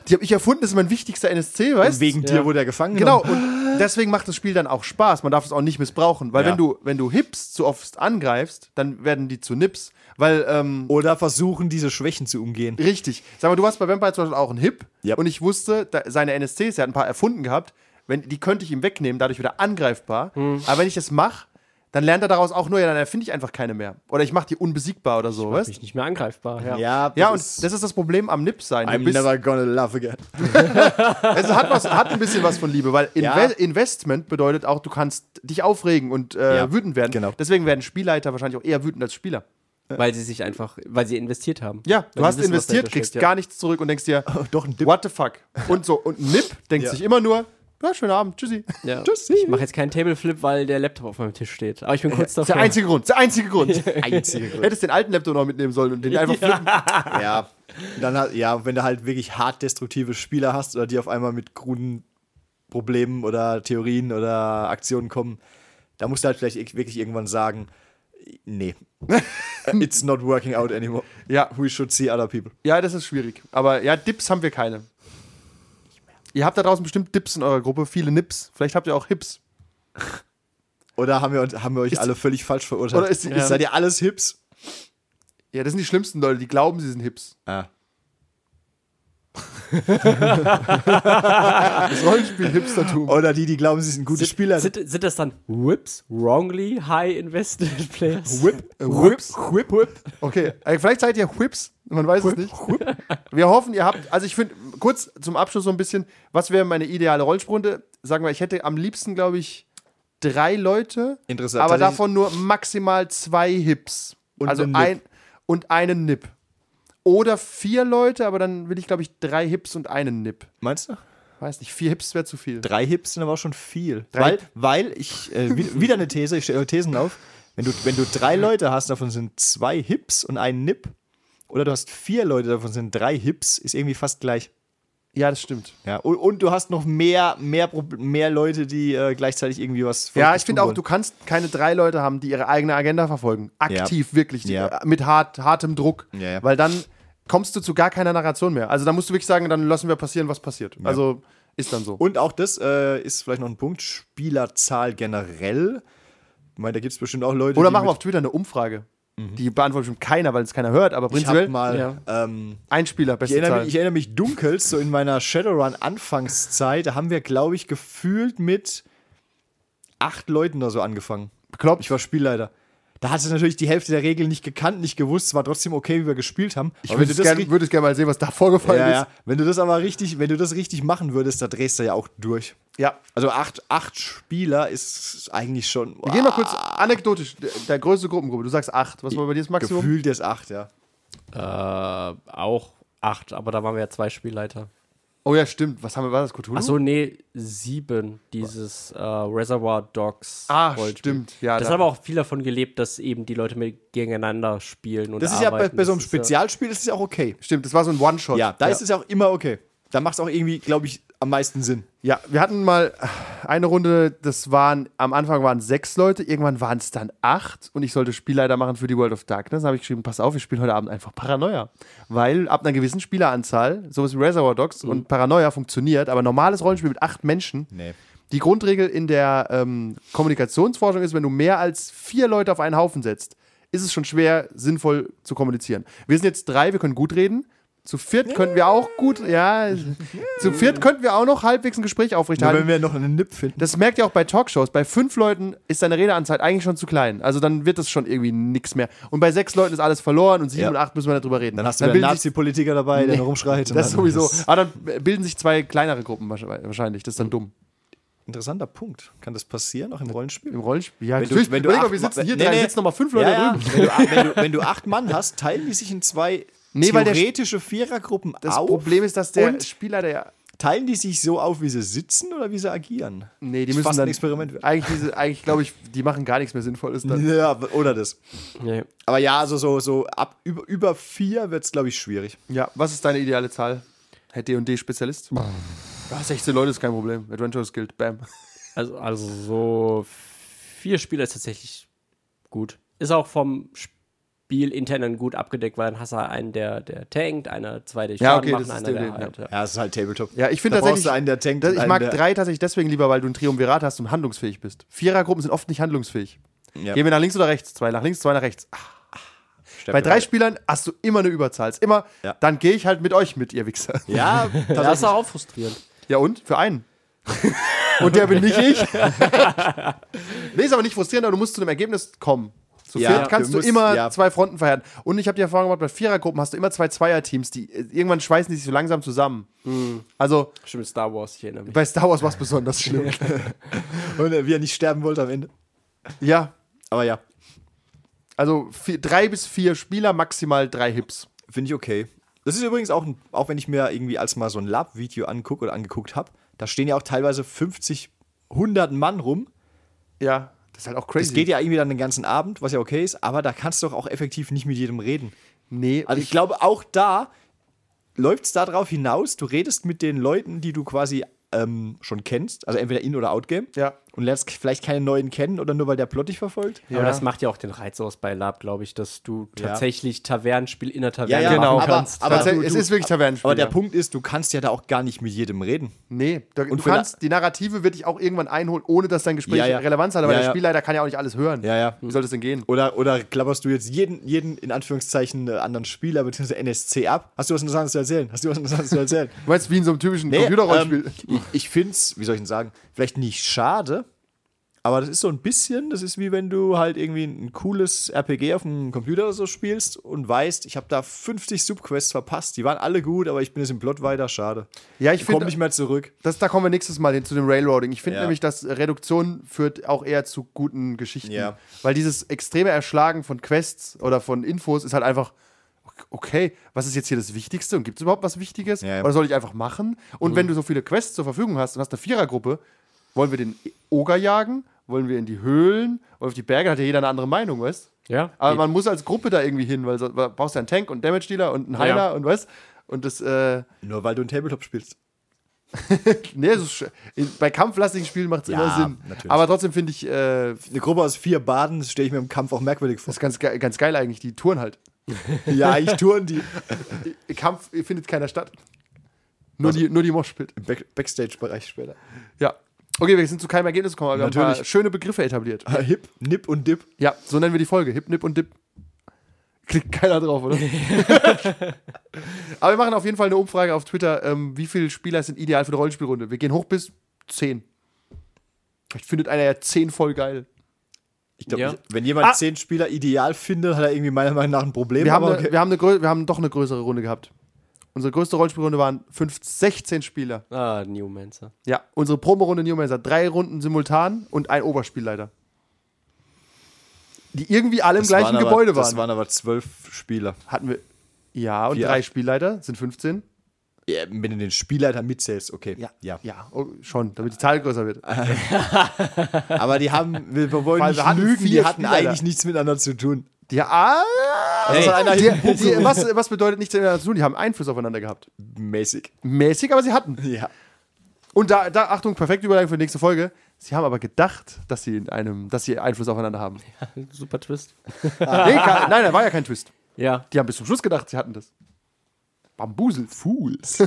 S3: die habe ich erfunden, das ist mein wichtigster NSC, weißt du?
S5: Wegen dir wurde er gefangen
S3: Genau,
S5: genommen.
S3: und deswegen macht das Spiel dann auch Spaß. Man darf es auch nicht missbrauchen, weil
S5: Ja.
S3: wenn, du, wenn du Hips zu oft angreifst, dann werden die zu Nips. Weil, ähm,
S5: Oder versuchen, diese Schwächen zu umgehen.
S3: richtig. Sag mal, du warst bei Vampire zum Beispiel auch ein Hip
S5: Ja.
S3: und ich wusste, da, seine NSCs, er hat ein paar erfunden gehabt, wenn, die könnte ich ihm wegnehmen, dadurch wieder angreifbar.
S5: Hm.
S3: Aber wenn ich das mache, dann lernt er daraus auch nur, ja, dann erfinde ich einfach keine mehr. Oder ich mache die unbesiegbar oder so, weißt
S4: Nicht mehr angreifbar. Ja.
S5: Ja,
S3: Ja, und
S5: das ist-
S3: das ist das Problem am Nip sein. Du
S5: I'm
S3: bist-
S5: never gonna love again.
S3: Es hat, was, hat ein bisschen was von Liebe, weil
S5: Ja.
S3: Inve Investment bedeutet auch, du kannst dich aufregen und äh,
S5: Ja,
S3: wütend werden.
S5: genau.
S3: Deswegen werden Spielleiter wahrscheinlich auch eher wütend als Spieler.
S4: Weil sie sich einfach, weil sie investiert haben.
S3: Ja, du
S4: Weil
S3: hast
S4: sie wissen, was dahinter
S3: investiert, kriegst
S4: steckt, ja. Oh,
S3: gar nichts zurück und denkst dir,
S5: Doch ein Dip.
S3: what the fuck? Und so, und Nip denkt
S5: Ja.
S3: sich immer nur, ja, schönen Abend, tschüssi.
S4: Ja.
S5: Tschüssi.
S4: Ich mache jetzt keinen Tableflip, weil der Laptop auf meinem Tisch steht. Aber ich bin kurz
S3: Das ist der
S4: davor.
S3: einzige Grund, das ist der einzige Grund.
S4: genau.
S5: Einzige Grund.
S3: Hättest den alten Laptop noch mitnehmen sollen und den einfach flippen.
S5: Ja, dann halt, ja, wenn du halt wirklich hart destruktive Spieler hast oder die auf einmal mit kruden Problemen oder Theorien oder Aktionen kommen, da musst du halt vielleicht irg- wirklich irgendwann sagen, nee, it's not working out anymore.
S3: Ja.
S5: We should see other people.
S3: Ja, das ist schwierig. Aber ja, Dips haben wir keine. Ihr habt da draußen bestimmt Dips in eurer Gruppe, viele Nips. Vielleicht habt ihr auch Hips.
S5: Oder haben wir, uns- haben wir euch alle völlig falsch verurteilt?
S3: Oder ist die-
S5: Seid ihr alles Hips?
S3: Ja, das sind die schlimmsten Leute, die glauben, sie sind Hips.
S5: Ah.
S3: Das Rollenspiel-Hipstertum.
S5: Oder die, die glauben, sie sind gute Spieler.
S4: Sind, sind das dann Whips? Wrongly High Invested Players?
S3: Whip, äh, Whips.
S5: Whip, whip.
S3: Okay, äh, vielleicht seid ihr Whips, man weiß es nicht. Wir hoffen, ihr habt, also ich finde, kurz zum Abschluss so ein bisschen, was wäre meine ideale Rollsprunde? Sagen wir, ich hätte am liebsten, glaube ich, drei Leute,
S5: Interessant.
S3: aber
S5: Tatsächlich-
S3: davon nur maximal zwei Hips.
S5: Und
S3: also
S5: einen Nip.
S3: ein und einen Nip. Oder vier Leute, aber dann will ich, glaube ich, drei Hips und einen Nip.
S5: Meinst du?
S3: Weiß nicht, vier Hips wäre zu viel.
S5: Drei Hips sind aber auch schon viel.
S3: Drei-
S5: Weil, weil ich, äh, wi- wieder eine These, ich stelle Thesen auf. Wenn du, wenn du drei Leute hast, davon sind zwei Hips und ein Nip. Oder du hast vier Leute, davon sind drei Hips, ist irgendwie fast gleich.
S3: Ja, das stimmt.
S5: Ja, und, und du hast noch mehr, mehr, Prob- mehr Leute, die äh, gleichzeitig irgendwie was.
S3: Ja,
S5: Verrücktes
S3: ich finde
S5: tun
S3: auch, du kannst keine drei Leute haben, die ihre eigene Agenda verfolgen. Aktiv, wirklich. Die,
S5: Ja.
S3: äh, Mit hart, hartem Druck.
S5: Ja, ja.
S3: Weil dann kommst du zu gar keiner Narration mehr. Also da musst du wirklich sagen, dann lassen wir passieren, was passiert. Also ist dann so.
S5: Und auch das äh, ist vielleicht noch ein Punkt: Spielerzahl generell. Ich meine, da gibt es bestimmt auch Leute.
S3: Oder
S5: die
S3: machen wir
S5: mit- Mhm.
S3: auf Twitter eine Umfrage. Die beantwortet bestimmt keiner, weil es keiner hört, aber
S5: Ich hab
S3: prinzipiell
S5: mal.
S4: Ja.
S5: Ähm,
S3: ein Spieler,
S5: ich,
S3: beste
S5: erinnere
S3: Zahl.
S5: mich, ich erinnere mich dunkelst, so in meiner Shadowrun-Anfangszeit, da haben wir, glaube ich, gefühlt mit acht Leuten oder so angefangen.
S3: Bekloppt.
S5: Ich war Spielleiter. Da hatte ich natürlich die Hälfte der Regeln nicht gekannt, nicht gewusst. Es war trotzdem okay, wie wir gespielt haben.
S3: ich
S5: Aber
S3: würde
S5: wenn du das
S3: gerne
S5: ri-
S3: würd gern mal sehen, was da vorgefallen
S5: ja, ja.
S3: ist.
S5: Wenn du das aber richtig, wenn du das richtig machen würdest, da drehst du ja auch durch.
S3: Ja.
S5: Also acht, acht Spieler ist eigentlich schon.
S3: Wir gehen mal kurz anekdotisch, der, der größte Gruppengruppe. Du sagst acht. Was war bei dir das Maximum?
S5: Gefühlt ist acht, ja.
S4: Äh, auch acht, aber da waren wir ja zwei Spielleiter.
S3: Oh ja, stimmt. Was haben wir, war das? Cthulhu?
S4: Achso, nee, sieben, dieses äh, Reservoir Dogs.
S3: Ah,
S4: Rollenspiel.
S3: stimmt. Ja,
S4: das
S3: da-
S4: haben auch viel davon gelebt, dass eben die Leute mit gegeneinander spielen und
S5: Das ist ja bei,
S4: arbeiten.
S5: bei so einem
S4: Das ist ja-
S5: Spezialspiel ist es ja auch okay.
S3: Stimmt, das war so ein One-Shot.
S5: Ja, da ist es ja auch immer okay. Da macht es auch irgendwie, glaube ich, am meisten Sinn.
S3: Ja, wir hatten mal eine Runde, das waren, am Anfang waren sechs Leute, irgendwann waren es dann acht und ich sollte Spielleiter machen für die World of Darkness. Dann habe ich geschrieben, pass auf, wir spielen heute Abend einfach Paranoia. Weil ab einer gewissen Spieleranzahl, sowas wie Reservoir Dogs und Paranoia funktioniert, aber normales Rollenspiel mit acht Menschen.
S5: Nee.
S3: Die Grundregel in der ähm, Kommunikationsforschung ist, wenn du mehr als vier Leute auf einen Haufen setzt, ist es schon schwer, sinnvoll zu kommunizieren. Wir sind jetzt drei, wir können gut reden. Zu viert könnten wir auch gut, ja, zu viert könnten wir auch noch halbwegs ein Gespräch
S5: Nur
S3: aufrechterhalten.
S5: wenn wir noch einen Nip finden.
S3: Das merkt ihr auch bei Talkshows. Bei fünf Leuten ist deine Redeanzahl eigentlich schon zu klein. Also dann wird das schon irgendwie nix mehr. Und bei sechs Leuten ist alles verloren und sieben
S5: Ja.
S3: und acht müssen wir darüber reden.
S5: Dann hast du wieder einen
S3: bilden sich,
S5: Nazi-Politiker dabei, der
S3: Nee,
S5: noch rumschreit. und
S3: Das
S5: dann-
S3: sowieso.
S5: das ist
S3: Aber dann bilden sich zwei kleinere Gruppen wahrscheinlich- wahrscheinlich. Das ist dann dumm.
S5: ein Interessanter Punkt. Kann das passieren, auch im Rollenspiel?
S3: Im Rollenspiel. Ja,
S5: Wenn du-
S3: natürlich.
S5: wenn du
S3: Überleg mal,
S5: acht
S3: wir sitzen
S5: Ma-
S3: hier,
S5: nee,
S3: drei,
S5: nee.
S3: sitzen nochmal fünf Leute drüben.
S5: Wenn, du, acht- wenn, du, wenn du acht Mann hast, teilen die sich in zwei
S3: Nee, weil der-
S5: theoretische Vierergruppen
S3: Das
S5: auf.
S3: Problem ist, dass der
S5: und-
S3: Spieler, der ja.
S5: Teilen die sich so auf, wie sie sitzen oder wie sie agieren?
S3: Nee, die
S5: Ist
S3: müssen
S5: fast
S3: dann.
S5: ein Experiment werden.
S3: Eigentlich, diese- eigentlich glaube ich, die machen gar nichts mehr Sinnvolles dann.
S5: Ja, oder das.
S4: Nee.
S5: Aber ja, also so, so ab über, über vier wird es, glaube ich, schwierig.
S3: Ja, was ist deine ideale Zahl? Herr DD-Spezialist? Ja,
S5: Ah,
S3: 16 Leute ist kein Problem. Adventures gilt. Bam.
S4: Also, also so vier Spieler ist tatsächlich gut. Ist auch vom Spielinternen gut abgedeckt, weil dann hast du halt einen, der, der tankt, einer, zwei, der Schaden
S3: Ja, okay,
S4: machen,
S3: das ist
S4: einer,
S3: der-
S4: der halt, ja.
S5: Ja, es ist halt Tabletop.
S3: Ja, ich finde
S5: Da
S3: tatsächlich.
S5: brauchst du einen, der tankt
S3: das,
S5: und
S3: ich
S5: einen,
S3: mag
S5: der-
S3: drei tatsächlich deswegen lieber, weil du ein Triumvirat hast und handlungsfähig bist. Vierergruppen sind oft nicht handlungsfähig.
S5: Ja.
S3: Gehen wir nach links oder rechts? Zwei nach links, zwei nach rechts. Ach, bei drei Spielern hast du immer eine Überzahl. Ist immer,
S5: Ja.
S3: dann gehe ich halt mit euch mit, ihr Wichser.
S5: Ja,
S4: Das ist
S5: tatsächlich.
S4: auch frustrierend.
S3: Ja, und? Für einen. und der bin nicht ich. nee, ist aber nicht frustrierend, aber du musst zu einem Ergebnis kommen. Zu
S5: Ja,
S3: viert kannst
S5: du
S3: du
S5: musst-
S3: immer
S5: ja.
S3: zwei Fronten verhärten. Und ich habe die Erfahrung gemacht, bei Vierergruppen hast du immer zwei Zweierteams, die äh, irgendwann schweißen die sich so langsam zusammen.
S5: Hm.
S3: Also
S4: Stimmt, Star Wars, ich erinnere mich.
S3: bei Star Wars war es besonders schlimm.
S5: Und äh, wie er nicht sterben wollte am Ende.
S3: ja,
S5: Aber ja,
S3: Also vier, drei bis vier Spieler, maximal drei Hips.
S5: finde ich okay. Das ist übrigens auch, ein, auch wenn ich mir irgendwie als mal so ein Lab-Video angucke oder angeguckt habe, da stehen ja auch teilweise 50, 100 Mann rum.
S3: Ja. Das ist halt auch crazy.
S5: Das geht ja irgendwie dann den ganzen Abend, was ja okay ist, aber da kannst du doch auch effektiv nicht mit jedem reden.
S3: Nee,
S5: Also ich glaube, auch da läuft es darauf hinaus, du redest mit den Leuten, die du quasi ähm, schon kennst, also entweder in- oder outgame.
S3: Ja.
S5: und lernst vielleicht keine neuen kennen oder nur weil der Plot dich verfolgt.
S4: Aber das macht ja auch den Reiz aus bei Lab, glaube ich, dass du tatsächlich Tavernenspiel in der Taverne
S5: Ja, ja,
S3: genau.
S4: machen
S5: aber-
S4: kannst.
S5: aber-
S3: Tatsächlich,
S5: du-
S3: es
S5: du-
S3: ist wirklich Tavernenspiel.
S5: Aber der
S3: ja.
S5: Punkt ist, du kannst ja da auch gar nicht mit jedem reden.
S3: Nee, da, du
S5: für la-
S3: kannst, die Narrative wird dich auch irgendwann einholen, ohne dass dein Gespräch
S5: Ja, ja.
S3: Relevanz hat, aber
S5: Ja,
S3: der
S5: ja.
S3: Spielleiter kann ja auch nicht alles hören.
S5: Ja, ja.
S3: Wie soll das denn gehen?
S5: Oder, oder klapperst du jetzt jeden, jeden in Anführungszeichen äh, anderen Spieler bzw. NSC ab? Hast du was Interessantes zu erzählen? Hast du was Interessantes zu erzählen?
S3: Du meinst, wie in so einem typischen
S5: Nee,
S3: Computerrollenspiel.
S5: ähm, ich ich finde es, wie soll ich denn sagen, vielleicht nicht schade, aber das ist so ein bisschen, das ist wie wenn du halt irgendwie ein cooles RPG auf dem Computer oder so spielst und weißt, ich habe da 50 Subquests verpasst, die waren alle gut, aber ich bin jetzt im Plot weiter, schade.
S3: Ja, ich
S5: komme
S3: find-
S5: nicht mehr zurück.
S3: Das, da kommen wir nächstes Mal hin zu dem Railroading. Ich finde
S5: Ja.
S3: nämlich, dass Reduktion führt auch eher zu guten Geschichten.
S5: Ja.
S3: Weil dieses extreme Erschlagen von Quests oder von Infos ist halt einfach, okay, was ist jetzt hier das Wichtigste und gibt es überhaupt was Wichtiges?
S5: Ja.
S3: Oder soll ich einfach machen? Und wenn du so viele Quests zur Verfügung hast und hast eine Vierergruppe, wollen wir den Oger jagen? Wollen wir in die Höhlen? Wollen wir auf die Berge? Da Hat ja jeder eine andere Meinung, weißt
S4: Ja.
S3: Aber man muss als Gruppe da irgendwie hin, weil so, weil brauchst ja einen Tank und Damage Dealer und einen Heiler
S4: Ja.
S3: und was? Und das, äh,
S5: Nur weil du ein Tabletop spielst.
S3: Nee, es ist, sch- in- bei kampflastigen Spielen macht es
S5: Ja,
S3: immer Sinn.
S5: natürlich.
S3: Aber trotzdem finde ich, äh, das
S5: Eine Gruppe aus vier Baden, das stelle ich mir im Kampf auch merkwürdig vor.
S3: ist ganz, ge- ganz geil eigentlich, die Touren halt.
S5: ja, ich touren die
S3: Kampf findet keiner statt. Nur
S5: Also
S3: die, nur die Mosh Pit.
S5: im Back Backstage-Bereich später.
S3: Ja. Okay, wir sind zu keinem Ergebnis gekommen, aber wir haben ein paar
S5: Natürlich.
S3: schöne Begriffe etabliert.
S5: Ah, Hip, Nip und Dip.
S3: Ja, so nennen wir die Folge. Hip, Nip und Dip. Klickt keiner drauf, oder? aber wir machen auf jeden Fall eine Umfrage auf Twitter, ähm, wie viele Spieler sind ideal für eine Rollenspielrunde. Wir gehen hoch bis 10. Vielleicht findet einer ja 10 voll geil.
S5: Ich glaube,
S4: Ja.
S5: wenn jemand
S3: Ah.
S5: zehn Spieler ideal findet, hat er irgendwie meiner Meinung nach ein Problem.
S3: Wir haben,
S5: aber
S3: eine,
S5: okay.
S3: wir, haben eine, grö- wir haben doch eine größere Runde gehabt. Unsere größte Rollenspielrunde waren 5, 16 Spieler.
S4: ah, Newmancer.
S3: Ja. Unsere Promo-Runde Newmancer, drei Runden simultan und ein Oberspielleiter. Die irgendwie alle im
S5: Das
S3: gleichen
S5: waren
S3: Gebäude
S5: aber,
S3: waren.
S5: Das waren aber zwölf Spieler.
S3: Hatten wir. Ja, und
S5: Vier,
S3: drei
S5: acht.
S3: Spielleiter sind 15.
S5: Ja, wenn du den Spielleiter mitzählst, okay. ja. Äh.
S3: Ja, oh, schon, damit die Zahl größer wird.
S5: Aber die haben, wir
S3: Weil
S5: wollen
S3: wir
S5: nicht
S3: hatten
S5: lügen,
S3: vier
S5: die hatten
S3: Spielleiter.
S5: eigentlich nichts miteinander zu tun.
S3: Die, ah,
S5: Also einer
S3: die,
S5: hier im Publikum.
S3: die, was, was bedeutet nichts miteinander zu tun? Die haben Einfluss aufeinander gehabt.
S5: Mäßig.
S3: Mäßig, aber sie hatten.
S5: Ja.
S3: Und da, da Achtung, perfekt Überleitung für die nächste Folge. Sie haben aber gedacht, dass sie, in einem, dass sie Einfluss aufeinander haben.
S4: Super Twist.
S3: Nee, ka- nein, da war ja kein Twist.
S4: Ja.
S3: Die haben bis zum Schluss gedacht, sie hatten das. Bambusel.
S5: Fools.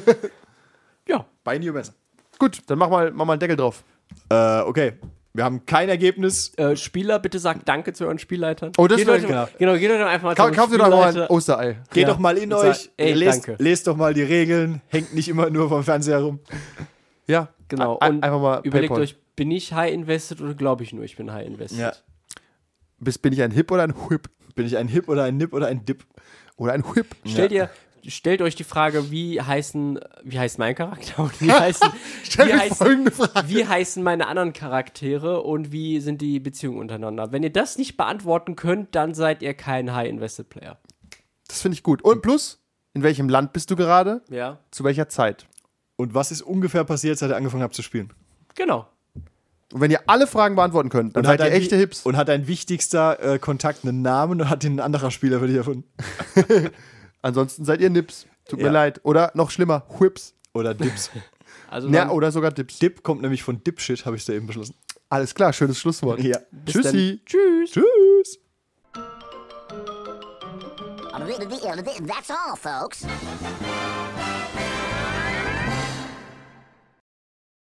S4: Ja.
S5: Bei Newmancer.
S3: Gut, dann mach mal, mach mal einen Deckel drauf.
S5: Äh, okay. Wir haben kein Ergebnis.
S4: Äh, Spieler, bitte sagt Danke zu euren Spielleitern.
S3: Oh, das
S4: geht
S3: wär-
S4: euch, mal- Genau, geht euch doch einfach mal
S3: Ka
S4: zum
S3: kauft ihr doch mal ein
S4: Spielleiter.
S3: Osterei.
S5: Geht
S4: Ja.
S5: doch mal in
S4: Und sag,
S5: euch.
S4: ey,
S5: lest,
S4: danke.
S5: lest doch mal die Regeln. Hängt nicht immer nur vom Fernseher rum.
S3: Ja,
S4: Genau.
S3: Ein- einfach mal
S4: überlegt
S3: Paypal.
S4: euch, bin ich high invested oder glaube ich nur, ich bin high invested?
S5: Ja.
S3: Bist, bin ich ein Hip oder ein Whip?
S5: Bin ich ein Hip oder ein Nip oder ein Dip?
S3: Oder ein Whip.
S4: Stellt ihr, stellt euch die Frage, wie heißen, wie heißt mein Charakter und wie heißen,
S3: Stell
S4: wie
S3: mir
S4: heißen,
S3: folgende Frage.
S4: wie heißen meine anderen Charaktere und wie sind die Beziehungen untereinander? Wenn ihr das nicht beantworten könnt, dann seid ihr kein high invested Player.
S3: Das finde ich gut. Und plus, in welchem Land bist du gerade?
S4: Ja.
S3: Zu welcher Zeit?
S5: Und was ist ungefähr passiert, seit ihr angefangen habt zu spielen?
S4: Genau.
S3: Und wenn ihr alle Fragen beantworten könnt, dann seid ihr
S5: dein
S3: echte
S5: wi-
S3: Hips.
S5: Und hat dein wichtigster äh, Kontakt einen Namen und hat ihn ein anderer Spieler für dich erfunden.
S3: Ansonsten seid ihr Nips. Tut mir
S5: Ja.
S3: leid. Oder noch schlimmer, Whips.
S5: Oder Dips.
S4: Also
S3: Ja,
S4: dann-
S3: oder sogar Dips.
S5: Dip kommt nämlich von Dipshit, habe ich da eben beschlossen.
S3: Alles klar, schönes Schlusswort.
S5: Ja.
S3: Tschüssi.
S4: tschüss.
S5: Tschüss.
S6: That's all, folks.